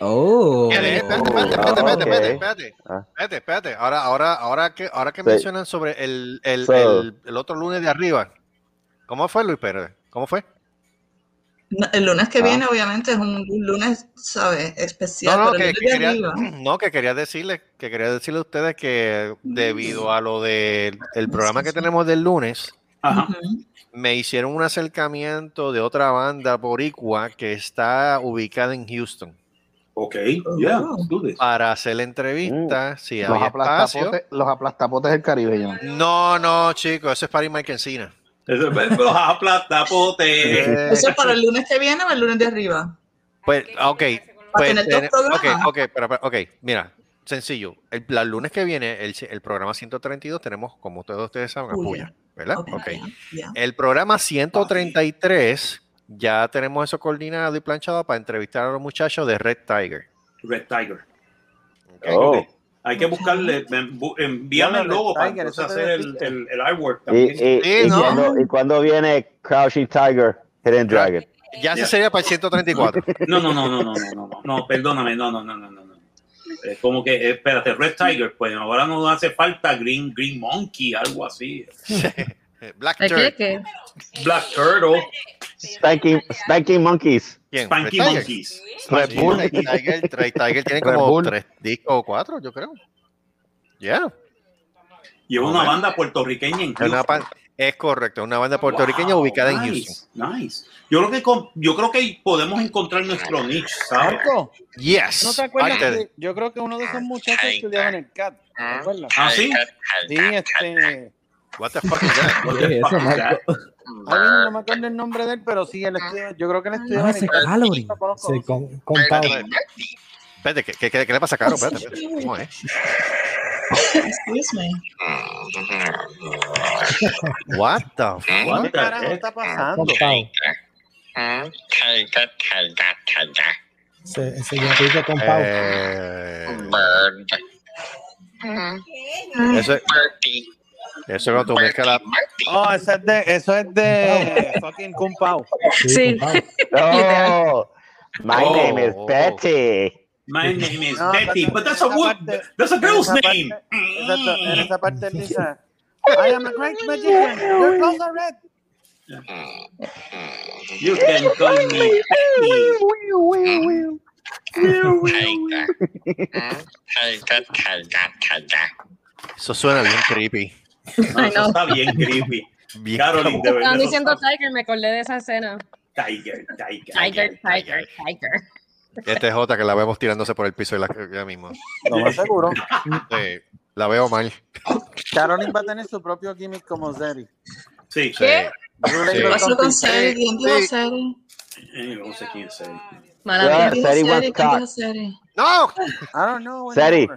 Speaker 9: Oh.
Speaker 3: Espérate, espérate,
Speaker 16: Ah,
Speaker 3: espérate, espérate, espérate,
Speaker 14: ok.
Speaker 3: espérate.
Speaker 14: Ah.
Speaker 3: Espérate, espérate. Ahora, ahora, ahora que, ahora que
Speaker 14: Sí.
Speaker 3: mencionan sobre el, el,
Speaker 14: So-
Speaker 3: el, el otro lunes de arriba. ¿Cómo fue, Luis Pérez? ¿Cómo fue?
Speaker 4: No, el lunes que
Speaker 3: Ah.
Speaker 4: viene, obviamente, es un lunes, ¿sabes? Especial,
Speaker 3: No, no,
Speaker 4: pero
Speaker 3: que,
Speaker 4: el
Speaker 3: que
Speaker 4: lunes de
Speaker 3: quería,
Speaker 4: arriba.
Speaker 3: no, que quería decirles, que quería decirle a ustedes que debido a lo del el programa que tenemos del lunes, me hicieron un acercamiento de otra banda boricua que está ubicada en Houston
Speaker 2: Ok, yeah, let's do this.
Speaker 3: para hacer la entrevista, si
Speaker 14: Los
Speaker 3: había espacio.
Speaker 14: aplastapotes, los aplastapotes del Caribe. John.
Speaker 3: No, no, chicos, eso es para Mike Encina. Eh,
Speaker 2: Eso es los aplastapotes.
Speaker 4: Eso es para el lunes que viene o el lunes de arriba.
Speaker 3: Pues, ok.
Speaker 4: Para
Speaker 3: Pues,
Speaker 4: tener dos
Speaker 3: ten- ok,
Speaker 4: programas.
Speaker 3: ok, pero- pero- ok, mira, sencillo. El, la lunes que viene, el, el programa 132, tenemos, como todos ustedes saben, a Puya,
Speaker 4: Julia.
Speaker 3: ¿verdad?
Speaker 4: Ok,
Speaker 3: Ok.
Speaker 4: ya.
Speaker 3: El programa 133, ya tenemos eso coordinado y planchado para entrevistar a los muchachos de Red Tiger.
Speaker 2: Red Tiger.
Speaker 3: Ok.
Speaker 2: Ok. Hay que buscarle, en- bu- envíame
Speaker 16: No,
Speaker 2: el
Speaker 16: no,
Speaker 2: logo
Speaker 16: Oh. Red
Speaker 2: para
Speaker 16: Tiger,
Speaker 2: entonces
Speaker 16: eso te Eh,
Speaker 2: hacer el, el, el artwork
Speaker 11: Y,
Speaker 2: también.
Speaker 11: y- y
Speaker 3: ¿no?
Speaker 11: cuando, y cuando viene Crouching Tiger, Hidden Dragon.
Speaker 3: Ya se sería para el 134.
Speaker 2: No, no, no, no, no, no, no, no, no, perdóname, no, no, no, no, no. no. Es como que, eh, espérate, Red Tiger, pues ahora no hace falta Green, Green Monkey, algo así.
Speaker 3: Black
Speaker 10: ¿El qué?
Speaker 3: Turk.
Speaker 10: ¿Qué?
Speaker 2: Black Turtle,
Speaker 11: Spanking, Spanking Monkeys.
Speaker 3: ¿Quién? Red
Speaker 2: Spanky
Speaker 3: Tiger.
Speaker 2: Monkeys.
Speaker 3: Red
Speaker 11: Red Bull.
Speaker 3: Tiger, Red Tiger tiene
Speaker 11: Red
Speaker 3: como
Speaker 11: Bull.
Speaker 3: tres discos o cuatro, yo creo. Ya.
Speaker 2: Y es una
Speaker 3: Hombre.
Speaker 2: banda puertorriqueña en
Speaker 3: Es una
Speaker 2: Houston.
Speaker 3: pan- Es correcto, una banda puertorriqueña
Speaker 2: Wow,
Speaker 3: ubicada en
Speaker 2: nice,
Speaker 3: Houston.
Speaker 2: Nice. Yo creo que con- yo creo que podemos encontrar nuestro niche, ¿sabes?
Speaker 16: Marco,
Speaker 3: Yes.
Speaker 16: ¿no te acuerdas
Speaker 3: parte de-
Speaker 16: que yo creo que uno de esos muchachos estudiaba en el CAT? ¿Te acuerdas?
Speaker 2: ¿Ah, sí?
Speaker 16: Sí, este.
Speaker 3: What the fuck is that?
Speaker 2: What the fuck is that?
Speaker 16: Ay, no me acuerdo el nombre de él, pero sí, él estudió, yo creo que él estudiaba
Speaker 15: Ah,
Speaker 16: en el CAT. Lo conozco,
Speaker 15: Sí,
Speaker 16: no sé.
Speaker 15: con, con pausa.
Speaker 3: Espérate, ¿qué, qué, qué le pasa a Caro? Espérate, espérate. ¿Cómo es?
Speaker 4: Excuse me.
Speaker 3: What the
Speaker 16: ¿Qué
Speaker 3: fuck?
Speaker 16: carajo está pasando?
Speaker 15: Con pausa. Se, se llama con Pau.
Speaker 3: Eh, Eso es. Eso es cuando tú mezclas la.
Speaker 16: Oh, eso es de, eso es de fucking Kung Pao.
Speaker 10: Sí.
Speaker 12: Oh, my
Speaker 2: Oh.
Speaker 12: name is Betty.
Speaker 2: My name is
Speaker 16: No,
Speaker 2: Betty, pues,
Speaker 16: pero
Speaker 2: but that's a
Speaker 16: en esa
Speaker 2: woman.
Speaker 16: parte-
Speaker 2: That's a girl's
Speaker 16: en esa parte-
Speaker 2: name.
Speaker 16: Exacto, en esa parte él dice, I am a great magician. Your clothes are red.
Speaker 3: Hmm,
Speaker 2: You can call me Betty.
Speaker 3: Hmm? Eso suena bien creepy.
Speaker 2: No, eso está bien creepy. Caroline, de verdad.
Speaker 10: Estaban
Speaker 2: eso
Speaker 10: diciendo Tiger, me acordé de esa escena.
Speaker 2: está- Tiger, Tiger.
Speaker 10: Tiger, Tiger, Tiger.
Speaker 3: Este es Jota que la vemos tirándose por el piso y la, ya mismo.
Speaker 16: Lo más seguro.
Speaker 3: Sí, la veo mal.
Speaker 16: Caroline va a tener su propio gimmick como Zeri.
Speaker 2: Sí.
Speaker 10: ¿Qué?
Speaker 3: Sí.
Speaker 4: ¿Qué pasó con Seri? ¿Quién dijo
Speaker 3: Sí.
Speaker 4: Seri?
Speaker 2: Eh, no sé quién es él.
Speaker 10: Mala
Speaker 12: Yeah,
Speaker 10: mía.
Speaker 4: ¿Quién
Speaker 12: Seri
Speaker 4: dijo
Speaker 12: wants
Speaker 4: Seri? ¿Quién
Speaker 12: cock.
Speaker 4: dijo Seri?
Speaker 3: No.
Speaker 16: I don't know.
Speaker 12: Seri,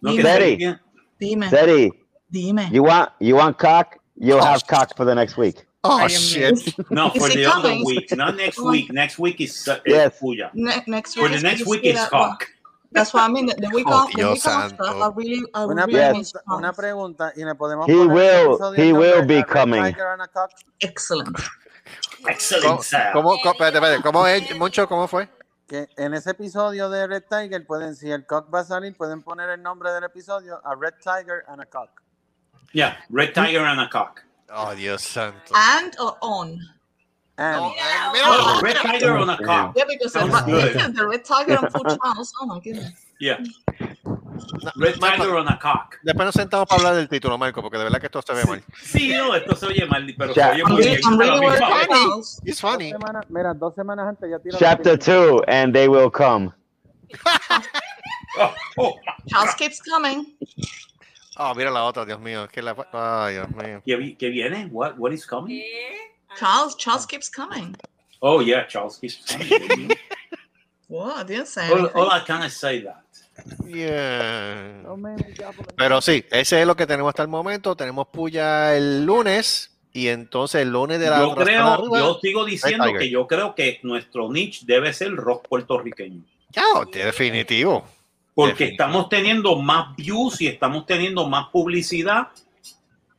Speaker 2: No, que
Speaker 12: Seri.
Speaker 2: Seri.
Speaker 4: Dime.
Speaker 12: Seri,
Speaker 4: Dime.
Speaker 12: you want you want cock? You'll have cock for the next week.
Speaker 3: Oh,
Speaker 4: Ay, Dios mío.
Speaker 3: shit.
Speaker 2: Oh, No,
Speaker 4: Is
Speaker 2: for
Speaker 4: it
Speaker 2: the other
Speaker 4: coming?
Speaker 2: week. Not next
Speaker 4: Come on.
Speaker 2: week. Next week is uh,
Speaker 12: Yes.
Speaker 2: is Puya.
Speaker 4: Ne- next
Speaker 2: For
Speaker 4: week
Speaker 2: the
Speaker 4: is
Speaker 2: next week
Speaker 4: Christmas,
Speaker 2: is
Speaker 4: that one.
Speaker 2: cock.
Speaker 4: That's what I mean. The the week
Speaker 3: Oh,
Speaker 4: off, the
Speaker 3: Dios
Speaker 4: week after,
Speaker 3: santo.
Speaker 4: I really, I
Speaker 16: Una
Speaker 4: really miss
Speaker 16: pregunta, una
Speaker 4: cock.
Speaker 16: pregunta y le podemos
Speaker 12: He
Speaker 16: poner este
Speaker 12: will-
Speaker 16: episodio
Speaker 12: he
Speaker 16: en
Speaker 12: will
Speaker 16: nombre
Speaker 12: be
Speaker 16: A Red
Speaker 12: coming.
Speaker 16: Tiger and a Cock.
Speaker 4: Excellent.
Speaker 2: Excellent,
Speaker 3: ¿Cómo,
Speaker 2: sir.
Speaker 3: cómo, cómo- espérate, espérate, ¿cómo es, Moncho? ¿Cómo fue?
Speaker 16: Que en ese episodio de Red Tiger pueden, si el cock va a salir, pueden poner el nombre del episodio a Red Tiger and a Cock.
Speaker 2: Yeah,
Speaker 11: Hmm?
Speaker 2: red tiger and a cock.
Speaker 3: Oh, Dios santo.
Speaker 4: And or on.
Speaker 16: And-
Speaker 2: Oh, red tiger on a cock.
Speaker 4: Yeah, because
Speaker 2: Sounds
Speaker 4: I'm
Speaker 2: good.
Speaker 4: thinking the red tiger and full Charles. Oh my goodness.
Speaker 2: Yeah. Red tiger on a cock.
Speaker 3: Después nos sentamos para hablar del título, Marco, porque de verdad que esto se ve mal.
Speaker 2: Sí, no, esto se oye mal, pero se
Speaker 12: Ya.
Speaker 2: oye
Speaker 4: I'm
Speaker 2: muy
Speaker 4: really,
Speaker 2: bien.
Speaker 4: I'm
Speaker 2: A la
Speaker 4: really worried
Speaker 2: misma
Speaker 4: about
Speaker 2: vez.
Speaker 4: Charles.
Speaker 3: It's
Speaker 16: dos
Speaker 3: funny.
Speaker 16: semanas, mira, dos semanas antes ya tira la
Speaker 12: Chapter
Speaker 16: opinión.
Speaker 12: two, and they will come.
Speaker 2: Oh, oh,
Speaker 4: Charles keeps coming.
Speaker 3: Oh, mira la otra, Dios mío. Que la... Ay, Dios mío.
Speaker 2: ¿Qué, vi- qué viene? What, what is coming?
Speaker 4: Charles, Charles keeps coming.
Speaker 2: Oh, yeah, Charles. He's coming.
Speaker 4: Whoa, I didn't say
Speaker 2: all, all
Speaker 4: anything.
Speaker 2: I can is say that.
Speaker 3: Yeah.
Speaker 16: No me- me llamo.
Speaker 3: Pero sí, ese es lo que tenemos hasta el momento. Tenemos puya el lunes y entonces el lunes de la
Speaker 2: Yo
Speaker 3: otra semana
Speaker 2: creo,
Speaker 3: arriba-
Speaker 2: yo sigo diciendo
Speaker 3: Tiger.
Speaker 2: que yo creo que nuestro niche debe ser el rock puertorriqueño.
Speaker 3: Chao, definitivo.
Speaker 2: Porque
Speaker 3: Definitivo.
Speaker 2: estamos teniendo más views y estamos teniendo más publicidad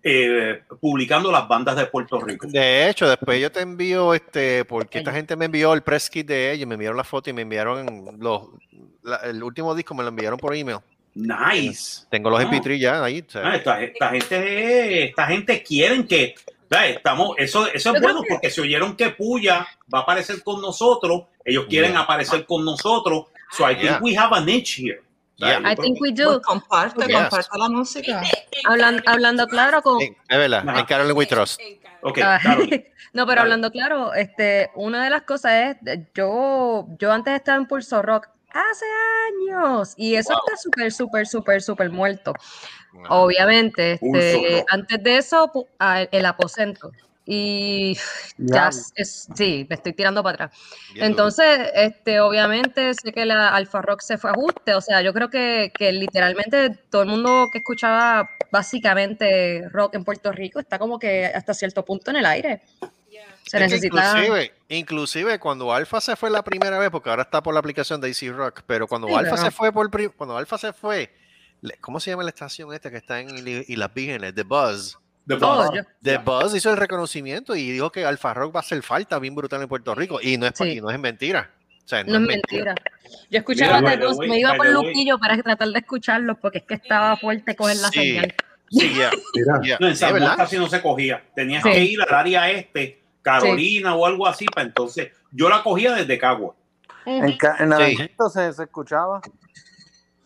Speaker 2: eh, publicando las bandas de Puerto Rico.
Speaker 3: De hecho, después yo te envío este, porque esta gente me envió el press kit de ellos, me enviaron la foto y me enviaron los, la- el último disco, me lo enviaron por email.
Speaker 2: Nice.
Speaker 3: Tengo los
Speaker 2: Ah.
Speaker 3: MP3 ya ahí. o sea,
Speaker 2: Ah, esta, esta gente, esta gente quieren que ¿sabes? estamos, eso, eso es
Speaker 10: Yo creo
Speaker 2: bueno
Speaker 10: que-
Speaker 2: porque si oyeron que Puya va a aparecer con nosotros, ellos quieren
Speaker 3: Yeah.
Speaker 2: aparecer con nosotros. So I think
Speaker 3: Yeah.
Speaker 2: we have a niche here. ¿Sabes?
Speaker 3: Yeah.
Speaker 10: I think we do.
Speaker 4: Pues comparte,
Speaker 3: Yes.
Speaker 4: comparte la música.
Speaker 10: Hablan- hablando claro con.
Speaker 3: eh, es verdad,
Speaker 2: Ajá.
Speaker 3: en Carolyn We Trust.
Speaker 2: Ok,
Speaker 10: Ah,
Speaker 2: Carol.
Speaker 10: no, pero
Speaker 2: Dale.
Speaker 10: hablando claro, este, una de las cosas es, eh, yo, yo antes estaba en Pulso Rock hace años y eso está súper, súper, súper, súper muerto. Obviamente,
Speaker 2: Pulso
Speaker 10: este,
Speaker 2: Rock.
Speaker 10: antes de eso, pu- a- el aposento. Y ya
Speaker 16: Diablo.
Speaker 10: es- sí, me estoy tirando para atrás.
Speaker 3: Bien duro.
Speaker 10: Entonces, este, obviamente, sé que la Alfa Rock se fue a ajuste. O sea, yo creo que, que literalmente todo el mundo que escuchaba básicamente rock en Puerto Rico está como que hasta cierto punto en el aire. Se
Speaker 3: Es que
Speaker 10: necesita.
Speaker 3: inclusive, inclusive cuando Alfa se fue la primera vez, porque ahora está por la aplicación de AC Rock, pero cuando
Speaker 10: Sí,
Speaker 3: Alfa
Speaker 10: pero-
Speaker 3: se fue por pri- cuando Alfa se fue, le- ¿cómo se llama la estación esta que está en Ili- y las Vírgenes? The Buzz.
Speaker 2: The
Speaker 10: Oh,
Speaker 2: Buzz.
Speaker 10: yo-
Speaker 3: The
Speaker 2: Yeah.
Speaker 3: Buzz hizo el reconocimiento y dijo que Alfa Rock va a hacer falta bien brutal en Puerto Rico y no es, pa-
Speaker 10: Sí.
Speaker 3: y no es mentira. O sea, no,
Speaker 10: no
Speaker 3: es
Speaker 10: es
Speaker 3: mentira.
Speaker 10: mentira. Yo escuchaba
Speaker 2: Mira, by
Speaker 10: de
Speaker 2: the
Speaker 10: dos,
Speaker 2: way,
Speaker 10: me iba
Speaker 2: by
Speaker 10: por
Speaker 2: the way.
Speaker 10: Luquillo para tratar de escucharlos porque es que estaba fuerte coger la
Speaker 3: Sí,
Speaker 10: señal.
Speaker 3: sí, yeah,
Speaker 5: Mira.
Speaker 3: yeah.
Speaker 2: No, en
Speaker 3: Es
Speaker 2: San Juan
Speaker 3: verdad.
Speaker 2: casi no se cogía. Tenías
Speaker 10: Sí.
Speaker 2: que ir al área este, Carolina o algo así, para entonces. Yo la cogía desde Cagua.
Speaker 16: En, ca- en Naranjito se, se escuchaba.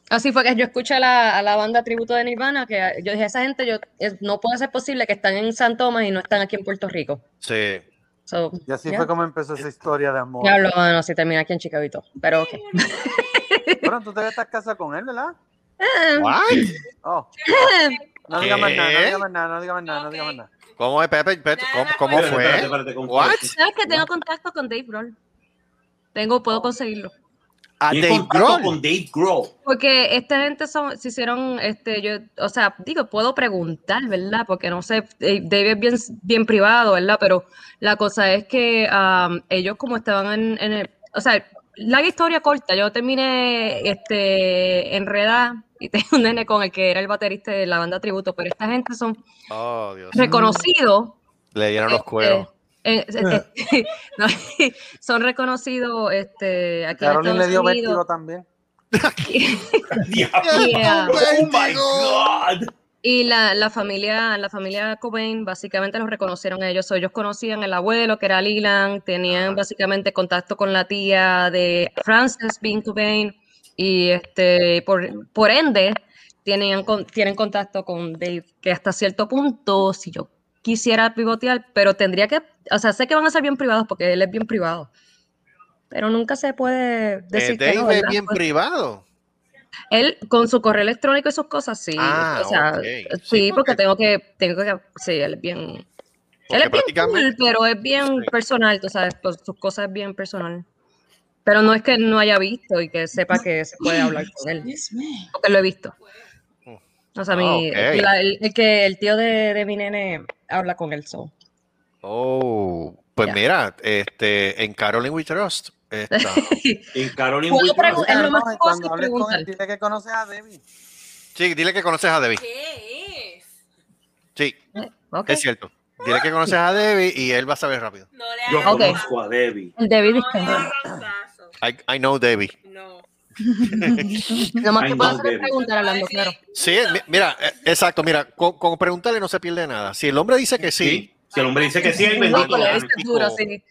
Speaker 10: Así fue que yo escuché a la, a la banda tributo de Nirvana, que yo dije, esa gente yo, es- no puede ser posible que están en San Tomás y no están aquí en Puerto Rico.
Speaker 3: Sí.
Speaker 10: So,
Speaker 16: Y así
Speaker 10: ya.
Speaker 16: fue como empezó esa historia de amor.
Speaker 10: Diablo, mano, "Ah, si termina aquí en Chicago y todo, Pero ok.
Speaker 16: Bueno, tú te estás casada con él, ¿verdad?
Speaker 3: What?
Speaker 16: Oh, no
Speaker 3: ¿Qué?
Speaker 16: digas más nada, no digas más nada, no digas más nada, no digas más nada.
Speaker 3: ¿Cómo es, Pepe? Pepe, ¿Cómo, cómo
Speaker 2: Espérate, espérate,
Speaker 3: fue?
Speaker 2: espérate, ¿cómo
Speaker 3: What?
Speaker 2: fue?
Speaker 10: ¿Sabes que tengo contacto con Dave Grohl? Oh. Tengo, puedo conseguirlo.
Speaker 3: A
Speaker 2: Y en
Speaker 3: Dave
Speaker 2: contacto
Speaker 3: Grohl.
Speaker 2: con Dave Grohl.
Speaker 10: Porque esta gente son, se hicieron, este, yo, o sea, digo, puedo preguntar, ¿verdad? Porque no sé, eh, Dave es bien, bien privado, ¿verdad? Pero la cosa es que am, ellos como estaban en, en el, o sea, la historia corta, yo terminé este, enredada y tengo un nene con el que era el baterista de la banda Tributo, pero esta gente son
Speaker 3: Oh, Dios.
Speaker 10: reconocidos.
Speaker 3: Le dieron los cueros.
Speaker 10: eh, eh, eh, no, son reconocidos este, aquí en
Speaker 16: Carolyn
Speaker 10: Estados
Speaker 16: le dio
Speaker 10: Unidos.
Speaker 16: vértigo también.
Speaker 10: Yeah.
Speaker 2: Oh my God.
Speaker 10: Y la, la familia, la familia Cobain básicamente los reconocieron a ellos. So, ellos conocían el abuelo que era Leland, tenían básicamente contacto con la tía de Frances Bean Cobain y este por, por ende tienen, tienen contacto con Dave, que hasta cierto punto, si yo quisiera pivotear, pero tendría que, o sea, sé que van a ser bien privados porque él es bien privado, pero nunca se puede decir
Speaker 3: Eh,
Speaker 10: que no,
Speaker 3: Dave es
Speaker 10: ¿verdad?
Speaker 3: bien
Speaker 10: Pues-
Speaker 3: privado.
Speaker 10: él con su correo electrónico y sus cosas, sí.
Speaker 3: Ah,
Speaker 10: o sea,
Speaker 3: ok.
Speaker 10: sí, porque tengo que, tengo que, sí, él es bien, él es bien cool, pero es bien personal, tú sabes, pues, sus cosas es bien personal. Pero no es que no haya visto y que sepa que se puede hablar con él, porque lo he visto. O sea,
Speaker 3: Ah,
Speaker 10: mi-
Speaker 3: ok.
Speaker 10: la- el, el que el tío de, de mi nene habla con él, so.
Speaker 3: Oh, pues
Speaker 10: Ya.
Speaker 3: mira, este, en Caroline We Trust. está.
Speaker 2: en Caroline
Speaker 10: Puedo pregun- es lo más
Speaker 16: No, y
Speaker 10: fácil
Speaker 16: cuando hables con él,
Speaker 10: preguntar.
Speaker 16: dile que conoces a Debbie.
Speaker 3: Sí, dile que conoces a Debbie.
Speaker 17: ¿Qué es?
Speaker 3: Sí,
Speaker 10: ok.
Speaker 3: es cierto. Dile que conoces a Debbie y él va a saber rápido.
Speaker 2: Yo
Speaker 10: Ok.
Speaker 2: conozco a Debbie.
Speaker 10: El David es
Speaker 3: I, I know Debbie.
Speaker 10: Lo más
Speaker 3: Ay,
Speaker 10: que puedo
Speaker 3: no,
Speaker 10: hacer es
Speaker 3: baby.
Speaker 10: preguntar hablando, claro.
Speaker 3: Sí, mi- mira, eh, exacto, mira, con, con preguntarle no se pierde nada. Si el hombre dice que sí,
Speaker 2: si el hombre dice que sí,
Speaker 3: hay
Speaker 2: ahí
Speaker 10: No, pero ese pues, este es duro, sí.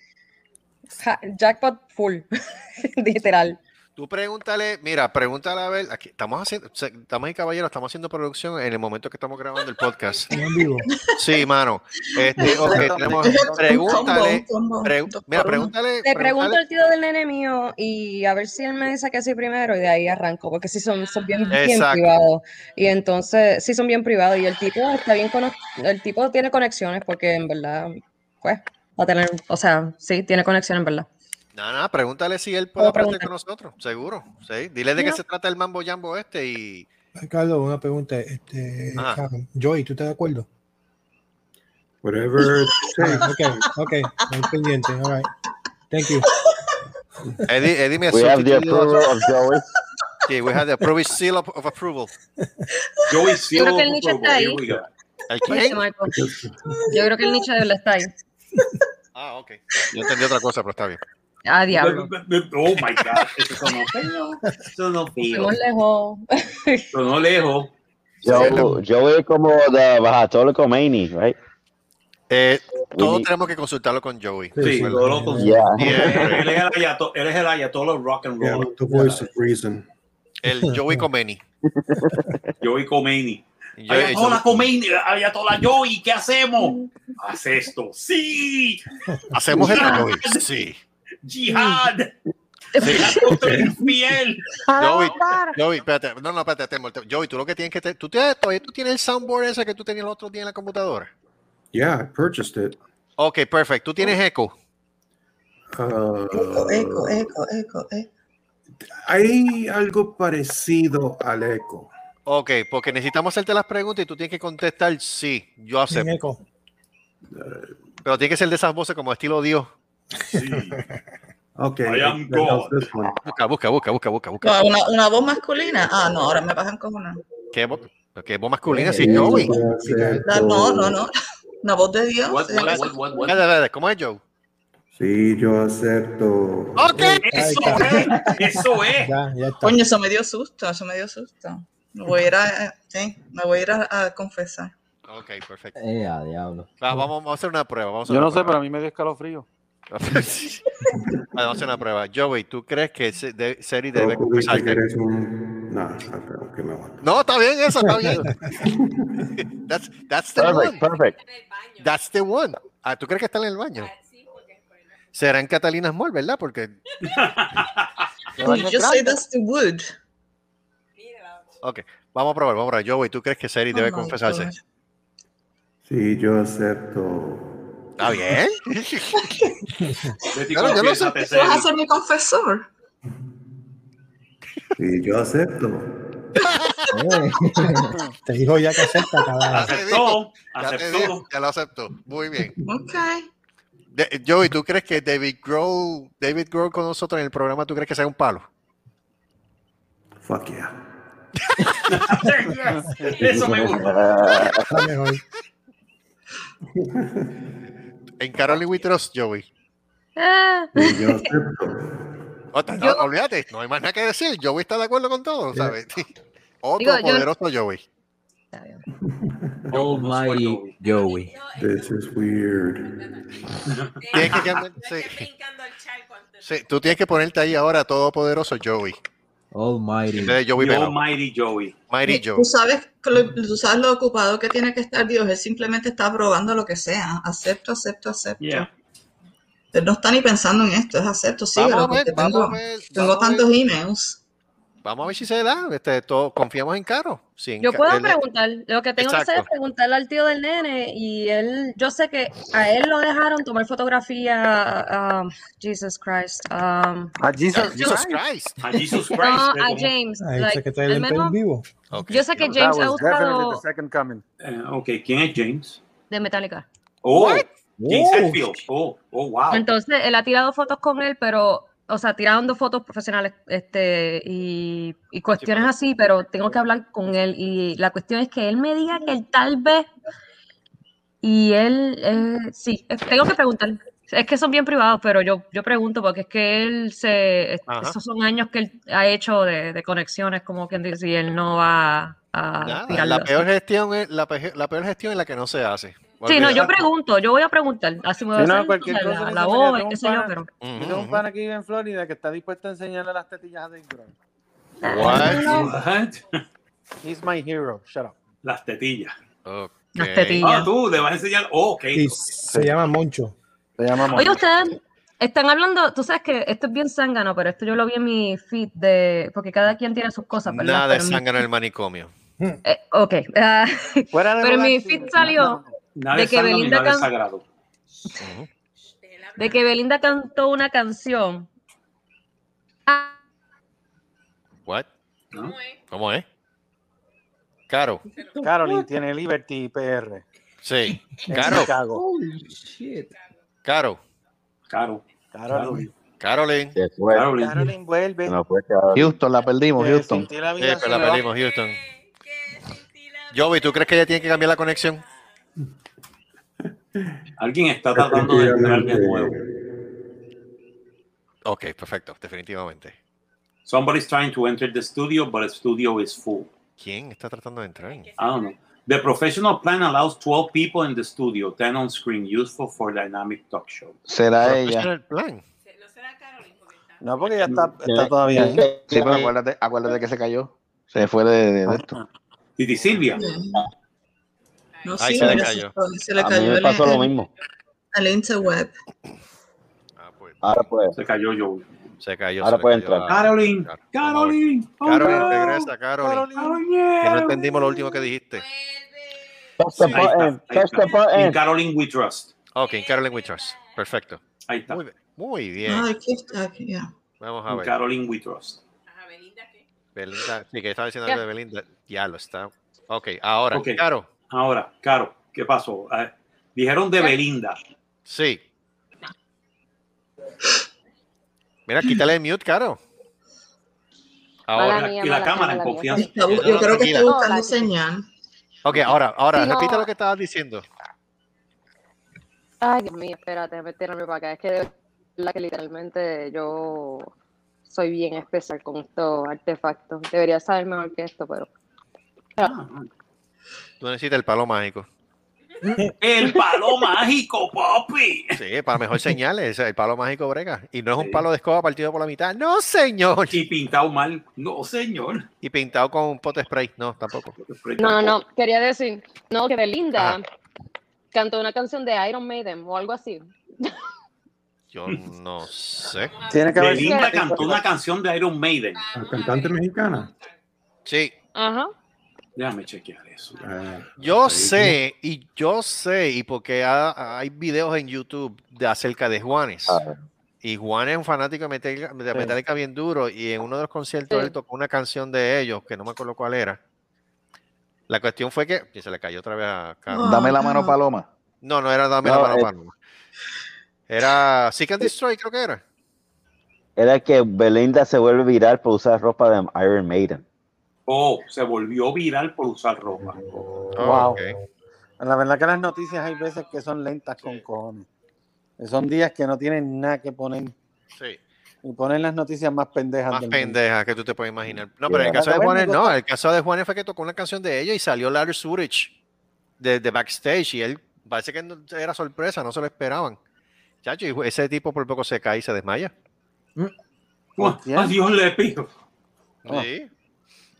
Speaker 10: Ja- Jackpot full, literal.
Speaker 3: Tú pregúntale, mira, pregúntale a ver, aquí estamos haciendo, se- damas y caballeros, estamos haciendo producción en el momento que estamos grabando el podcast. Sí, mano. Este, ok, tenemos- pregúntale, pre- mira, pregúntale,
Speaker 10: Le pregunto
Speaker 3: pregúntale-
Speaker 10: al tío del nene mío y a ver si él me dice que sí primero y de ahí arranco, porque sí son, son bien, bien
Speaker 3: Exacto.
Speaker 10: privados. Y entonces, sí son bien privados y el tipo está bien cono- el tipo tiene conexiones porque en verdad, pues, va a tener, o sea, sí, tiene conexiones en verdad.
Speaker 3: No, no, pregúntale si él puede
Speaker 10: Puedo
Speaker 3: aprender
Speaker 10: preguntar.
Speaker 3: con nosotros, seguro. Sí, dile de qué
Speaker 10: No.
Speaker 3: se trata el mambo jambo este y
Speaker 15: Carlos, una pregunta. Este,
Speaker 3: Ajá.
Speaker 15: ah, Joey, ¿tú estás de acuerdo?
Speaker 11: Whatever.
Speaker 15: Sí, ok, ok. Estoy pendiente. All right. Thank you.
Speaker 3: Eddie, Eddie me
Speaker 15: We have the
Speaker 3: sustituyó a-
Speaker 15: approval of
Speaker 3: Sí, we have the approval seal of, of approval.
Speaker 2: Joey
Speaker 10: Yo creo que el nicho está ahí.
Speaker 3: ¿El
Speaker 10: Dice
Speaker 3: quién?
Speaker 10: Marco. Yo creo que el nicho de verdad está ahí.
Speaker 3: Ah, ok. Yo entendí otra cosa, pero está bien.
Speaker 10: Ah, diablo.
Speaker 2: Oh my God, eso sonó feo. Eso no feo.
Speaker 10: Fuimos lejos.
Speaker 2: Sonó lejos.
Speaker 18: Yo, yo es como de Bajatólico Maney, right?
Speaker 3: Eh, Todos
Speaker 18: need-
Speaker 3: tenemos que consultarlo con Joey.
Speaker 2: Sí, yo lo consulto.
Speaker 18: Yeah.
Speaker 2: Él es el ayato- él es el ayatollah rock and
Speaker 11: Yeah,
Speaker 2: roll.
Speaker 11: the voice of reason.
Speaker 3: El Joey Comeni.
Speaker 2: Joey Khomeini.
Speaker 3: Yo-
Speaker 2: Ayatollah
Speaker 3: yo-
Speaker 2: Khomeini, Ayatollah Joey, ¿qué hacemos? Haz esto. ¡Sí!
Speaker 3: Hacemos esto,
Speaker 2: Jihad.
Speaker 3: Joey. Sí.
Speaker 2: ¡Jihad! Contra el infiel.
Speaker 3: Joey, Joey, espérate. No, no, espérate, Temo, te- Joey, tú lo que tienes que. te- tú, te- todavía tú tienes el soundboard ese que tú tenías el otro día en la computadora.
Speaker 11: Yeah, I purchased it.
Speaker 3: Ok, perfecto. Tú tienes eco.
Speaker 11: Uh,
Speaker 16: Eco, eco, eco, eco.
Speaker 11: hay algo parecido al eco.
Speaker 3: Ok, porque necesitamos hacerte las preguntas y tú tienes que contestar sí, yo acepto. Pero tiene que ser de esas voces como estilo Dios.
Speaker 11: Ok.
Speaker 3: I am
Speaker 11: that was
Speaker 3: God.
Speaker 11: this one.
Speaker 3: Busca, busca, busca, busca, busca. busca.
Speaker 4: No, Una, una voz masculina. Ah, no, ahora me vas a encojonar.
Speaker 3: ¿Qué, voz- qué voz masculina? Sí,
Speaker 11: Eh,
Speaker 3: Joey.
Speaker 4: No, no, no, no. Una voz de Dios.
Speaker 3: What,
Speaker 4: Ella
Speaker 3: what,
Speaker 4: que-
Speaker 3: what, what, what? Espérate, espérate, ¿Cómo es Joe?
Speaker 11: Sí, yo acepto.
Speaker 3: Ok,
Speaker 4: Eso
Speaker 2: es, eso es.
Speaker 4: Coño, eso me dio susto, eso me dio susto. Me voy a ir a, eh, sí, me voy a, ir a, a confesar.
Speaker 3: Ok, perfecto.
Speaker 19: Eh, a diablo.
Speaker 3: Va, vamos, vamos a hacer una prueba. Vamos a hacer
Speaker 16: Yo
Speaker 3: una
Speaker 16: no sé,
Speaker 3: prueba.
Speaker 16: pero a mí me dio escalofrío.
Speaker 3: Vale, Vamos a hacer una prueba. Joey, ¿tú crees que se- de- Seri debe
Speaker 11: Tú dices que
Speaker 3: confesarte?
Speaker 11: eres un. Nah, ah, pero que me va.
Speaker 3: No, está bien eso, está bien. That's, that's the one.
Speaker 18: Perfect, perfect.
Speaker 3: That's the one. Ah, ¿tú crees que está en el baño? Será en Catalina Small, ¿verdad? Porque.
Speaker 4: You just say that's the wood.
Speaker 3: Ok, vamos a probar, vamos a probar. Joey, ¿tú crees que Seri debe
Speaker 18: Oh
Speaker 4: my
Speaker 3: confesarse?
Speaker 11: Sí, yo acepto.
Speaker 3: Está bien.
Speaker 2: Betty,
Speaker 3: Claro, yo no sé. Ah,
Speaker 2: confiésate,
Speaker 4: ¿Tú vas a
Speaker 2: Sally.
Speaker 4: ser mi confesor?
Speaker 11: Sí, yo acepto.
Speaker 15: Te dijo ya que acepta, cabrón.
Speaker 3: Aceptó,
Speaker 2: Ya te
Speaker 3: aceptó.
Speaker 2: digo,
Speaker 3: Ya lo aceptó. Muy bien.
Speaker 4: Ok.
Speaker 3: De- Joey, ¿tú crees que David Grohl, David Grohl con nosotros en el programa, ¿tú crees que sea un palo?
Speaker 11: Fuck yeah.
Speaker 2: Eso me gusta.
Speaker 3: En Carolyn We Trust, Joey.
Speaker 10: Ah.
Speaker 3: O- no, olvídate, no hay más nada que decir. Joey está de acuerdo con todo, ¿sabes? Otro
Speaker 10: Digo, yo-
Speaker 3: poderoso Joey.
Speaker 9: Oh my Joey.
Speaker 3: eh,
Speaker 11: This is weird.
Speaker 3: Tienes que cambiar- sí. Sí, tú tienes que ponerte ahí ahora todopoderoso Joey.
Speaker 9: Almighty.
Speaker 3: Entonces, Joey
Speaker 2: The
Speaker 3: Pelao.
Speaker 2: Almighty Joey.
Speaker 3: Mighty
Speaker 4: Tú
Speaker 3: Joe.
Speaker 4: sabes, que lo- tú sabes lo ocupado que tiene que estar Dios. Él simplemente está probando lo que sea. Acepto, acepto, acepto.
Speaker 2: Yeah.
Speaker 4: Él no está ni pensando en esto. Es acepto, síguelo.
Speaker 3: Vamos a ver,
Speaker 4: porque
Speaker 3: vamos
Speaker 4: tengo
Speaker 3: a ver,
Speaker 4: tengo
Speaker 3: vamos a ver.
Speaker 4: tantos emails.
Speaker 3: Vamos a ver si se da. Este, todo, confiamos en Caro. Si en
Speaker 10: Yo
Speaker 3: Ca-
Speaker 10: puedo
Speaker 3: él-
Speaker 10: preguntar, lo que tengo que hacer es
Speaker 3: Exacto.
Speaker 10: preguntarle al tío del nene y él, yo sé que a él lo dejaron tomar fotografía, um, Jesus Christ, um,
Speaker 16: A Ah, Jesus,
Speaker 3: Jesus Christ.
Speaker 2: A Ah, Jesus
Speaker 10: no,
Speaker 2: Christ.
Speaker 10: a James,
Speaker 15: Ahí
Speaker 10: like,
Speaker 15: se que está
Speaker 10: al
Speaker 15: el
Speaker 10: menos
Speaker 15: en vivo.
Speaker 10: yo sé que
Speaker 16: That
Speaker 10: James ha
Speaker 16: was definitely the
Speaker 10: usado
Speaker 16: second coming.
Speaker 2: Eh, ok, ¿quién es James?
Speaker 10: de Metallica.
Speaker 2: Oh,
Speaker 10: What?
Speaker 2: James
Speaker 10: Oh.
Speaker 2: Hetfield. Oh, oh, wow.
Speaker 10: Entonces, él ha tirado fotos con él, pero, o sea, tirando fotos profesionales este, y, y cuestiones así, pero tengo que hablar con él. Y la cuestión es que él me diga que él tal vez, y él, eh, sí, eh, tengo que preguntar. Es que son bien privados, pero yo, yo pregunto porque es que él se, es-
Speaker 3: Ajá.
Speaker 10: esos son años que él ha hecho de, de conexiones, como quien dice, y él no va a
Speaker 3: Nada,
Speaker 10: tirarlo.
Speaker 3: la peor gestión es la, peje- la peor gestión es la que no se hace.
Speaker 10: Sí, no, yo
Speaker 3: Olvídate.
Speaker 10: pregunto, yo voy a preguntar, así me voy a
Speaker 16: Sí, no,
Speaker 10: hacer,
Speaker 16: cualquier
Speaker 10: o sea,
Speaker 16: cosa
Speaker 10: la,
Speaker 16: que
Speaker 10: la
Speaker 16: se me
Speaker 10: voz,
Speaker 16: quede
Speaker 10: qué sé
Speaker 16: un
Speaker 10: yo,
Speaker 16: pana.
Speaker 10: pero...
Speaker 16: Yo tengo un
Speaker 3: Ujú.
Speaker 16: pana que vive en Florida que está dispuesto a enseñarle las tetillas a Dave Grohl.
Speaker 3: What?
Speaker 2: What?
Speaker 16: He's my hero. Shut up.
Speaker 2: Las tetillas.
Speaker 3: Ok.
Speaker 10: Las tetillas.
Speaker 2: Ah, tú le vas a enseñar. Oh, ok.
Speaker 15: Y se llama Moncho.
Speaker 16: Se llama
Speaker 10: Oye, ustedes están hablando, tú sabes que esto es bien zángano, pero esto yo lo vi en mi feed de, porque cada quien tiene sus cosas, ¿verdad?
Speaker 3: Nada de
Speaker 10: Pero en mi-
Speaker 3: sangre en el manicomio.
Speaker 10: eh, ok, ah,
Speaker 16: Fuera de
Speaker 10: pero en
Speaker 16: lugar,
Speaker 10: mi
Speaker 16: sí,
Speaker 10: feed
Speaker 16: no,
Speaker 10: salió
Speaker 2: Nada
Speaker 10: de
Speaker 2: es
Speaker 10: que
Speaker 2: sano ni
Speaker 10: Belinda
Speaker 2: nada es
Speaker 10: Cam-
Speaker 2: sagrado.
Speaker 10: de que Belinda cantó una canción. Ah,
Speaker 3: What?
Speaker 2: ¿no?
Speaker 3: ¿Cómo es? Caro.
Speaker 16: Caroline tiene Liberty PR
Speaker 3: Sí.
Speaker 16: en
Speaker 3: Caro.
Speaker 16: Chicago.
Speaker 3: Caro.
Speaker 2: Caro.
Speaker 16: Caroline.
Speaker 3: Carolyn.
Speaker 14: Se fue.
Speaker 2: Caroline.
Speaker 16: Caroline vuelve.
Speaker 14: Se nos fue Carolyn. Houston, la perdimos,
Speaker 16: Te
Speaker 14: Houston.
Speaker 16: sentí la
Speaker 3: Sí,
Speaker 16: vida
Speaker 3: pero la
Speaker 16: sola.
Speaker 3: perdimos, Houston. Joey, ¿tú crees que ella tiene que cambiar la conexión?
Speaker 2: Alguien está tratando de entrar de nuevo.
Speaker 3: Ok, perfecto, definitivamente.
Speaker 2: Somebody's trying to enter the studio, but the studio is full.
Speaker 3: ¿Quién está tratando de entrar?
Speaker 2: I don't know. The professional plan allows 12 people in the studio, 10 on screen, useful for dynamic talk show.
Speaker 14: Será ella.
Speaker 3: Professional plan.
Speaker 16: No, porque ya está, está todavía ahí.
Speaker 14: Sí, pero acuérdate, acuérdate que se cayó. Se fue de, de- de esto.
Speaker 2: Titi Silvia.
Speaker 4: No,
Speaker 3: Ay,
Speaker 4: sí,
Speaker 3: se le
Speaker 4: mira,
Speaker 3: cayó.
Speaker 4: se- se le
Speaker 14: A mí
Speaker 4: cayó
Speaker 14: me
Speaker 4: el,
Speaker 14: pasó lo
Speaker 4: el-
Speaker 14: mismo.
Speaker 4: el interweb.
Speaker 3: Ah, pues,
Speaker 14: Ahora puede.
Speaker 2: Se cayó yo.
Speaker 3: se cayó.
Speaker 14: Ahora
Speaker 3: se le
Speaker 14: puede
Speaker 3: cayó
Speaker 14: entrar.
Speaker 3: a-
Speaker 2: Caroline.
Speaker 3: Car-
Speaker 2: Caroline.
Speaker 3: Carolyn,
Speaker 2: no.
Speaker 3: regresa, Carolyn.
Speaker 2: Caroline.
Speaker 3: Que no entendimos lo último que dijiste.
Speaker 2: Eh.
Speaker 14: Touch the
Speaker 2: Ahí
Speaker 12: eh,
Speaker 2: está,
Speaker 14: button,
Speaker 2: ahí
Speaker 14: touch the
Speaker 2: está. In
Speaker 14: button.
Speaker 2: Caroline We Trust.
Speaker 3: Ok, Carolyn We Trust. Perfecto.
Speaker 2: Ahí está. Ah,
Speaker 3: Muy, bien, muy bien.
Speaker 4: Ay, qué- ay, ya.
Speaker 3: Vamos a
Speaker 2: In
Speaker 3: ver.
Speaker 2: Caroline We Trust.
Speaker 3: Belinda, sí, que estaba diciendo algo de Belinda. Ya lo está. Ok, ahora,
Speaker 2: Ok.
Speaker 3: Caro.
Speaker 2: Ahora, Caro, ¿qué pasó? Ah, dijeron de Belinda.
Speaker 3: Sí. Mira, quítale el mute, Caro. Ahora.
Speaker 2: Mala mía, Y la mala cámara, mía, en mala mía. confianza.
Speaker 4: Está
Speaker 3: No,
Speaker 4: bu- Yo
Speaker 3: no,
Speaker 4: creo que
Speaker 3: tranquila.
Speaker 4: está buscando señal.
Speaker 3: Ok, ahora, ahora,
Speaker 10: Sí, no.
Speaker 3: repite lo que estabas diciendo.
Speaker 10: Ay, Dios mío, espérate, meterme para acá. Es que de verdad que literalmente yo soy bien especial con estos artefactos. Debería saber mejor que esto, pero.
Speaker 3: Tú necesitas el palo mágico.
Speaker 2: El palo mágico, papi.
Speaker 3: Sí, para mejor señales, el palo mágico brega. Y no es
Speaker 2: Sí.
Speaker 3: un palo de escoba partido por la mitad. No, señor.
Speaker 2: Y pintado mal. No, señor.
Speaker 3: Y pintado con un pote spray. No, tampoco.
Speaker 10: No, no, no. Quería decir, no, que Belinda
Speaker 3: Ajá.
Speaker 10: cantó una canción de Iron Maiden o algo así.
Speaker 3: Yo no sé.
Speaker 16: Tiene que haber
Speaker 2: Belinda
Speaker 16: sido-
Speaker 2: cantó una canción de Iron Maiden.
Speaker 11: La cantante mexicana.
Speaker 3: Sí,
Speaker 10: Ajá.
Speaker 2: Déjame chequear eso.
Speaker 11: Ah,
Speaker 3: Yo
Speaker 11: ahí.
Speaker 3: sé, y yo sé, y porque ha- hay videos en YouTube de acerca de Juanes.
Speaker 14: Ah,
Speaker 3: Y Juan es un fanático de Metallica, de
Speaker 16: Sí.
Speaker 3: Metallica bien duro, y en uno de los conciertos
Speaker 10: Sí.
Speaker 3: él tocó una canción de ellos, que no me acuerdo cuál era. La cuestión fue que, y se le cayó otra vez a Carlos.
Speaker 4: Ah,
Speaker 14: Dame la mano,
Speaker 4: ah.
Speaker 14: Paloma.
Speaker 3: No, no era Dame la
Speaker 14: No,
Speaker 3: mano
Speaker 14: eh.
Speaker 3: Paloma.
Speaker 11: Era Seek and Destroy, creo que era.
Speaker 12: Era que Belinda se vuelve viral por usar ropa de Iron Maiden.
Speaker 2: Oh, se volvió viral por usar ropa. Oh.
Speaker 16: wow. La verdad que las noticias hay veces que son lentas con cojones. Son días que no tienen nada que poner.
Speaker 11: Sí.
Speaker 16: Y ponen las noticias más pendejas.
Speaker 11: Más
Speaker 16: del
Speaker 11: pendeja que tú te puedes imaginar. No,
Speaker 16: Sí,
Speaker 11: pero en el
Speaker 16: la
Speaker 11: caso de
Speaker 16: verdad,
Speaker 11: Juanes,
Speaker 16: me
Speaker 11: no.
Speaker 16: gusta.
Speaker 11: El caso de Juanes fue que tocó una canción de ella y salió Larry Zurich de, de backstage y él parece que no- era sorpresa, no se lo esperaban. Chacho, y ese tipo por poco se cae y se desmaya.
Speaker 16: mundo.
Speaker 2: Dios le pido.
Speaker 16: Oh.
Speaker 11: Sí,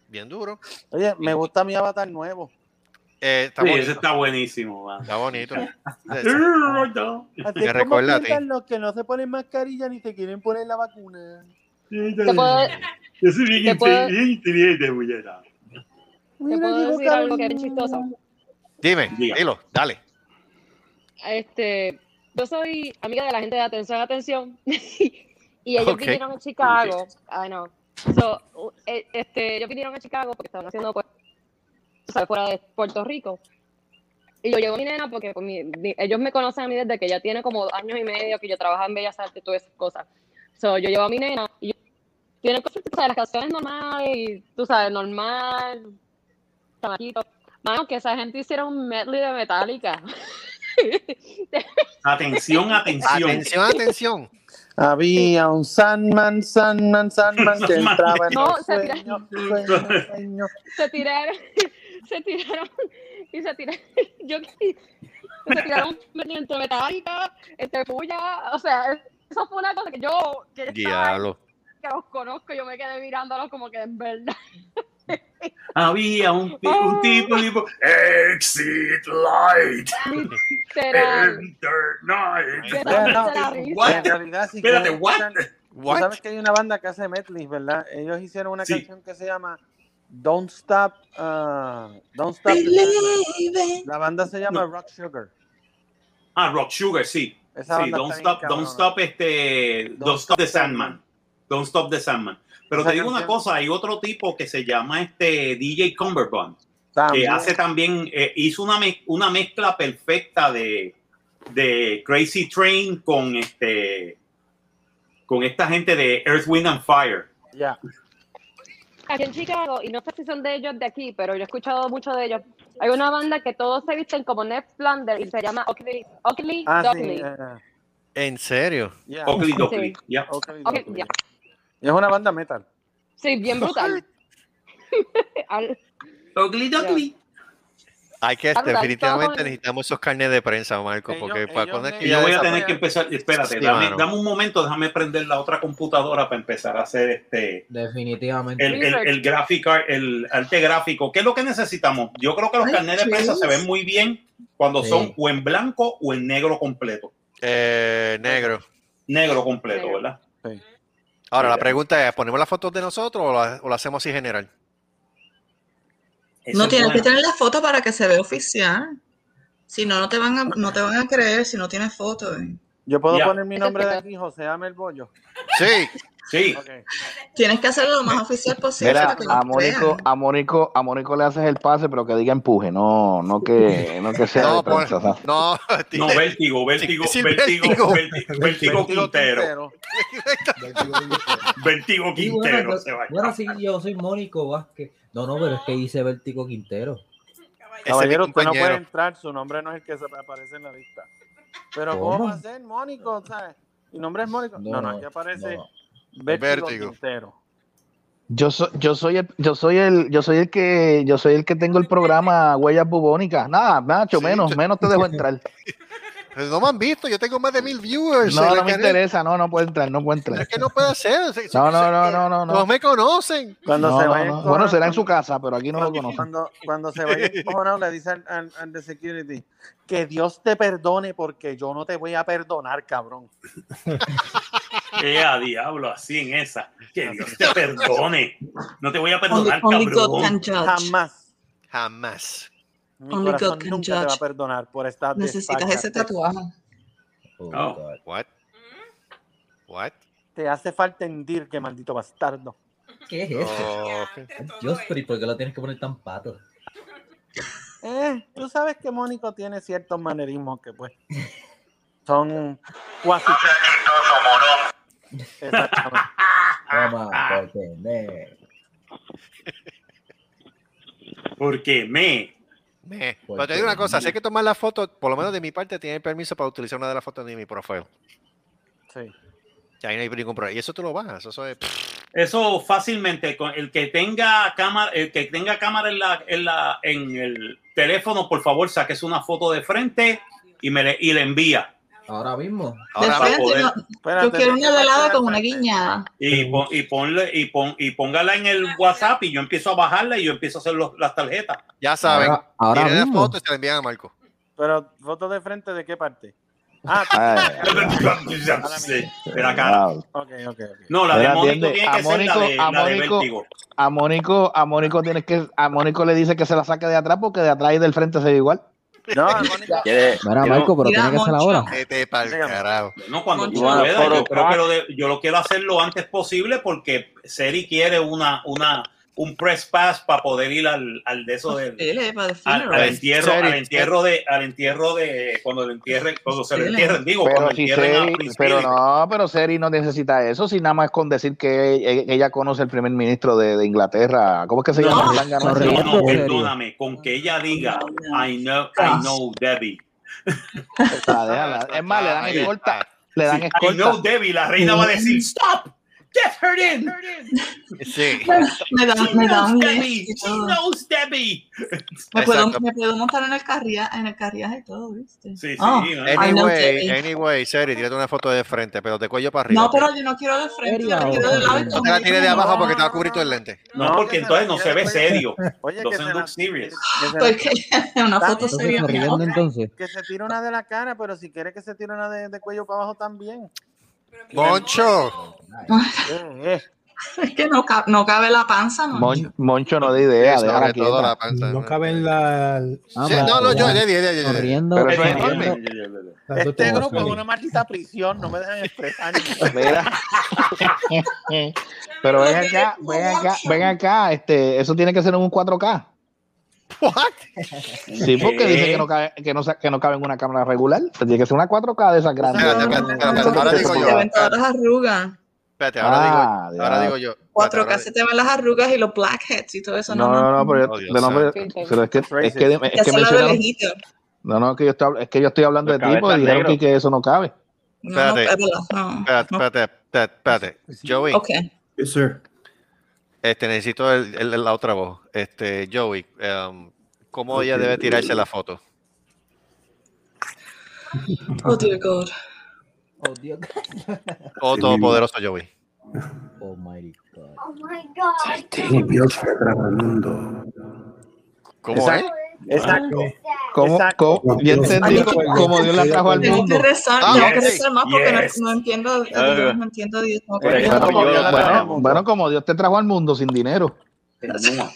Speaker 11: bien duro.
Speaker 16: Oye, me gusta mi avatar nuevo.
Speaker 11: Eh, está
Speaker 2: Sí,
Speaker 11: bonito.
Speaker 2: ese está buenísimo. man.
Speaker 11: Está bonito.
Speaker 16: Así
Speaker 11: Me
Speaker 2: este
Speaker 16: es como
Speaker 11: recuerda a ti.
Speaker 16: pintan los que no se ponen mascarilla ni se quieren poner la vacuna.
Speaker 10: Te puedo-
Speaker 2: Yo soy bien
Speaker 10: Te puedo-
Speaker 2: inte- bien inteligente, muñeca.
Speaker 10: Te puedo decir algo que es chistoso.
Speaker 11: Dime, dilo, dale.
Speaker 10: Este, yo soy amiga de la gente de Atención, Atención. y ellos
Speaker 11: Ok.
Speaker 10: vinieron a Chicago. I know. So, u- e- este, ellos vinieron a Chicago porque estaban haciendo pues, tú sabes, fuera de Puerto Rico. Y yo llevo a mi nena porque pues, mi- mi- ellos me conocen a mí desde que ella tiene como dos años y medio que yo trabajo en Bellas Artes y todas esas cosas. So, yo llevo a mi nena y yo- tiene cosas, tú sabes, las canciones normales y tú sabes, normal, chamaquito. Mano, que esa gente hicieron un medley de Metallica.
Speaker 2: Atención, atención.
Speaker 11: Atención, atención.
Speaker 16: Había un Sandman, Sandman, Sandman que entraba en
Speaker 10: No,
Speaker 16: los
Speaker 10: se
Speaker 16: sueños.
Speaker 10: tiraron,
Speaker 16: sueños, sueños.
Speaker 10: se tiraron, se tiraron, y se tiraron, yo, se tiraron entre metálica, entre puya, o sea, eso fue una cosa que yo, que yo estaba ahí,
Speaker 11: Diablo.
Speaker 10: que los conozco, yo me quedé mirándolos como que en verdad.
Speaker 2: Había un, ti- un tipo, tipo, Exit Light.
Speaker 10: Literal.
Speaker 2: Enter Night.
Speaker 16: Bueno,
Speaker 2: What?
Speaker 16: en realidad, si
Speaker 2: Espérate,
Speaker 16: quieren,
Speaker 2: what?
Speaker 16: Tú sabes que hay una banda que hace Metlis, ¿verdad? Ellos hicieron una
Speaker 2: Sí.
Speaker 16: canción que se llama Don't Stop. ah, Don't Stop. the Sandman. La banda se llama Rock Sugar.
Speaker 2: Ah, Rock Sugar, sí.
Speaker 16: Esa
Speaker 2: sí,
Speaker 16: banda
Speaker 2: don't
Speaker 16: está bien
Speaker 2: stop, don't
Speaker 16: cabrona.
Speaker 2: stop, este, don't, stop the Sandman. Don't stop the Sandman. Pero
Speaker 16: Esa
Speaker 2: te digo una
Speaker 16: canción-
Speaker 2: cosa, hay otro tipo que se llama este DJ Cumberbund, que
Speaker 16: También.
Speaker 2: hace también, eh, hizo una, mez- una mezcla perfecta de, de Crazy Train con este, con esta gente de Earth, Wind and Fire.
Speaker 16: Ya.
Speaker 10: Aquí en Chicago, y no sé si son de ellos de aquí, pero yo he escuchado mucho de ellos, hay una banda que todos se visten como Ned Flanders y se llama Oakley, Oakley
Speaker 16: Ah, sí,
Speaker 10: Duckley.
Speaker 16: eh,
Speaker 11: ¿En serio?
Speaker 16: yeah.
Speaker 2: Oakley
Speaker 10: Sí.
Speaker 2: Doakley, ya.
Speaker 16: Oakley
Speaker 10: Ok,
Speaker 16: Doakley.
Speaker 10: ya.
Speaker 16: Y Es una banda metal.
Speaker 10: Sí, bien brutal. Al-
Speaker 2: Oakley Doakley.
Speaker 11: Hay que este,
Speaker 10: Claro, todo
Speaker 11: definitivamente
Speaker 10: el-
Speaker 11: necesamos esos carnes de prensa, Marco, porque para cuando es que
Speaker 2: Y
Speaker 11: ya
Speaker 2: yo voy a
Speaker 11: desapa-
Speaker 2: tener que empezar, espérate,
Speaker 11: Sí,
Speaker 2: dame,
Speaker 11: mano.
Speaker 2: dame un momento, déjame prender la otra computadora para empezar a hacer este...
Speaker 9: Definitivamente.
Speaker 2: el, el, el graphic art- el arte gráfico. ¿Qué es lo que necesitamos? Yo creo que los
Speaker 9: Ay,
Speaker 2: carnets de prensa
Speaker 9: Dios.
Speaker 2: se ven muy bien cuando
Speaker 9: Sí.
Speaker 2: son o en blanco o en negro completo.
Speaker 11: Eh, negro.
Speaker 2: Negro completo, ¿verdad?
Speaker 11: Ahora, la pregunta es, ¿ponemos las fotos de nosotros o la, o la hacemos así general?
Speaker 4: No tienes que tener la foto para que se vea oficial. Si no, no te van a, no te van a creer si no tienes foto. eh.
Speaker 16: Yo puedo
Speaker 4: Ya.
Speaker 16: poner mi nombre de aquí, José Amel Bollo.
Speaker 11: Sí.
Speaker 2: Sí.
Speaker 4: Tienes que hacerlo lo más oficial posible
Speaker 14: Mira,
Speaker 4: para que
Speaker 14: a
Speaker 4: lo
Speaker 14: Mónico,
Speaker 4: crean.
Speaker 14: a Mónico, a Mónico le haces el pase, pero que diga empuje, no, no que, no que sea de prensa. o sea.
Speaker 11: No,
Speaker 2: No, vértigo, vértigo,
Speaker 14: Sí, sí,
Speaker 2: vértigo,
Speaker 14: vértigo.
Speaker 2: vértigo, vértigo Quintero. Vértigo
Speaker 9: Sí, bueno,
Speaker 2: Quintero
Speaker 9: yo-
Speaker 2: se va.
Speaker 9: bueno, sí, yo soy Mónico Vázquez. No, no, pero es que hice Vértigo Quintero.
Speaker 16: Caballero, usted no puede entrar, su nombre no es el que se aparece en la lista. Pero ¿cómo,
Speaker 9: ¿Cómo?
Speaker 16: va a ser Mónico? ¿Sabes? Mi nombre es Mónico.
Speaker 9: No,
Speaker 16: No, no,
Speaker 9: no,
Speaker 16: aquí aparece
Speaker 9: no.
Speaker 16: Vértigo,
Speaker 14: Vértigo.
Speaker 16: Quintero.
Speaker 14: Yo soy, yo soy el, yo soy el, yo soy el que, yo soy el que tengo el programa Huellas Bubónicas. Nada, Nacho, menos, menos te dejo entrar.
Speaker 11: Pero no me han visto, yo tengo más de mil
Speaker 16: Pues,
Speaker 11: viewers.
Speaker 14: No,
Speaker 11: en
Speaker 14: no
Speaker 11: la
Speaker 14: me
Speaker 11: canal.
Speaker 14: interesa, no, no puedo entrar, no puedo entrar.
Speaker 11: Es que no puede ser. se- se-
Speaker 14: No, no, no, no, no.
Speaker 11: No me conocen.
Speaker 16: Cuando
Speaker 14: No,
Speaker 16: se
Speaker 14: no,
Speaker 16: vayan
Speaker 14: no.
Speaker 16: con-
Speaker 14: Bueno, será en su casa, pero aquí no lo conocen.
Speaker 16: Cuando, cuando se vaya encojonado, le dice al, al, al de security que Dios te perdone porque yo no te voy a perdonar, cabrón.
Speaker 2: Eh, a diablo, así en esa. Que Dios te perdone. No te voy a perdonar,
Speaker 16: Only- only God
Speaker 2: cabrón.
Speaker 16: can judge. Jamás.
Speaker 11: Jamás.
Speaker 16: Mi
Speaker 4: Only Oh God
Speaker 16: corazón
Speaker 4: can
Speaker 16: nunca te va a
Speaker 4: judge.
Speaker 16: perdonar por esta
Speaker 4: Necesitas ese
Speaker 16: desfachatez.
Speaker 4: tatuaje.
Speaker 2: Oh,
Speaker 11: what? What?
Speaker 16: Te hace falta hendir, que maldito bastardo.
Speaker 9: ¿Qué es eso? Ay, Dios, pero ¿y por qué lo tienes que poner tan pato?
Speaker 16: Eh, tú sabes que Mónico tiene ciertos manerismos que pues. son cuasi.
Speaker 4: Ah.
Speaker 9: Toma, por pendejo.
Speaker 2: Porque me.
Speaker 3: Me. Pero te digo una cosa, si hay que tomar la foto, por lo menos de mi parte, tiene permiso para utilizar una de las fotos de mi profile.
Speaker 16: Sí.
Speaker 3: Y ahí no hay ningún problema. Y eso tú lo bajas, eso es...
Speaker 2: Eso fácilmente, con el que tenga cámara, el que tenga cámara en la, en la, en el teléfono, por favor, saques una foto de frente y me le, y le envía.
Speaker 9: Ahora mismo.
Speaker 4: De
Speaker 2: Ahora va a
Speaker 4: frente,
Speaker 2: poder.
Speaker 4: no, yo quiero una velada con una guiñada.
Speaker 2: Y, pon- y ponle, y pon, y póngala en el WhatsApp y yo empiezo a bajarla y yo empiezo a hacer los- las tarjetas.
Speaker 3: Ya saben,
Speaker 9: Ahora- ahora
Speaker 3: tienen
Speaker 9: mismo.
Speaker 3: la foto y se la envían a Marco.
Speaker 16: Pero, ¿foto de frente de qué parte? Ah,
Speaker 2: Sí, pero acá.
Speaker 16: ok, ok, ok.
Speaker 2: No, la de
Speaker 14: Mira,
Speaker 2: Mónico
Speaker 14: atiende,
Speaker 2: tiene que
Speaker 14: a
Speaker 2: ser la de,
Speaker 14: Mónico- a
Speaker 2: la de
Speaker 14: Mónico-
Speaker 2: Vértigo.
Speaker 14: A Mónico, a Mónico tienes que, a Mónico le dice que se la saque de atrás porque de atrás y del frente se ve igual.
Speaker 16: No,
Speaker 9: Mira, Marco, pero tiene que ser ahora.
Speaker 3: Vete pa'l carajo.
Speaker 2: No, cuando tú
Speaker 9: Moncho.
Speaker 2: puedas.
Speaker 9: Bueno, pero-
Speaker 2: Yo, creo que lo de- yo lo quiero hacer lo antes posible porque Seri quiere una, una, un press pass para poder ir al, al de eso del.
Speaker 4: Dele, para el
Speaker 2: Al, al
Speaker 4: funeral.
Speaker 2: entierro, al entierro de, al entierro de cuando le entierren, cuando se le
Speaker 4: Sí.
Speaker 2: entierren, digo,
Speaker 14: Pero,
Speaker 2: cuando
Speaker 14: si
Speaker 2: entierren a
Speaker 14: Seri-
Speaker 2: Prince
Speaker 14: pero
Speaker 2: Philip.
Speaker 14: no, pero Seri no necesita eso, si nada más con decir que e- ella conoce al primer ministro de, de Inglaterra. ¿Cómo es que se
Speaker 2: No,
Speaker 14: llama?
Speaker 2: no,
Speaker 14: Lángano ese?
Speaker 2: no, no, perdóname, con que ella diga, I know, I know Debbie.
Speaker 14: Ah, déjala. Es más, le dan escolta. Le dan
Speaker 2: I know
Speaker 14: escolta.
Speaker 2: Debbie, la reina va a decir, stop, get her in.
Speaker 3: Sí.
Speaker 4: Me da,
Speaker 2: She
Speaker 4: me da un
Speaker 2: knows
Speaker 4: yes
Speaker 2: Debbie,
Speaker 4: y
Speaker 2: she
Speaker 4: todo.
Speaker 2: knows Debbie.
Speaker 4: Me puedo,
Speaker 3: Exacto.
Speaker 4: me puedo montar en el carriaje, en el carriaje y todo, ¿viste?
Speaker 2: Sí,
Speaker 4: Oh, I know
Speaker 3: Anyway,
Speaker 4: Debbie.
Speaker 3: anyway, Seri, tírate una foto de frente, pero de cuello para arriba.
Speaker 4: No, pero yo no quiero de frente, yo la quiero de lado y
Speaker 3: No te la tires de
Speaker 4: conmigo.
Speaker 3: abajo porque te va a cubrir todo el lente.
Speaker 2: No, porque entonces no se ve serio.
Speaker 16: Oye, que
Speaker 2: Entonces
Speaker 16: se
Speaker 2: no
Speaker 16: la-
Speaker 2: es serious.
Speaker 4: Porque una
Speaker 16: Está
Speaker 4: foto
Speaker 16: bien,
Speaker 4: sería
Speaker 16: está bien,
Speaker 4: mejor.
Speaker 9: entonces.
Speaker 16: Que se tire una de la cara, pero si quiere que se tire una de, de cuello para abajo también.
Speaker 3: Moncho.
Speaker 16: Eh, eh.
Speaker 4: Es que no, ca- no cabe la panza, Moncho.
Speaker 14: Mon- Moncho no da idea,
Speaker 3: Sí,
Speaker 14: déjala
Speaker 3: sobre todo
Speaker 14: quieta. Ah,
Speaker 3: la panza.
Speaker 15: No cabe en la.
Speaker 3: Sí, no, no, yo, Eddie, Eddie, Eddie.
Speaker 9: Sonriendo.
Speaker 14: Pero eso es
Speaker 9: sonriendo.
Speaker 14: enorme.
Speaker 15: Las dos
Speaker 16: Este
Speaker 15: tengo
Speaker 16: grupo es
Speaker 15: serie.
Speaker 16: una maldita prisión, no me dejan expresar.
Speaker 14: Mira. Pero ven acá, ven acá, ven acá, este, eso tiene que ser en un 4K. Sí, porque dice que no cabe, que no, sa- que no cabe en una cámara regular. Pues tiene que ser una 4K de esas grandes.
Speaker 3: Espérate, espérate, espérate, espérate, ahora digo
Speaker 4: Se
Speaker 3: yo.
Speaker 4: te ven todas
Speaker 3: Espérate,
Speaker 4: las arrugas.
Speaker 3: espérate, ahora digo
Speaker 14: Ah,
Speaker 3: yo. Ahora
Speaker 14: ya.
Speaker 3: digo yo. Espérate,
Speaker 4: 4K
Speaker 3: ahora
Speaker 4: se
Speaker 3: digo-
Speaker 4: te ven las arrugas y los blackheads y todo eso.
Speaker 14: No, no, no, pero, yo-
Speaker 3: Oh, Dios
Speaker 14: pero no, pero-
Speaker 4: santo.
Speaker 14: pero es que, es que, es
Speaker 4: Que
Speaker 14: que
Speaker 4: se la de
Speaker 14: mencionaron-
Speaker 4: lejito.
Speaker 14: no, no, que yo estoy, es que yo estoy hablando
Speaker 20: Los
Speaker 14: de ti porque
Speaker 20: cabezas
Speaker 14: dijeron que,
Speaker 20: negros.
Speaker 14: que eso no cabe.
Speaker 4: No, no,
Speaker 3: Espérate.
Speaker 4: pero no.
Speaker 3: Espérate, espérate, espérate, espérate. Joey,
Speaker 4: Ok.
Speaker 11: Yes, sir.
Speaker 3: este, necesito el- el- la otra voz. Este, Joey, em, ¿cómo ella debe tirarse la foto?
Speaker 4: Oh, dear God.
Speaker 9: Oh, Dios.
Speaker 3: O todopoderoso Joey.
Speaker 9: Oh, my God.
Speaker 11: Sí, Dios mundo.
Speaker 3: ¿Cómo
Speaker 16: Exacto. Exacto.
Speaker 14: ¿Cómo,
Speaker 16: Exacto.
Speaker 14: cómo- yo entendí co- como Dios la trajo al
Speaker 4: Tengo que
Speaker 14: mundo.
Speaker 4: rezar,
Speaker 3: Ah,
Speaker 4: tengo que
Speaker 3: yes,
Speaker 4: rezar más porque no-
Speaker 2: yes.
Speaker 4: no, entiendo, de Dios, no entiendo de Dios. tengo que
Speaker 20: Por eso
Speaker 14: Bueno,
Speaker 4: rezar.
Speaker 20: como
Speaker 14: como
Speaker 20: yo
Speaker 14: Dios-
Speaker 20: la traje al
Speaker 14: bueno,
Speaker 20: mundo.
Speaker 14: bueno, como Dios te trajo al mundo sin dinero.
Speaker 2: Continúa.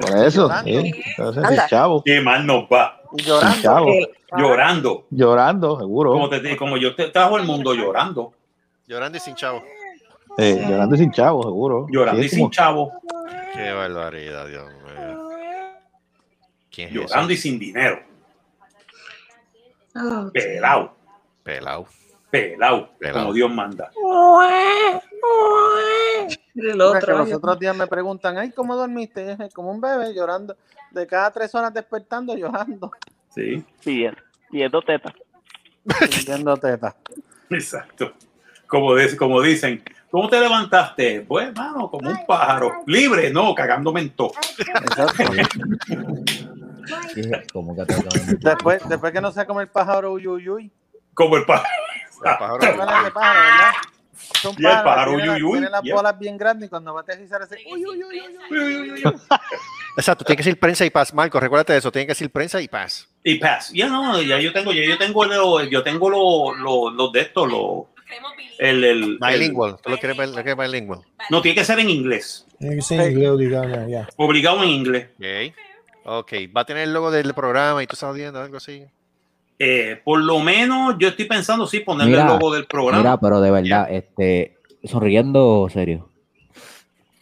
Speaker 14: Por eso,
Speaker 16: Llorando.
Speaker 14: sí. Entonces,
Speaker 2: Anda.
Speaker 14: el chavo,
Speaker 2: Qué mal nos va.
Speaker 16: Y
Speaker 14: el
Speaker 16: llorando.
Speaker 14: chavo,
Speaker 4: Eh,
Speaker 2: Llorando.
Speaker 14: llorando, seguro.
Speaker 2: Como, te, como yo te trajo el mundo llorando.
Speaker 3: Llorando y sin chavo.
Speaker 14: Eh, Llorando y sin chavo, seguro.
Speaker 2: Llorando
Speaker 14: Sí,
Speaker 2: y sin
Speaker 14: como-
Speaker 2: chavo.
Speaker 3: Qué barbaridad, Dios mío. ¿Quién es
Speaker 2: Llorando y
Speaker 3: eso?
Speaker 2: sin dinero.
Speaker 4: Oh,
Speaker 2: Pelao,
Speaker 3: Pelao.
Speaker 2: pelao.
Speaker 3: Pelao.
Speaker 2: Como Dios manda.
Speaker 4: mira el
Speaker 16: Porque
Speaker 4: otro.
Speaker 16: los otros días me preguntan, ay, ¿cómo dormiste? Y dije, como un bebé llorando. De cada tres horas despertando, llorando.
Speaker 2: Sí,
Speaker 21: Pidiendo teta.
Speaker 16: Pidiendo teta.
Speaker 2: exacto. Como, de- como dicen, ¿cómo te levantaste? Pues, mano, como un pájaro. Libre, no, cagándome en todo.
Speaker 9: Dije, ¿Cómo que te acaban de-
Speaker 16: Después, después que no sea como el pájaro uyuyuy.
Speaker 2: Como el pájaro.
Speaker 3: El
Speaker 16: ¿Se
Speaker 3: pájaro.
Speaker 16: acuerdan de pájaro, verdad? Es un
Speaker 2: Y el pájaro
Speaker 16: tiene la-
Speaker 2: uyuyuy,
Speaker 16: Tiene las
Speaker 2: yeah.
Speaker 16: bolas bien grandes y cuando va a aterrizar ese uyuyuy.
Speaker 3: Exacto, tiene que decir prensa y paz, Marco. Recuérdate de eso, tiene que decir prensa y paz.
Speaker 2: Y pass. Ya no, ya yo tengo, ya yo tengo, lo- yo tengo los lo, los de estos, lo, el, el, el-
Speaker 3: Bilingual. ¿Tú lo quieres, bil- lo quieres bilingual?
Speaker 2: no, tiene que ser en inglés.
Speaker 15: Tiene que ser en inglés, digamos, ya.
Speaker 2: Obligado en inglés.
Speaker 3: Ok. Ok, va a tener el logo del programa y tú estás viendo algo así.
Speaker 2: Eh, por lo menos yo estoy pensando, sí, ponerle
Speaker 9: Mira,
Speaker 2: el logo del programa.
Speaker 9: Mira, pero de verdad, este, sonriendo serio.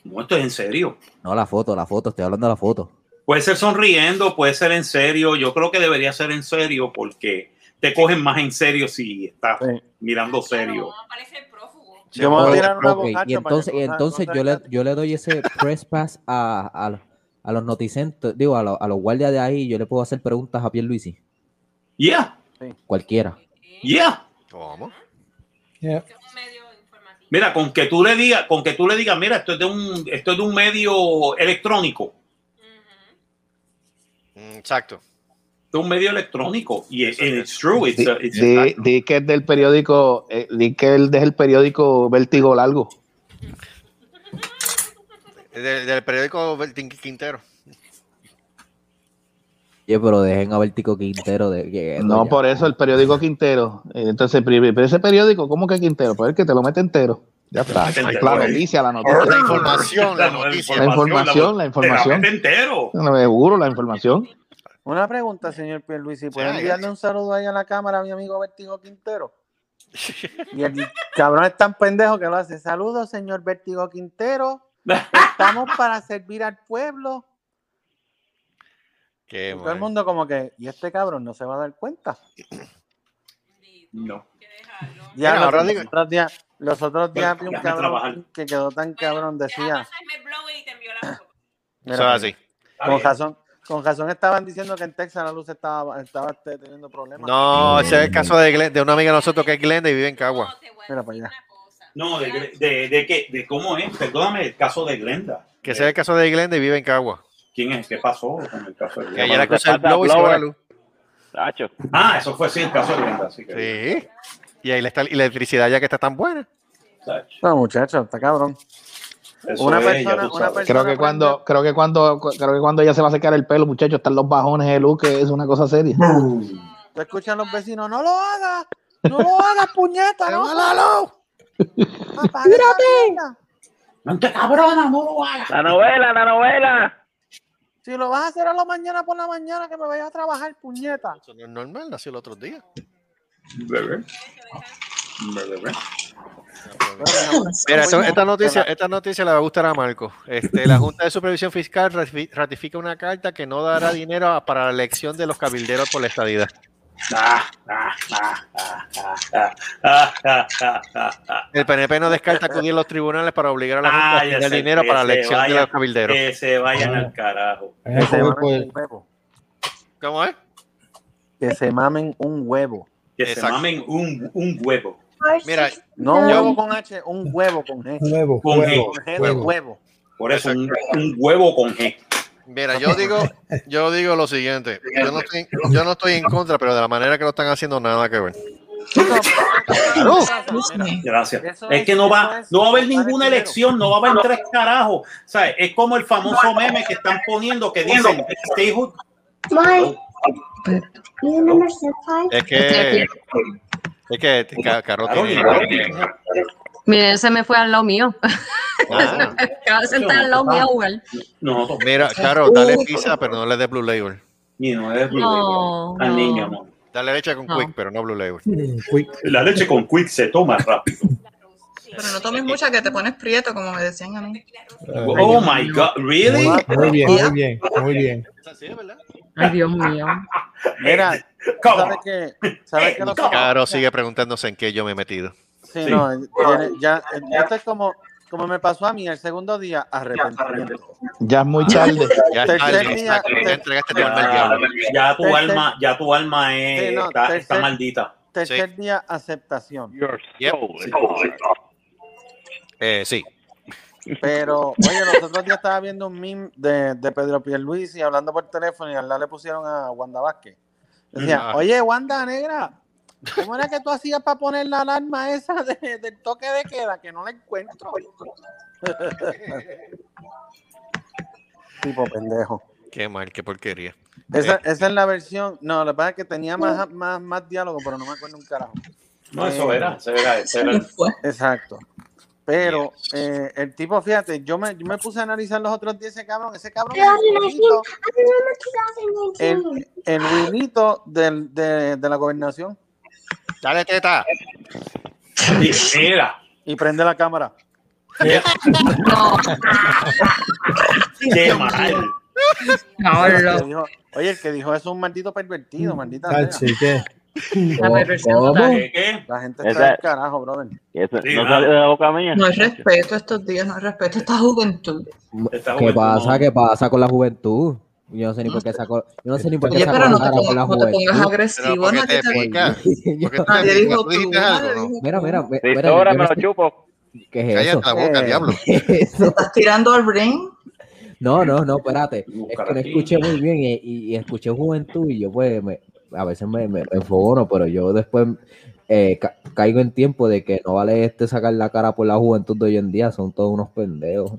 Speaker 2: No, esto es en serio.
Speaker 9: No, la foto, la foto, estoy hablando de la foto.
Speaker 2: Puede ser sonriendo, puede ser en serio. Yo creo que debería ser en serio porque te cogen más en serio si estás mirando serio.
Speaker 9: Yo me voy a tirar una bocacha para que entonces, y entonces yo, le, yo le doy ese press pass a, a, los- a los noticentes, digo, a, los- a los guardias de ahí, yo le puedo hacer preguntas a Pierluisi.
Speaker 2: Yeah.
Speaker 9: Cualquiera.
Speaker 2: Yeah.
Speaker 3: ¿Cómo?
Speaker 2: Mira, con que tú le digas, con que tú le digas, mira, esto es de un, esto es de un medio electrónico.
Speaker 3: Mm, Exacto.
Speaker 2: Esto es un medio electrónico. Y es and it's true. It's a- it's a
Speaker 14: Di,
Speaker 2: fact.
Speaker 14: di que es del periódico, eh, di que él es el periódico Vértigo Largo.
Speaker 3: Del, del periódico Bertín Quintero.
Speaker 9: Oye, pero dejen a Vertico Quintero de que
Speaker 14: No, por eso el periódico Quintero. Eh, Entonces, pri- pero ese periódico, ¿cómo que Quintero? Pues el que te lo mete entero. Ya está. La noticia, la noticia.
Speaker 3: La información, la noticia.
Speaker 14: La información, la información.
Speaker 16: mete entero.
Speaker 14: No, Seguro, la información.
Speaker 16: Una pregunta, señor Pierluisi. ¿Puede
Speaker 14: Sí,
Speaker 16: enviarle un saludo ahí a la cámara a mi amigo Vertigo Quintero? Y el cabrón es tan pendejo que lo hace. Saludos, señor Vertigo Quintero. Estamos para servir al pueblo.
Speaker 3: Qué
Speaker 16: Y todo el mundo como que, y este cabrón no se va a dar cuenta.
Speaker 2: No.
Speaker 16: Ya
Speaker 3: Mira,
Speaker 16: los,
Speaker 3: ahora
Speaker 16: los
Speaker 3: digo-
Speaker 16: otros días, los otros días vi un
Speaker 3: déjame trabajar.
Speaker 16: cabrón que quedó tan cabrón, decía.
Speaker 3: Eso es así.
Speaker 16: pues. Con razón, con razón estaban diciendo que en Texas la luz estaba, estaba este, teniendo problemas.
Speaker 3: No, ese es el caso de, Glen- de una amiga de nosotros que es Glenda y vive en Cagua.
Speaker 16: Mira para allá.
Speaker 2: No, de, de, de, qué- de cómo es, perdóname, el caso de Glenda.
Speaker 3: Que ese es el caso de Glenda y vive en Cagua.
Speaker 2: ¿Quién es? ¿Qué pasó con el caso de Glenda?
Speaker 3: Que ella la cruzó el blow y se fue la luz.
Speaker 2: Ah, eso fue sí, el caso de Glenda. Así
Speaker 3: Sí.
Speaker 2: que,
Speaker 3: Y ahí le está la electricidad ya que está tan buena.
Speaker 16: No, muchacho, está cabrón.
Speaker 3: Eso
Speaker 16: una
Speaker 3: es, ya
Speaker 16: persona,
Speaker 3: tú
Speaker 16: una
Speaker 3: sabes.
Speaker 16: persona
Speaker 14: Creo que cuando, creo que cuando, creo que cuando ella se va a secar el pelo, muchachos, están los bajones de luz, que es una cosa seria.
Speaker 16: te escuchan los vecinos, no lo hagas, no lo hagas, puñeta, no la luz.
Speaker 2: ¡No te cabrona, no lo hagas!
Speaker 22: La novela, la novela.
Speaker 16: Si lo vas a hacer a la mañana por la mañana que me vayas a trabajar, puñeta.
Speaker 3: Eso no es normal, nació el otro día.
Speaker 2: Bebé. Bebé.
Speaker 3: Mira, eso- esta, noticia, esta noticia le va a gustar a Marco. Este, la Junta de Supervisión Fiscal ratifi- ratifica una carta que no dará dinero a- para la elección de los cabilderos por la estadidad.
Speaker 2: Ah, ah, ah, ah, ah, ah, ah, ah, ah, ah, ah.
Speaker 3: El PNP no descarta acudir a los tribunales para obligar a la Junta
Speaker 2: Ah,
Speaker 3: a
Speaker 2: ya
Speaker 3: dar
Speaker 2: sé,
Speaker 3: dinero
Speaker 2: que
Speaker 3: para
Speaker 2: se
Speaker 3: la elección de
Speaker 2: vayan-
Speaker 3: los cabilderos.
Speaker 2: Que se
Speaker 3: Ah.
Speaker 2: vayan al carajo.
Speaker 3: Que se
Speaker 16: mamen
Speaker 3: mamen
Speaker 16: un huevo.
Speaker 3: ¿Cómo es?
Speaker 16: Que se mamen un huevo.
Speaker 2: Que se mamen un, un huevo.
Speaker 16: eh,
Speaker 3: Mira,
Speaker 16: No un
Speaker 3: yo-
Speaker 16: huevo con H, un huevo con G.
Speaker 15: Huevo,
Speaker 2: Con
Speaker 16: G.
Speaker 2: huevo,
Speaker 16: Con G de
Speaker 2: huevo.
Speaker 16: huevo.
Speaker 2: Por eso, un, un huevo con G.
Speaker 3: Mira, yo digo, yo digo lo siguiente. Yo no, estoy, yo no estoy en contra, pero de la manera que lo están haciendo, nada que ver.
Speaker 2: Gracias.
Speaker 3: Eso
Speaker 2: Es
Speaker 3: es-
Speaker 2: que no
Speaker 3: eso
Speaker 2: va,
Speaker 3: es
Speaker 2: no va a
Speaker 3: cortar
Speaker 2: haber
Speaker 3: el
Speaker 2: ninguna
Speaker 3: dinero.
Speaker 2: elección, no va a haber tres carajos. O sea, es como el famoso meme que están poniendo que dicen stay hood.
Speaker 3: Es que, es que Ca- Carlos tiene-
Speaker 11: Miren, se me fue al lado mío.
Speaker 3: Ah.
Speaker 11: Acaba de sentar al lado mío a jugar.
Speaker 3: Mira, Caro, dale pizza, pero no le des Blue Label.
Speaker 2: Ni no es
Speaker 11: Blue No, Label. Al no. niño, amor.
Speaker 3: Dale leche con
Speaker 11: No.
Speaker 3: Quick, pero no Blue Label.
Speaker 2: La leche con Quick se toma rápido.
Speaker 4: Pero no tomes mucha que te pones prieto, como me decían a mí.
Speaker 2: Oh my God, really?
Speaker 15: Uh, Muy bien, muy bien, muy bien.
Speaker 11: Ay, Dios mío.
Speaker 16: Mira, ¿sabes qué? ¿Sabes qué?
Speaker 3: Caro sigue preguntándose en qué yo me he metido.
Speaker 16: Sí, no, eh, tiene- ya, eh, ya esto es como, como me pasó a mí el segundo día, arrepentimiento.
Speaker 14: Ya es
Speaker 16: Ah,
Speaker 14: muy tarde.
Speaker 3: Ya
Speaker 16: Tercer
Speaker 3: es tarde,
Speaker 16: día,
Speaker 3: exacto. Ya
Speaker 16: ter-
Speaker 3: entregaste tu alma al
Speaker 2: Ya,
Speaker 3: diablo.
Speaker 2: ya tu
Speaker 16: Tercer-
Speaker 2: alma, ya tu alma es-
Speaker 16: Sí, no,
Speaker 2: está, está
Speaker 16: tercer-
Speaker 2: maldita.
Speaker 16: tercer día, aceptación.
Speaker 3: Eh, sí.
Speaker 16: Pero, oye, los otros días estaba viendo un meme de, de Pedro Pierluisi hablando por teléfono y al lado le pusieron a Wanda Vázquez. Decía,
Speaker 2: Ah.
Speaker 3: Ajá.
Speaker 16: oye, Wanda Negra, ¿cómo era que tú hacías para poner la alarma esa de- del toque de queda? Que no la encuentro. tipo pendejo.
Speaker 3: Qué mal, qué porquería.
Speaker 16: Esa,
Speaker 3: Eh,
Speaker 16: esa es la versión. No, la verdad es que tenía más, más, más diálogo, pero no me acuerdo un carajo.
Speaker 2: No, eso era, eso era, eso era.
Speaker 16: Exacto. Pero eh, el tipo, fíjate, yo me, yo me puse a analizar los otros 10 ese cabrón. Ese cabrón es el Wilito, el, el Wilito del- de, de la gobernación.
Speaker 3: Dale teta.
Speaker 2: Mira.
Speaker 16: Y prende la cámara.
Speaker 2: Qué mal.
Speaker 16: Oye, el que dijo- Oye, el que dijo eso es un maldito pervertido, maldita sea.
Speaker 15: Tachi, ¿qué?
Speaker 4: La perversión total.
Speaker 16: La gente
Speaker 4: Esa-
Speaker 16: está del carajo, brother.
Speaker 11: Eso,
Speaker 16: Sí,
Speaker 11: no
Speaker 2: ah.
Speaker 16: nada.
Speaker 11: sale de la boca mía.
Speaker 4: No hay respeto estos días, no hay respeto a esta juventud.
Speaker 9: ¿Qué pasa? ¿Qué pasa con la juventud? Yo no sé ni por qué sacó. Yo no sé ni por qué
Speaker 4: Oye,
Speaker 9: sacó
Speaker 4: pero no te
Speaker 9: Lara con
Speaker 4: pongas-
Speaker 9: la
Speaker 4: no te
Speaker 9: juventud.
Speaker 4: pongas agresivo, Pero porque no te te pongas-
Speaker 9: Yo-
Speaker 4: te Nadie picas. dijo ¿Tú tú, dijiste nadie algo, no? dijo
Speaker 9: Mira,
Speaker 4: tú.
Speaker 9: mira,
Speaker 4: Sí,
Speaker 9: mira. yo-
Speaker 4: sobra,
Speaker 9: yo
Speaker 4: me
Speaker 9: no
Speaker 4: lo
Speaker 9: sé-
Speaker 11: chupo.
Speaker 9: ¿Qué es
Speaker 4: Cállate
Speaker 9: eso?
Speaker 4: la boca,
Speaker 9: Eh,
Speaker 4: diablo.
Speaker 9: ¿qué es eso?
Speaker 4: ¿Estás tirando al ring?
Speaker 9: No, no, no, espérate. Es que
Speaker 4: Búscala
Speaker 9: no
Speaker 4: aquí.
Speaker 9: escuché muy bien y, y- y escuché juventud y yo pues me- a veces me, me, me enfogono, pero yo después eh, ca- caigo en tiempo de que no vale este sacar la cara por la juventud de hoy en día, son todos unos pendejos.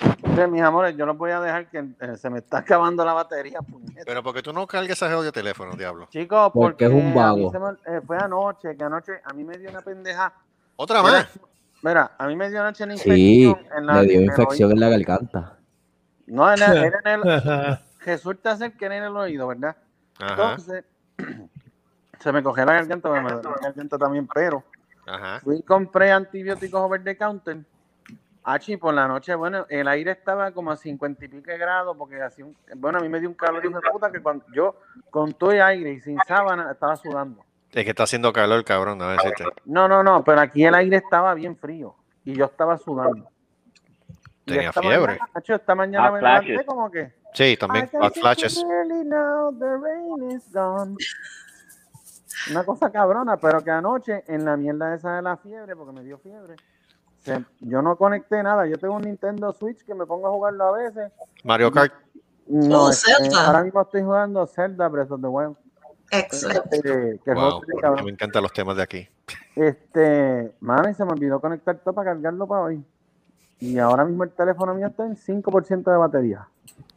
Speaker 16: Entonces, mis amores, yo los voy a dejar que eh, se me está acabando la batería.
Speaker 3: Pero porque tú no cargas ese de teléfono, diablo.
Speaker 16: Chicos,
Speaker 3: Porque es un
Speaker 16: a mí
Speaker 3: vago.
Speaker 16: se me- eh, fue anoche, que anoche a mí me dio una pendeja.
Speaker 3: Otra
Speaker 16: Mira,
Speaker 3: más.
Speaker 16: Mira, a mí me dio anoche una infección
Speaker 9: Sí,
Speaker 16: en la
Speaker 9: le dio
Speaker 16: en el
Speaker 9: infección en
Speaker 16: oído.
Speaker 9: la garganta.
Speaker 16: No, en el- era en el, resulta ser que era en el oído, ¿verdad?
Speaker 9: Ajá.
Speaker 16: Entonces, se me cogió la garganta, me dolió la garganta también, pero fui y compré antibióticos over the counter. Achi, por la noche, bueno, el aire estaba como a cincuenta y pico de grados, porque hacía un, bueno, a mí me dio un calor hijo de puta que cuando yo con todo el aire y sin sábana estaba sudando.
Speaker 3: Es que está haciendo calor, cabrón, a ver si te-
Speaker 16: No, no, no, pero aquí el aire estaba bien frío y yo estaba sudando. Y
Speaker 3: tenía
Speaker 16: esta
Speaker 3: fiebre.
Speaker 16: mañana, Achi, esta mañana
Speaker 3: Ah,
Speaker 16: me
Speaker 3: flashes.
Speaker 16: levanté como que
Speaker 3: Sí, también
Speaker 16: I can
Speaker 3: hot
Speaker 16: see
Speaker 3: flashes.
Speaker 16: clearly now the rain is gone. Una cosa cabrona, pero que anoche en la mierda esa de la fiebre, porque me dio fiebre, se- yo no conecté nada. Yo tengo un Nintendo Switch que me pongo a jugarlo a veces.
Speaker 3: Mario Kart.
Speaker 16: No,
Speaker 3: Oh,
Speaker 16: este,
Speaker 3: Zelda.
Speaker 16: ahora mismo estoy jugando Zelda Breath of the Wild.
Speaker 4: Excelente.
Speaker 16: Este, que
Speaker 3: Wow,
Speaker 16: es otro,
Speaker 3: a mí
Speaker 16: cabrón.
Speaker 3: me encantan los temas de aquí.
Speaker 16: Este, mami, se me olvidó conectar todo para cargarlo para hoy. Y ahora mismo el teléfono mío está en 5% de batería.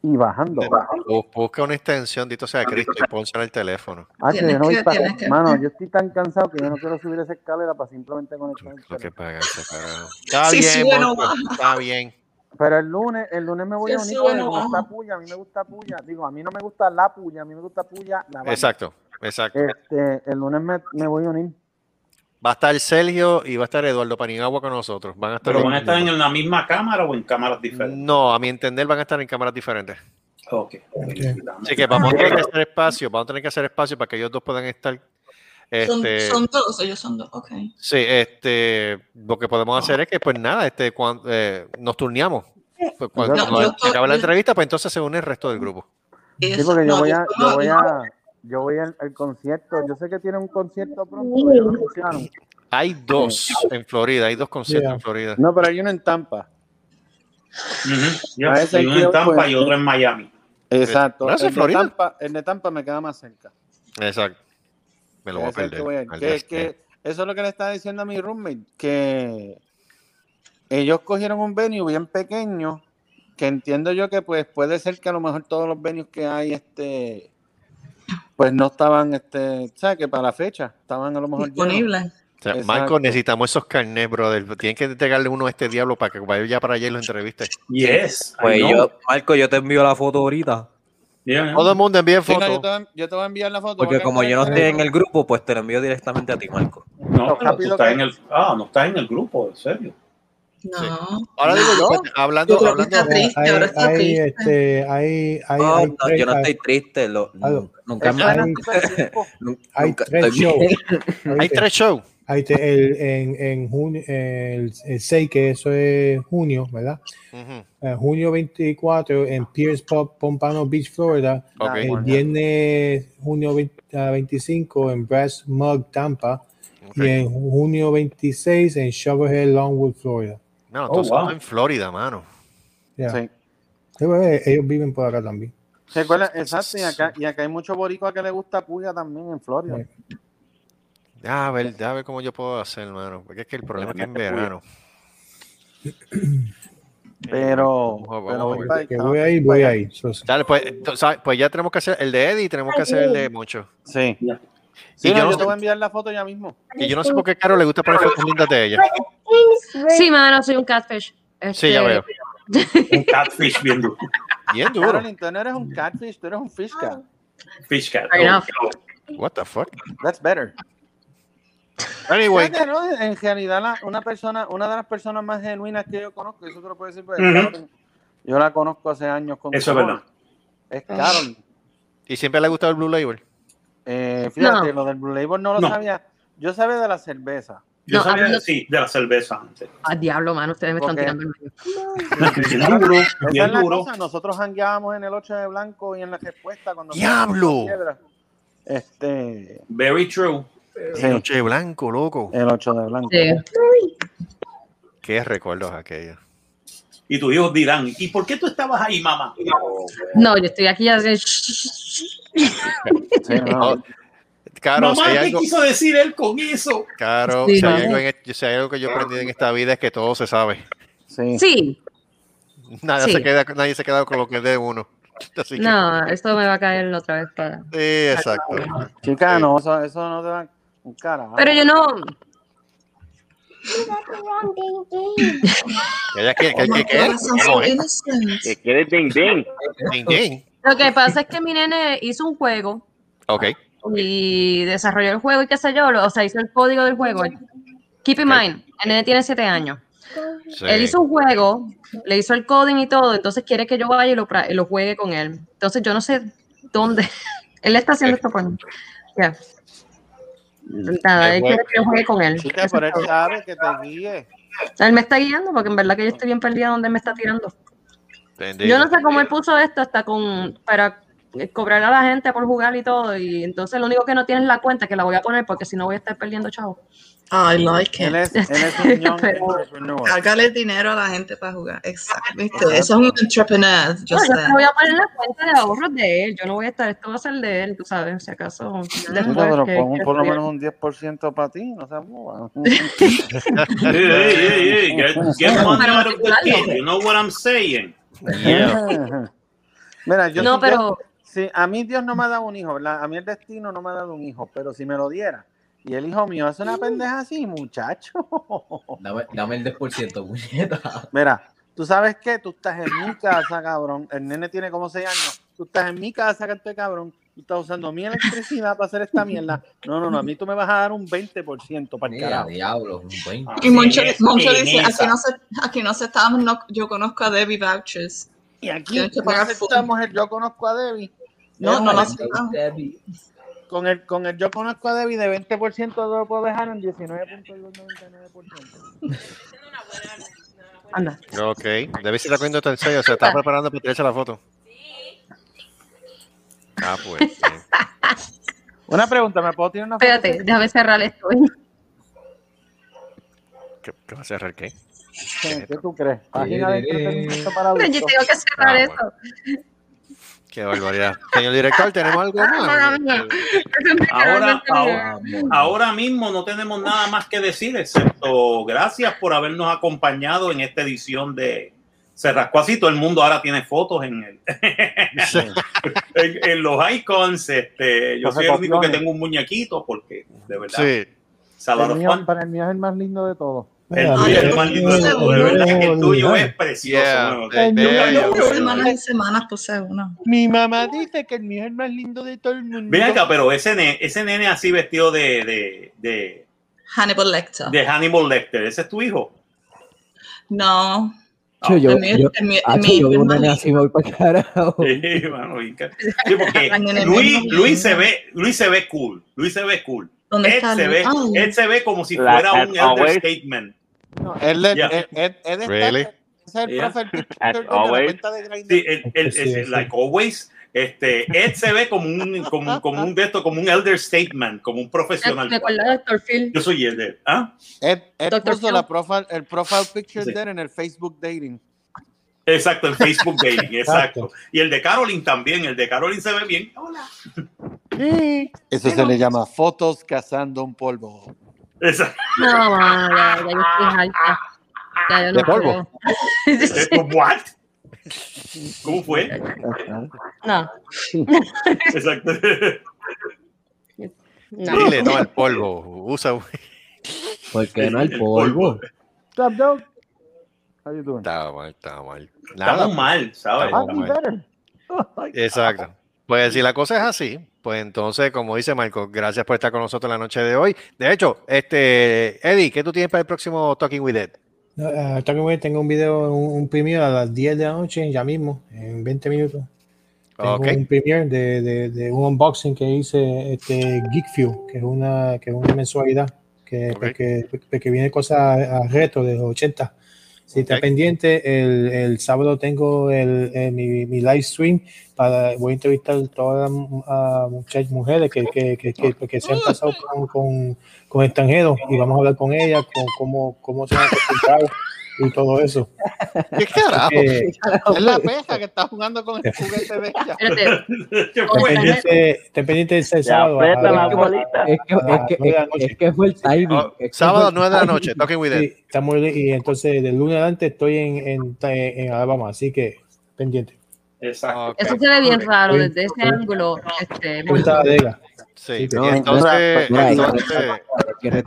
Speaker 16: Y bajando.
Speaker 3: Bu- Busca una extensión, dito sea Cristo, y pónsela el teléfono.
Speaker 16: Ah, que yo no voy
Speaker 4: que-
Speaker 16: pa-
Speaker 4: tienes que-
Speaker 16: Mano, yo estoy tan cansado que yo no quiero subir esa escalera para simplemente conectar. el
Speaker 3: Lo que
Speaker 16: teléfono.
Speaker 3: paga ese carajo. Está
Speaker 16: Si
Speaker 3: bien,
Speaker 16: sube, no
Speaker 3: Moncho,
Speaker 16: baja.
Speaker 3: está bien.
Speaker 16: Pero el lunes, el lunes me voy
Speaker 3: Sí,
Speaker 16: a unir
Speaker 3: sí,
Speaker 16: porque
Speaker 3: bueno,
Speaker 16: me gusta
Speaker 3: vamos.
Speaker 16: puya, a mí me gusta puya. Digo, a mí no me gusta la puya, a mí me gusta puya la banda.
Speaker 3: Exacto, exacto.
Speaker 4: Eh.
Speaker 16: Este, el lunes me, me voy a unir.
Speaker 3: Va a estar Sergio y va a estar Eduardo Panigagua con nosotros. Van a estar
Speaker 2: Pero van a
Speaker 3: los-
Speaker 2: estar en la misma cámara o en cámaras diferentes.
Speaker 3: No, a mi entender van a estar en cámaras diferentes.
Speaker 2: Ok.
Speaker 3: Así que vamos a tener que hacer espacio, vamos a tener que hacer espacio para que ellos dos puedan estar.
Speaker 4: Son,
Speaker 3: Este,
Speaker 4: son dos, ellos son dos. Ok.
Speaker 3: Sí, este, lo que podemos hacer es que, pues nada, este, cuan- eh, nos turneamos. Pues, cuando
Speaker 4: No,
Speaker 3: cuando
Speaker 4: yo
Speaker 3: se
Speaker 4: estoy-
Speaker 3: acaba la
Speaker 4: yo-
Speaker 3: entrevista, pues entonces se une el resto del grupo.
Speaker 16: Sí, porque yo
Speaker 4: No,
Speaker 16: voy
Speaker 4: yo
Speaker 16: a, yo
Speaker 4: no-
Speaker 16: voy
Speaker 4: no.
Speaker 16: a, yo voy al, al concierto. Yo sé que tiene un concierto pronto, pero ya lo anunciaron.
Speaker 3: Hay dos en Florida, hay dos conciertos
Speaker 16: Yeah.
Speaker 3: en Florida.
Speaker 16: No, pero hay uno en Tampa.
Speaker 2: Ya,
Speaker 16: A ese
Speaker 2: hay
Speaker 16: hay
Speaker 2: uno
Speaker 16: que
Speaker 2: en
Speaker 16: ir,
Speaker 2: Tampa
Speaker 16: pues.
Speaker 2: y otro en Miami.
Speaker 3: Este,
Speaker 16: Exacto.
Speaker 3: ¿No es en
Speaker 16: el, de
Speaker 3: Florida?
Speaker 16: Tampa, el de Tampa me queda más cerca.
Speaker 3: Exacto. Me lo voy a
Speaker 16: Ese es el que
Speaker 3: perder.
Speaker 16: voy a ir.
Speaker 3: al
Speaker 16: Que-
Speaker 3: de-
Speaker 16: que- eso es lo que le estaba diciendo a mi roommate, que ellos cogieron un venue bien pequeño, que entiendo yo que pues puede ser que a lo mejor todos los venues que hay este pues no estaban este, ¿sabes? Que para la fecha estaban a lo mejor llenos.
Speaker 4: Disponibles.
Speaker 3: O sea,
Speaker 16: Exacto.
Speaker 3: Marco, necesitamos esos carnets, brother. Tienen que entregarle uno a este diablo para que vaya ya para allá y los entreviste.
Speaker 2: Yes,
Speaker 23: Pues yo,
Speaker 9: Marco, yo te envío la foto ahorita.
Speaker 3: Todo el mundo envía
Speaker 16: Venga,
Speaker 3: fotos.
Speaker 16: yo, te voy, a- yo te voy a enviar la foto.
Speaker 23: porque
Speaker 16: acá
Speaker 23: como
Speaker 16: está
Speaker 23: yo no
Speaker 16: el-
Speaker 15: Eh.
Speaker 23: estoy en el grupo, pues te lo envío directamente a ti, Marco.
Speaker 2: No, pero tú
Speaker 16: rápido
Speaker 2: estás
Speaker 16: que-
Speaker 2: en el. Ah, no estás en el grupo, en serio.
Speaker 4: No.
Speaker 3: Ahora digo yo,
Speaker 4: No.
Speaker 3: pues, hablando,
Speaker 4: Yo creo que
Speaker 3: hablando.
Speaker 4: está triste,
Speaker 15: Hay,
Speaker 4: ahora está
Speaker 15: hay,
Speaker 4: triste.
Speaker 15: este, hay, hay,
Speaker 23: No,
Speaker 15: hay
Speaker 23: Ah, no,
Speaker 15: tres-
Speaker 23: yo no
Speaker 15: hay-
Speaker 23: estoy triste. lo-
Speaker 15: Aló.
Speaker 23: nunca me.
Speaker 15: hay, hay
Speaker 23: nunca
Speaker 15: tres
Speaker 23: estoy
Speaker 15: shows.
Speaker 23: bien.
Speaker 3: Hay tres shows.
Speaker 15: Hay tres- el, en, en junio, el, el 6, que eso es junio, ¿verdad?
Speaker 3: Ujú.
Speaker 15: Eh, junio 24 en Pierce Pop, Pompano Beach, Florida.
Speaker 3: Ok.
Speaker 15: El viernes, junio 20, ah, 25 en Brass Mug, Tampa. Y en junio 26 en Shovelhead, Longwood, Florida.
Speaker 3: No,
Speaker 15: Oh,
Speaker 3: entonces
Speaker 15: wow.
Speaker 3: en Florida, mano.
Speaker 15: Yeah.
Speaker 16: Sí.
Speaker 15: Sí, pues, Ellos viven por acá también.
Speaker 16: Recuerda, exacto, y acá, y acá hay muchos boricuas que le gusta Puya también en Florida.
Speaker 3: Ya, a ver, ya a ver cómo yo puedo hacer, mano. Porque es que el problema es que en
Speaker 16: Realmente
Speaker 3: verano.
Speaker 16: Pero,
Speaker 3: Vamos a-
Speaker 16: pero
Speaker 3: vamos a
Speaker 16: voy
Speaker 3: ver.
Speaker 16: para-
Speaker 15: Que voy ahí, voy ahí. So,
Speaker 3: Dale, pues, entonces, pues ya tenemos que hacer el de Eddie y tenemos que hacer el de Moncho.
Speaker 16: Sí.
Speaker 3: Y
Speaker 16: Sí, no,
Speaker 3: yo no
Speaker 16: yo te
Speaker 3: sé-
Speaker 16: voy a enviar la foto ya mismo.
Speaker 3: y yo no sé por qué a Caro le gusta poner fotos lindas de ella.
Speaker 10: Pues, Sí, mano, soy un catfish.
Speaker 3: Sí,
Speaker 10: Este,
Speaker 3: ya veo.
Speaker 2: Un catfish bien duro.
Speaker 3: Bien duro. Ah,
Speaker 16: Carolyn, tú no eres un catfish, tú eres un fish cat.
Speaker 2: Fish cat.
Speaker 16: Fair
Speaker 2: Oh,
Speaker 16: enough.
Speaker 3: What the fuck?
Speaker 16: That's better.
Speaker 3: Anyway.
Speaker 16: Fíjate, ¿no? En realidad, la- una persona, una de las personas más genuinas que yo conozco, eso te lo puedo decir, pues,
Speaker 2: Ujú.
Speaker 16: Carolyn, yo la conozco hace años. Con
Speaker 2: Eso es verdad.
Speaker 16: Es Carol.
Speaker 11: ¿Y siempre le ha gustado el Blue Label?
Speaker 16: Eh, fíjate, lo del Blue Label no lo
Speaker 2: No.
Speaker 16: sabía. Yo sabía de la cerveza.
Speaker 2: Yo
Speaker 10: No,
Speaker 2: sabía
Speaker 10: hablando-
Speaker 2: sí, de la cerveza antes.
Speaker 10: Ah, diablo, mano, ustedes me están
Speaker 16: Porque-
Speaker 10: tirando el medio.
Speaker 2: Bien duro,
Speaker 16: Esa es
Speaker 2: bien
Speaker 16: la
Speaker 2: duro.
Speaker 16: cosa, nosotros jangueábamos en el 8 de blanco y en la respuesta cuando...
Speaker 11: ¡Diablo!
Speaker 16: Piedra. Este...
Speaker 2: Very true.
Speaker 11: El ocho de blanco, loco.
Speaker 16: El 8 de blanco.
Speaker 11: Qué recuerdos aquellos.
Speaker 2: Y tus hijos dirán, ¿y por qué tú estabas ahí, mamá?
Speaker 10: No, yo estoy aquí ya. de-
Speaker 3: Oh,
Speaker 11: No, Caro, si
Speaker 2: mamá,
Speaker 11: hay
Speaker 2: ¿qué
Speaker 11: algo,
Speaker 2: quiso decir él con eso?
Speaker 11: Caro,
Speaker 10: Sí,
Speaker 11: si, hay
Speaker 10: mamá.
Speaker 11: algo en
Speaker 3: e,
Speaker 11: este- si hay algo que yo aprendí en esta vida es que todo se sabe.
Speaker 10: Sí,
Speaker 11: Nada
Speaker 10: Sí.
Speaker 11: se queda, nadie se queda con lo que es de uno. Así que,
Speaker 10: no, esto me va a caer otra vez para.
Speaker 11: sí, exacto.
Speaker 16: Chica, no, eso, eso no te da un carajo.
Speaker 10: Pero yo no.
Speaker 11: ¿Ella qué? ¿Qué?
Speaker 4: Oh
Speaker 11: ¿Qué?
Speaker 4: my God,
Speaker 11: ¿Qué?
Speaker 4: that
Speaker 11: ¿Cómo
Speaker 4: sounds so
Speaker 11: es?
Speaker 4: innocent.
Speaker 11: ¿Qué quieres, ding ding? Ding ding.
Speaker 10: Lo que pasa es que mi nene hizo un juego
Speaker 11: Ok.
Speaker 10: y desarrolló el juego y qué sé yo, lo- o sea, hizo el código del juego. Keep in mind, el nene tiene siete años. Él hizo un juego, le hizo el coding y todo, entonces quiere que yo vaya y lo, pra- lo juegue con él. Entonces yo no sé dónde. él está haciendo esto por mí. Ya. Nada, él quiere que yo juegue con él.
Speaker 16: Chica,
Speaker 10: Eso
Speaker 16: pero
Speaker 10: es
Speaker 16: él
Speaker 10: todo.
Speaker 16: sabe que te guíe.
Speaker 10: Él me está guiando porque en verdad que yo estoy bien perdida donde él me está tirando.
Speaker 11: Entendido.
Speaker 10: Yo no sé cómo él puso esto hasta con para eh, cobrar a la gente por jugar y todo. Y entonces lo único que no tiene es la cuenta que la voy a poner porque si no voy a estar perdiendo chavo. Ah,
Speaker 4: I like it.
Speaker 16: Él es, él es un young
Speaker 10: Pero-
Speaker 16: entrepreneur.
Speaker 4: Cárgale dinero a la gente para jugar. Exacto. ¿Viste?
Speaker 16: Exacto.
Speaker 4: Eso es un entrepreneur.
Speaker 10: No,
Speaker 4: just
Speaker 10: yo te
Speaker 4: saying.
Speaker 10: voy a poner la cuenta de ahorros de él. Yo no voy a estar, esto va a ser de él, tú sabes, si acaso
Speaker 16: Chica,
Speaker 10: después.
Speaker 16: pero
Speaker 10: que-
Speaker 16: pon
Speaker 10: que
Speaker 16: por lo
Speaker 10: estudiar.
Speaker 16: menos un 10% para ti, no seas boba.
Speaker 2: Hey, hey, hey, hey, get, get money
Speaker 10: Para
Speaker 2: out of the
Speaker 10: matricularlo. pues.
Speaker 2: kid, you know what I'm saying?
Speaker 16: Mira, yo
Speaker 10: No,
Speaker 16: si
Speaker 10: pero-
Speaker 16: yo- si a mí Dios no me ha dado un hijo, ¿verdad? A mí el destino no me ha dado un hijo, pero si me lo diera y el hijo mío hace una pendeja así, muchacho.
Speaker 9: Dame, dame el 10%, puñeta.
Speaker 16: Mira, tú sabes qué, tú estás en mi casa, cabrón. El nene tiene como 6 años. Tú estás en mi casa, canto de cabrón. Tú estás usando mi electricidad para hacer esta mierda. No, no, no, a mí tú me vas a dar un 20% para el
Speaker 9: Mira,
Speaker 16: carajo.
Speaker 9: diablo, un 20.
Speaker 4: Y Moncho,
Speaker 16: En esa,
Speaker 4: Moncho
Speaker 16: en
Speaker 4: dice,
Speaker 16: esa.
Speaker 4: aquí no, se, aquí no se está, no- yo conozco a Debbie Vouchers.
Speaker 16: Y aquí
Speaker 4: Tienes que
Speaker 16: no
Speaker 4: pagar full.
Speaker 16: aceptamos el yo conozco a Debbie.
Speaker 4: No,
Speaker 16: Es
Speaker 4: no lo
Speaker 16: más,
Speaker 4: aceptamos.
Speaker 16: Con el, con el yo conozco a Debbie de 20% lo puedo dejar en 19.99%.
Speaker 10: Anda.
Speaker 11: Ok. Debe ser la cuenta está en serio. Se está preparando para tirarse la foto. Ah, pues.
Speaker 16: Una pregunta, ¿me puedo tirar una foto?
Speaker 10: Espérate, déjame cerrar esto.
Speaker 11: ¿Qué, qué va a cerrar qué?
Speaker 16: ¿Qué, qué tú crees? Página de entretenimiento para
Speaker 10: Yo
Speaker 16: adultos.
Speaker 10: tengo que cerrar
Speaker 11: Ah,
Speaker 10: esto.
Speaker 11: Qué barbaridad. Señor director, ¿tenemos algo más?
Speaker 10: Ah,
Speaker 2: Ahora, ahora, ahora mismo no tenemos nada más que decir, excepto gracias por habernos acompañado en esta edición de Se rascó así. Todo el mundo ahora tiene fotos en, el- en, en los icons. Este, yo
Speaker 16: Los
Speaker 2: soy el único que
Speaker 16: copiones.
Speaker 2: tengo un muñequito porque, de verdad.
Speaker 11: Sí.
Speaker 2: Salvador
Speaker 16: El mío-
Speaker 2: Juan.
Speaker 16: para el mío es el más lindo de todos.
Speaker 2: El tuyo es el más lindo de todos, de verdad que el tuyo es precioso.
Speaker 11: Yeah,
Speaker 2: mano.
Speaker 11: el mío
Speaker 4: Yo
Speaker 11: Bello,
Speaker 4: puse
Speaker 11: bello,
Speaker 4: semanas
Speaker 11: bello.
Speaker 4: y semanas puse uno.
Speaker 16: Mi mamá dice que el mío es el más lindo de todo el mundo.
Speaker 2: Ven acá, pero ese nene, ese nene así vestido de, de, de,
Speaker 4: Hannibal Lecter.
Speaker 2: de Hannibal Lecter, ese es tu hijo.
Speaker 4: No.
Speaker 9: Che, yo,
Speaker 4: El mío-
Speaker 9: yo,
Speaker 4: el mío-
Speaker 9: ah,
Speaker 4: el
Speaker 9: che,
Speaker 4: mío
Speaker 9: yo veo un
Speaker 4: hermano-
Speaker 9: nene así, me voy para carajo.
Speaker 2: Sí, mano, y ca- sí, porque
Speaker 4: El nene
Speaker 2: Luis,
Speaker 4: mismo.
Speaker 2: Luis se ve, Luis se ve cool, Luis se ve cool.
Speaker 4: ¿Dónde
Speaker 2: Él
Speaker 4: está
Speaker 2: se,
Speaker 4: Luis?
Speaker 2: ve,
Speaker 4: Ay.
Speaker 2: él se ve como si
Speaker 12: La-
Speaker 2: fuera
Speaker 12: as
Speaker 2: un elder
Speaker 12: always.
Speaker 2: statement.
Speaker 16: Él, le-
Speaker 2: Yeah.
Speaker 16: él, él, él está-
Speaker 2: Really?
Speaker 16: es el
Speaker 2: Yeah.
Speaker 16: profe de
Speaker 12: As
Speaker 16: la
Speaker 12: always.
Speaker 16: cuenta de Grindr.
Speaker 2: Sí, él, él-
Speaker 16: Sí,
Speaker 2: es-
Speaker 16: sí.
Speaker 2: like always, este, Ed se ve como un, como, como un de esto, como un elder statement, como un
Speaker 10: Me
Speaker 2: profesional.
Speaker 10: acordé de Dr. Phil.
Speaker 2: Yo soy Ed, ¿ah?
Speaker 16: Él, él
Speaker 10: Doctor
Speaker 16: puso
Speaker 10: Phil.
Speaker 16: la profile, el profile picture
Speaker 2: Sí.
Speaker 16: de él en el Facebook dating.
Speaker 2: Exacto, en Facebook Dating, exacto. Y el de Caroline también, el de Caroline se ve bien.
Speaker 16: Eso se le llama fotos cazando un polvo.
Speaker 2: Exacto.
Speaker 10: No, mano, ya, ya yo estoy alta. Ya yo no
Speaker 16: ¿De polvo?
Speaker 10: puedo.
Speaker 2: ¿What? ¿Cómo fue?
Speaker 10: No.
Speaker 2: Exacto.
Speaker 10: No.
Speaker 11: Dile no al polvo. Usa.
Speaker 9: ¿Por qué no el
Speaker 11: El
Speaker 9: polvo?
Speaker 16: Stop, dog. How you doing?
Speaker 11: Estaba mal, estaba mal.
Speaker 2: Estamos mal, ¿sabes?
Speaker 11: Estamos
Speaker 16: I'll be
Speaker 11: mal.
Speaker 16: better.
Speaker 11: Exacto. Pues si la cosa es así, pues entonces, como dice Marco, gracias por estar con nosotros la noche de hoy. De hecho, este, Eddie, ¿qué tú tienes para el próximo Talking with Ed?
Speaker 15: No, ah, tengo, tengo un video, un, un premio a las 10 de la noche, ya mismo, en 20 minutos. Tengo
Speaker 11: Ok.
Speaker 15: un premier de, de- de un unboxing que hice este Geek Fuel, que es una, que es una mensualidad que,
Speaker 11: Ok.
Speaker 15: que, que- que viene cosas eh, a reto de los 80. Si está
Speaker 11: Ok.
Speaker 15: pendiente, el, el sábado tengo el, el- mi, mi live stream. Para, voy a entrevistar a todas las ah, muchachas mujeres que, que, que, que- que se han pasado con, con, con extranjeros y vamos a hablar con ellas, con cómo, cómo se han comportado y todo eso.
Speaker 11: ¿Qué carajo?
Speaker 15: Eh,
Speaker 11: es la peja que está jugando con el juguete de ella.
Speaker 15: Ten pendiente, ten pendiente el sábado.
Speaker 11: aprieta la
Speaker 15: bolita. Es que,
Speaker 9: fue el timing. es que
Speaker 11: sábado,
Speaker 9: fue el
Speaker 11: 9 de la
Speaker 9: timing.
Speaker 11: noche, Talking with Ed.
Speaker 15: estamos, y entonces del lunes adelante estoy en, en, en Alabama, así que pendiente.
Speaker 2: Exacto.
Speaker 10: Eso se ve bien
Speaker 15: Ok.
Speaker 10: raro
Speaker 15: Bien.
Speaker 10: desde ese ángulo. Este, muy
Speaker 15: Punta de Vega.
Speaker 11: Sí,
Speaker 15: que-
Speaker 11: y
Speaker 15: pues,
Speaker 11: entonces, entonces,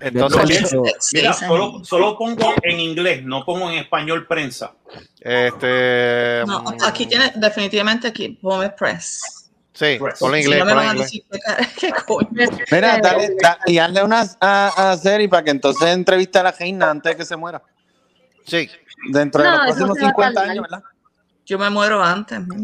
Speaker 11: entonces,
Speaker 2: Mira, solo, solo pongo en inglés, no pongo en español prensa.
Speaker 11: este,
Speaker 4: No, aquí tiene, definitivamente aquí, Home Press.
Speaker 11: sí, ponle
Speaker 4: Si
Speaker 11: inglés,
Speaker 4: no me
Speaker 11: ponle
Speaker 4: van a
Speaker 11: inglés.
Speaker 4: decir, ¿qué coño?
Speaker 10: Pues,
Speaker 16: Mira, dale, da- y hazle unas a, a Seri para que entonces entrevista a la reina antes de que se muera.
Speaker 11: Sí.
Speaker 16: Dentro de los próximos 50 años, ¿verdad?
Speaker 4: Yo me muero antes. ¿no?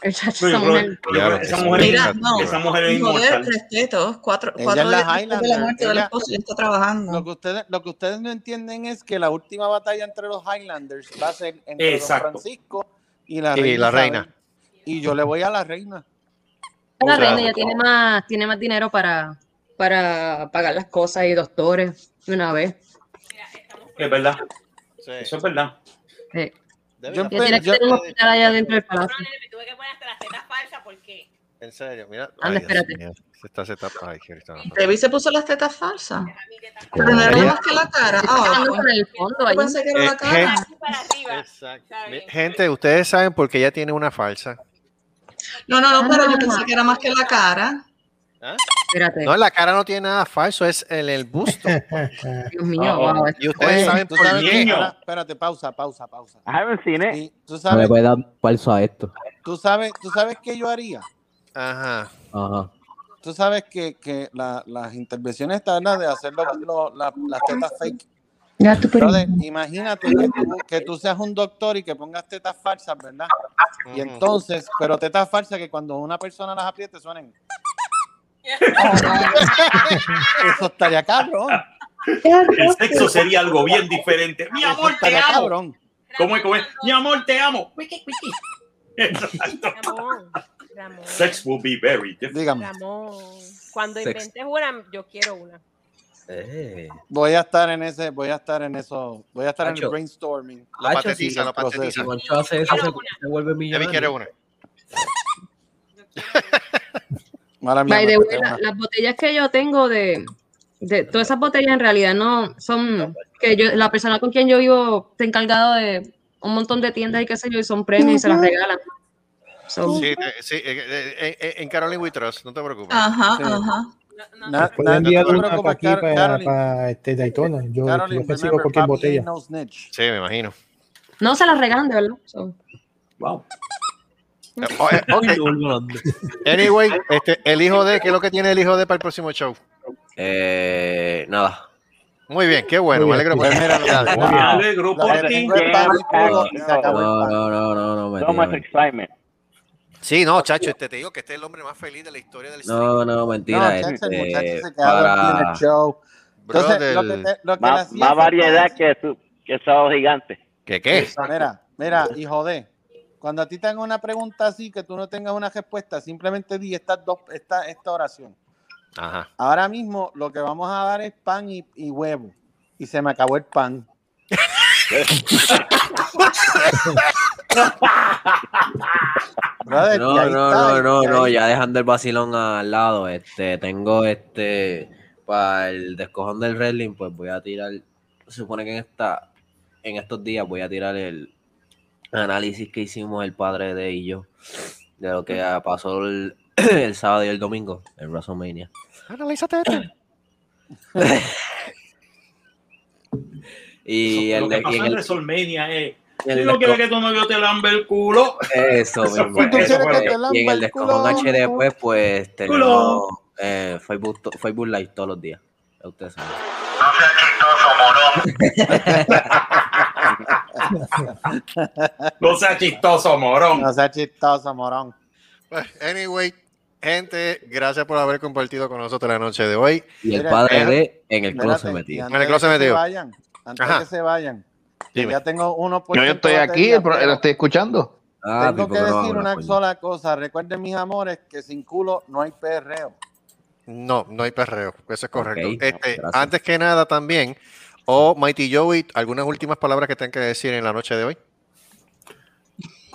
Speaker 2: No, yo creo- yo creo que esa mujer-
Speaker 4: Mira, no,
Speaker 2: esa mujer es
Speaker 4: joder,
Speaker 2: inmortal.
Speaker 4: tres tetos, cuatro,
Speaker 16: Ella
Speaker 4: cuatro
Speaker 16: es la
Speaker 4: días después de la
Speaker 16: Highlander,
Speaker 4: muerte del
Speaker 16: ella-
Speaker 4: esposo ya está trabajando.
Speaker 16: Lo que, ustedes, lo que ustedes no entienden es que la última batalla entre los Highlanders va a ser entre
Speaker 11: Exacto.
Speaker 16: Don Francisco y la
Speaker 11: Y
Speaker 16: reina.
Speaker 11: la reina.
Speaker 16: Isabel. Y yo le voy a la reina.
Speaker 10: La
Speaker 11: Claro.
Speaker 10: reina ya tiene más, tiene más dinero para, para pagar las cosas y doctores de una vez.
Speaker 2: Es verdad. Eso es verdad.
Speaker 16: Eh,
Speaker 10: Sí.
Speaker 11: Yo
Speaker 10: Ya tiene que
Speaker 11: yo-
Speaker 10: tener un hospital allá dentro del palacio.
Speaker 11: En serio, mira.
Speaker 10: Anda,
Speaker 11: Ay, Dios
Speaker 10: espérate.
Speaker 11: mío, se está, se está, ay, Cristo.
Speaker 4: Debbie se puso las tetas falsas. Pero no era nada más que la cara. Ah,
Speaker 10: Ah, no,
Speaker 4: pues.
Speaker 10: por el fondo, ahí.
Speaker 4: Yo pensé que era la
Speaker 11: Eh,
Speaker 4: cara.
Speaker 11: Mi- Gente, ustedes saben por qué ella tiene una falsa.
Speaker 4: No, no, no,
Speaker 10: Ah.
Speaker 4: pero yo pensé que era más que la cara.
Speaker 10: Espérate.
Speaker 11: No, la cara no tiene nada falso, es el, el busto.
Speaker 10: Dios
Speaker 11: Ah,
Speaker 10: wow,
Speaker 11: Y ustedes saben
Speaker 16: ¿tú
Speaker 11: por
Speaker 16: sabes
Speaker 11: qué.
Speaker 16: qué? Ahora, espérate, pausa, pausa, pausa. Y
Speaker 9: No
Speaker 16: ¿Tú
Speaker 9: le
Speaker 16: sabes,
Speaker 9: puede dar falso a esto.
Speaker 16: tú sabes, tú sabes qué yo haría?
Speaker 11: Ajá.
Speaker 9: Ajá.
Speaker 16: Tú sabes que, que la- las intervenciones están las de hacer los- los- las- las tetas fake. Brother, imagínate que tú, que tú seas un doctor y que pongas tetas falsas, ¿verdad? Y entonces, pero tetas falsas que cuando una persona las apriete suenen. Eso estaría cabrón.
Speaker 2: El sexo sería algo bien diferente. Mi amor, te
Speaker 16: estaría
Speaker 2: amo.
Speaker 16: cabrón.
Speaker 2: ¿Cómo es? ¿Cómo es? Mi amor, te amo. Exacto. Sex will be very different.
Speaker 6: Ramón, cuando
Speaker 16: Sex.
Speaker 6: inventes una, yo quiero una.
Speaker 9: Eh.
Speaker 16: Voy a estar en ese, voy a estar en eso, voy a estar en
Speaker 9: Hacho.
Speaker 16: el brainstorming.
Speaker 11: Lo
Speaker 9: Hacho,
Speaker 11: patetiza,
Speaker 9: sí,
Speaker 11: lo
Speaker 9: el proceso.
Speaker 11: patetiza.
Speaker 9: Si Moncho hace eso, se, se vuelve
Speaker 11: Debbie
Speaker 9: millonario.
Speaker 11: quiere una.
Speaker 16: Mala mía,
Speaker 10: By
Speaker 16: me
Speaker 10: the
Speaker 16: apreté
Speaker 10: way, la-
Speaker 16: una.
Speaker 10: las botellas que yo tengo de, de todas esas botellas en realidad no son que yo, la persona con quien yo vivo está encargado de un montón de tiendas y qué sé yo, y son premios y se las regalan. So,
Speaker 11: Sí, te- sí, eh, eh, eh, eh, en Caroline We Trust, no te preocupes.
Speaker 10: Ajá,
Speaker 16: Sí.
Speaker 10: ajá.
Speaker 16: Na-
Speaker 15: Pueden
Speaker 16: na-
Speaker 15: enviar
Speaker 16: no te
Speaker 15: una para
Speaker 16: preocupes,
Speaker 15: aquí,
Speaker 16: Car-
Speaker 15: para,
Speaker 16: Caroline.
Speaker 15: para, este Daytona. Yo,
Speaker 16: Caroline,
Speaker 15: yo consigo
Speaker 16: remember,
Speaker 15: cualquier
Speaker 16: papi ain't
Speaker 15: botella.
Speaker 16: no snitch.
Speaker 11: Sí, me imagino.
Speaker 10: No se las regalan, de verdad. So,
Speaker 2: Wow.
Speaker 11: Oh, eh, ok. Anyway, este, el hijo de, ¿qué es lo que tiene el hijo de para el próximo show?
Speaker 7: Eh, nada.
Speaker 11: Muy bien, qué bueno, me
Speaker 7: Muy
Speaker 11: alegro
Speaker 7: bien.
Speaker 11: por
Speaker 7: Pues mira,
Speaker 11: Felicidades.
Speaker 7: wow.
Speaker 2: Me alegro
Speaker 7: La
Speaker 2: por
Speaker 7: que
Speaker 2: ti.
Speaker 7: tengo es Barbie
Speaker 16: Ah,
Speaker 7: Poodle y se acabó el pan.
Speaker 9: No, no, no, no,
Speaker 7: So
Speaker 9: mentira,
Speaker 7: much
Speaker 9: mentira.
Speaker 11: Sí, no, chacho, este, te digo que este es el hombre más feliz de la historia del
Speaker 9: No, no, mentira.
Speaker 16: No, chacho, el
Speaker 9: este,
Speaker 16: muchacho se queda dormido en
Speaker 9: para...
Speaker 16: el show. Entonces, lo que,
Speaker 9: Brother.
Speaker 16: te- lo que le
Speaker 24: Más,
Speaker 16: hacía
Speaker 24: más
Speaker 16: falta
Speaker 24: variedad
Speaker 16: es-
Speaker 24: que su, que Sábado Gigante.
Speaker 11: ¿Qué
Speaker 16: Mira, mira, hijo de. Cuando a ti te hagan una pregunta así, que tú no tengas una respuesta, simplemente di estas dos, esta, esta oración.
Speaker 11: Ajá.
Speaker 16: Ahora mismo lo que vamos a dar es pan y, y huevo. Y se me acabó el pan.
Speaker 9: Ah,
Speaker 16: Brother, y
Speaker 9: No,
Speaker 16: ahí
Speaker 9: no, no,
Speaker 16: está, y-
Speaker 9: no,
Speaker 16: y
Speaker 9: no,
Speaker 16: ahí-
Speaker 9: ya dejando el vacilón al lado, este, tengo este, para el descojón del wrestling, pues voy a tirar, se supone que en esta, en estos días voy a tirar el análisis que hicimos el padre de y yo, de lo que ah, pasó el, el sábado y el domingo en WrestleMania.
Speaker 11: Analízate
Speaker 9: Y
Speaker 2: Lo
Speaker 9: el,
Speaker 2: que
Speaker 9: de- y
Speaker 2: pasó
Speaker 9: en
Speaker 2: en
Speaker 9: el-
Speaker 2: WrestleMania es.
Speaker 9: el
Speaker 2: Si no quieres
Speaker 9: desco-
Speaker 2: que tu novio te lambe el culo.
Speaker 9: Eso mismo.
Speaker 2: fue-
Speaker 9: eso
Speaker 2: eso
Speaker 9: fue.
Speaker 2: fue lo que-
Speaker 9: y en el descojón HD, pues, pues tenemos
Speaker 2: Culo.
Speaker 9: eh, Facebook, to- Facebook Live todos los días. Ya Ustedes saben.
Speaker 2: No sea chistoso, morón.
Speaker 16: No sea chistoso, morón.
Speaker 3: Pues, anyway, gente, gracias por haber compartido con nosotros la noche de hoy.
Speaker 9: Y el padre de en el closet metido.
Speaker 3: En el closet
Speaker 16: Que se
Speaker 3: metido.
Speaker 16: vayan, antes
Speaker 3: Ajá.
Speaker 16: que se vayan. que
Speaker 3: Dime.
Speaker 16: Ya tengo uno por
Speaker 14: Yo, yo estoy aquí, el pro- lo estoy escuchando.
Speaker 16: Tengo que decir una sola cosa. Recuerden, mis amores, que sin culo no hay perreo.
Speaker 3: No, no hay perreo. Eso es correcto.
Speaker 16: Ok,
Speaker 3: Este,
Speaker 16: gracias.
Speaker 3: antes que nada, también, o Mighty Joey, algunas últimas palabras que tengan que decir en la noche de hoy.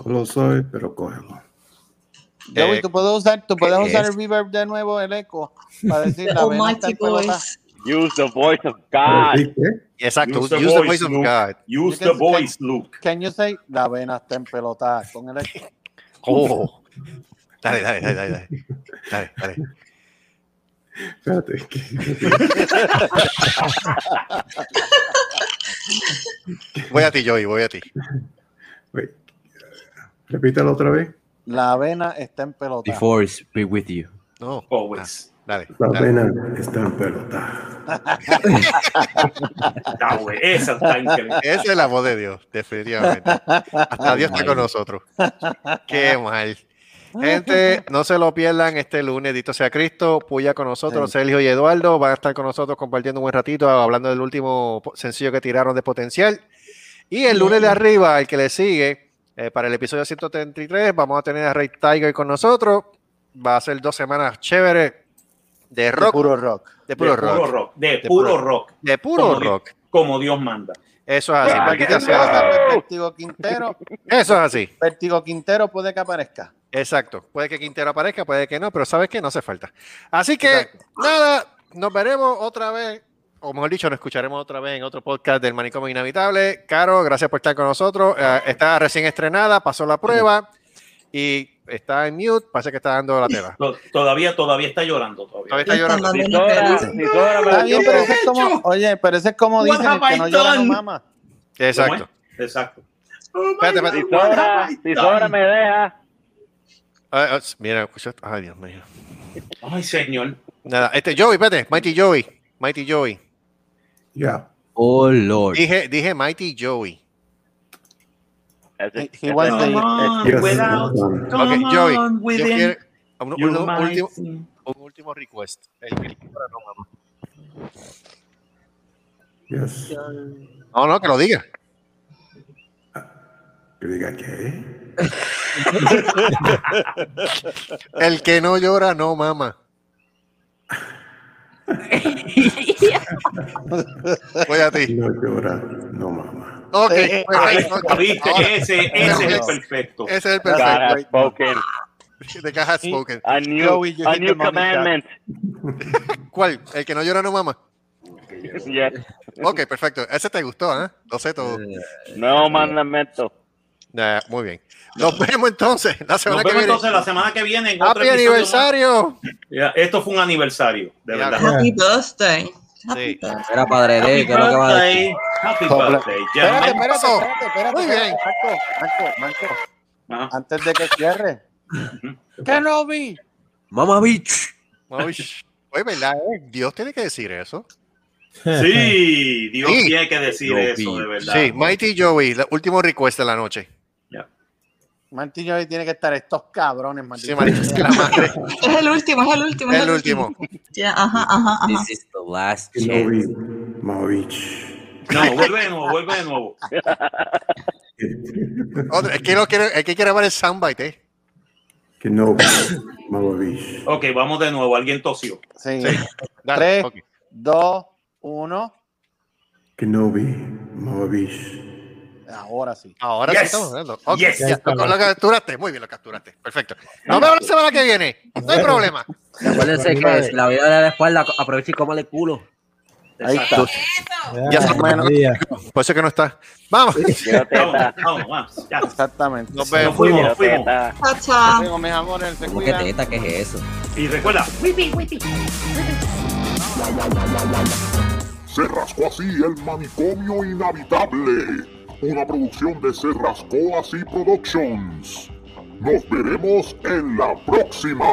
Speaker 15: Lo soy, pero cógelo.
Speaker 16: Joey,
Speaker 3: Eh,
Speaker 16: tú puedes usar, tú puedes
Speaker 3: ¿qué
Speaker 16: usar
Speaker 3: es?
Speaker 16: el reverb de nuevo, el eco, para decir
Speaker 11: Oh,
Speaker 16: la vena está
Speaker 4: Almighty
Speaker 16: empelotada.
Speaker 4: voice.
Speaker 11: Use the voice of God.
Speaker 3: Exacto.
Speaker 2: Use the
Speaker 3: use the
Speaker 2: voice,
Speaker 3: voice of
Speaker 2: Luke.
Speaker 3: God.
Speaker 2: Use
Speaker 16: You
Speaker 2: the
Speaker 16: can-
Speaker 2: voice, Luke.
Speaker 16: Can you say la vena está empelotada con el eco?
Speaker 3: Oh. Dale, dale, dale, dale. dale. Dale, dale.
Speaker 15: Espérate. que-
Speaker 3: Voy a ti, Joey, voy a ti.
Speaker 15: Repítelo otra vez.
Speaker 16: La avena está en pelota.
Speaker 9: Force be with you.
Speaker 3: No.
Speaker 2: Always.
Speaker 3: dale.
Speaker 15: La
Speaker 3: dale.
Speaker 15: pena está en pelota.
Speaker 2: Ah, güey, esa está increíble.
Speaker 3: Esa es la voz de Dios, definitivamente. Hasta Dios está con nosotros. Qué mal. Gente, no se lo pierdan este lunes, Dito sea Cristo, Puya con nosotros,
Speaker 16: Sí.
Speaker 3: Sergio y Eduardo van a estar con nosotros compartiendo un buen ratito, hablando del último po- sencillo que tiraron de potencial. Y el lunes de arriba, el que le sigue, eh, para el episodio 133, vamos a tener a Ray Tiger con nosotros. Va a ser dos semanas chéveres de rock.
Speaker 16: puro rock.
Speaker 3: De puro,
Speaker 2: De puro
Speaker 3: rock.
Speaker 2: rock, de puro rock.
Speaker 3: De puro
Speaker 2: Como Dios-
Speaker 3: rock.
Speaker 2: como Dios manda.
Speaker 3: Eso es así.
Speaker 2: Ah,
Speaker 3: maldita
Speaker 2: qué
Speaker 3: sea la
Speaker 2: bueno.
Speaker 3: madre.
Speaker 16: Vértigo Quintero,
Speaker 3: Eso es así.
Speaker 16: Vértigo Quintero puede que aparezca.
Speaker 3: Exacto. Puede que Quintero aparezca, puede que no, pero sabes que no hace falta. Así que, nada, nos veremos otra vez, o mejor dicho, nos escucharemos otra vez en otro podcast del Manicomio Inhabitable. Caro, gracias por estar con nosotros. Eh, está recién estrenada, pasó la prueba y está en mute. Parece que está dando la tela.
Speaker 2: To- Todavía, todavía está llorando. Todavía,
Speaker 3: Todavía está llorando.
Speaker 2: Si llora, si llora, me
Speaker 16: Está
Speaker 2: la
Speaker 16: bien,
Speaker 2: chupo.
Speaker 16: pero ese es como, oye, pero ese es como
Speaker 2: What
Speaker 16: dicen, el
Speaker 2: have
Speaker 16: que
Speaker 2: I
Speaker 16: no llora no
Speaker 2: done?
Speaker 16: mama.
Speaker 3: Exacto.
Speaker 2: Exacto. Oh,
Speaker 3: Espérate, espérate.
Speaker 11: Si sobra, si sobra me deja.
Speaker 3: Ah, ah, mira, escucha- Ay, Dios mío.
Speaker 2: Ay, señor.
Speaker 3: Nada, este Joey, espérate. Mighty Joey. Mighty Joey.
Speaker 15: Ya.
Speaker 9: Oh, Lord.
Speaker 3: Dije, dije Mighty Joey.
Speaker 16: He- he wants the- eh,
Speaker 15: Yes, yes,
Speaker 3: Ok,
Speaker 2: Come
Speaker 3: Joey,
Speaker 2: on,
Speaker 3: yo
Speaker 2: within
Speaker 3: quiero un, un-
Speaker 2: your
Speaker 3: un
Speaker 2: mind.
Speaker 3: último, un último request. El que le quiera, no, mamá.
Speaker 15: yes.
Speaker 3: No, no, que lo diga.
Speaker 15: Que diga que.
Speaker 3: El que no llora, no mama. Voy a ti.
Speaker 15: No llora, no mamá.
Speaker 3: Ok, bueno, ahí-
Speaker 2: Eh, Lo viste,
Speaker 3: ahora-
Speaker 2: ese, ese es el perfecto.
Speaker 3: ese es el
Speaker 11: God has
Speaker 3: perfecto.
Speaker 11: spoken.
Speaker 3: De God has spoken.
Speaker 11: A new,
Speaker 16: Joey, you
Speaker 11: a
Speaker 16: hit
Speaker 11: new
Speaker 16: the money shot.
Speaker 11: commandment.
Speaker 3: ¿Cuál? El que no llora, no mama.
Speaker 11: Yes.
Speaker 3: Ok, perfecto. Ese te gustó, ¿eh? Lo sé todo.
Speaker 11: Eh, No mandamento.
Speaker 3: Nah, muy bien. Nos vemos entonces la semana
Speaker 2: Nos
Speaker 3: que viene.
Speaker 2: vemos entonces la semana que viene en otro
Speaker 3: ¡Happy
Speaker 2: episodio más.
Speaker 3: aniversario!
Speaker 2: Ya, Esto fue un aniversario, de
Speaker 3: Ya,
Speaker 2: verdad.
Speaker 4: Happy birthday.
Speaker 3: Sí.
Speaker 9: Era padre de,
Speaker 2: Happy
Speaker 9: que es lo que va a decir.
Speaker 2: birthday. Happy
Speaker 16: Sopla.
Speaker 2: birthday. Ya,
Speaker 16: Espérate, espérate,
Speaker 3: pasó.
Speaker 16: espérate, espérate,
Speaker 3: Muy
Speaker 16: espérate,
Speaker 3: bien.
Speaker 16: Marco, Marco, Marco,
Speaker 2: Ajá.
Speaker 16: antes de que cierre. ¿Qué no vi?
Speaker 9: Mamá bitch.
Speaker 3: Uy, Oye, ¿verdad? eh? Dios tiene que decir eso.
Speaker 2: Sí, Dios
Speaker 3: Sí.
Speaker 2: tiene que decir
Speaker 9: Lo
Speaker 2: eso,
Speaker 9: vi.
Speaker 2: de verdad.
Speaker 3: Sí, Mighty Joey, la- último request de la noche.
Speaker 16: Martín Joey tiene que estar estos cabrones, Martín.
Speaker 3: Sí, María, es que la madre.
Speaker 4: Es el último, es el último.
Speaker 3: El último.
Speaker 4: Ya, ajá, ajá, ajá.
Speaker 9: This is the last
Speaker 15: Que no
Speaker 9: chance.
Speaker 15: vi, Mavich.
Speaker 2: No, vuelve de nuevo, vuelve de nuevo.
Speaker 3: Otra, es que no quiere, es que quiere grabar el soundbite, eh.
Speaker 15: Que no vi, Mavich.
Speaker 2: Ok, vamos de nuevo. Alguien tosió.
Speaker 16: Sí.
Speaker 3: Dale,
Speaker 16: Tres.
Speaker 3: ok.
Speaker 16: Dos, uno.
Speaker 15: Que no vi, Mavich.
Speaker 16: Ahora sí.
Speaker 3: Ahora
Speaker 2: Yes.
Speaker 3: sí estamos hablando. Ok,
Speaker 2: Yes.
Speaker 3: ya, lo, lo capturaste, muy bien, lo capturaste. Perfecto. Nos vemos la semana que viene. No hay problema.
Speaker 9: Y Acuérdense que si la vida de la espalda, aprovecha y cómale culo.
Speaker 16: Ahí está.
Speaker 3: Ya
Speaker 25: Ah,
Speaker 3: se-
Speaker 25: María.
Speaker 3: Por eso que no está. Vamos.
Speaker 11: Quiero
Speaker 2: Vamos,
Speaker 11: teta.
Speaker 2: vamos, vamos. Ya.
Speaker 16: Exactamente.
Speaker 3: Nos
Speaker 2: Nos
Speaker 3: vemos.
Speaker 2: fuimos,
Speaker 11: Quiero
Speaker 2: nos fuimos.
Speaker 11: teta.
Speaker 4: Chao,
Speaker 14: Ah.
Speaker 4: chao.
Speaker 16: Luego, mis amores, se
Speaker 9: ¿Cómo que
Speaker 16: cuidan.
Speaker 9: teta? ¿Qué es eso?
Speaker 2: Y recuerda,
Speaker 1: Se rascó así el manicomio inhabitable. Una producción de Se rascó así Productions. Nos veremos en la próxima.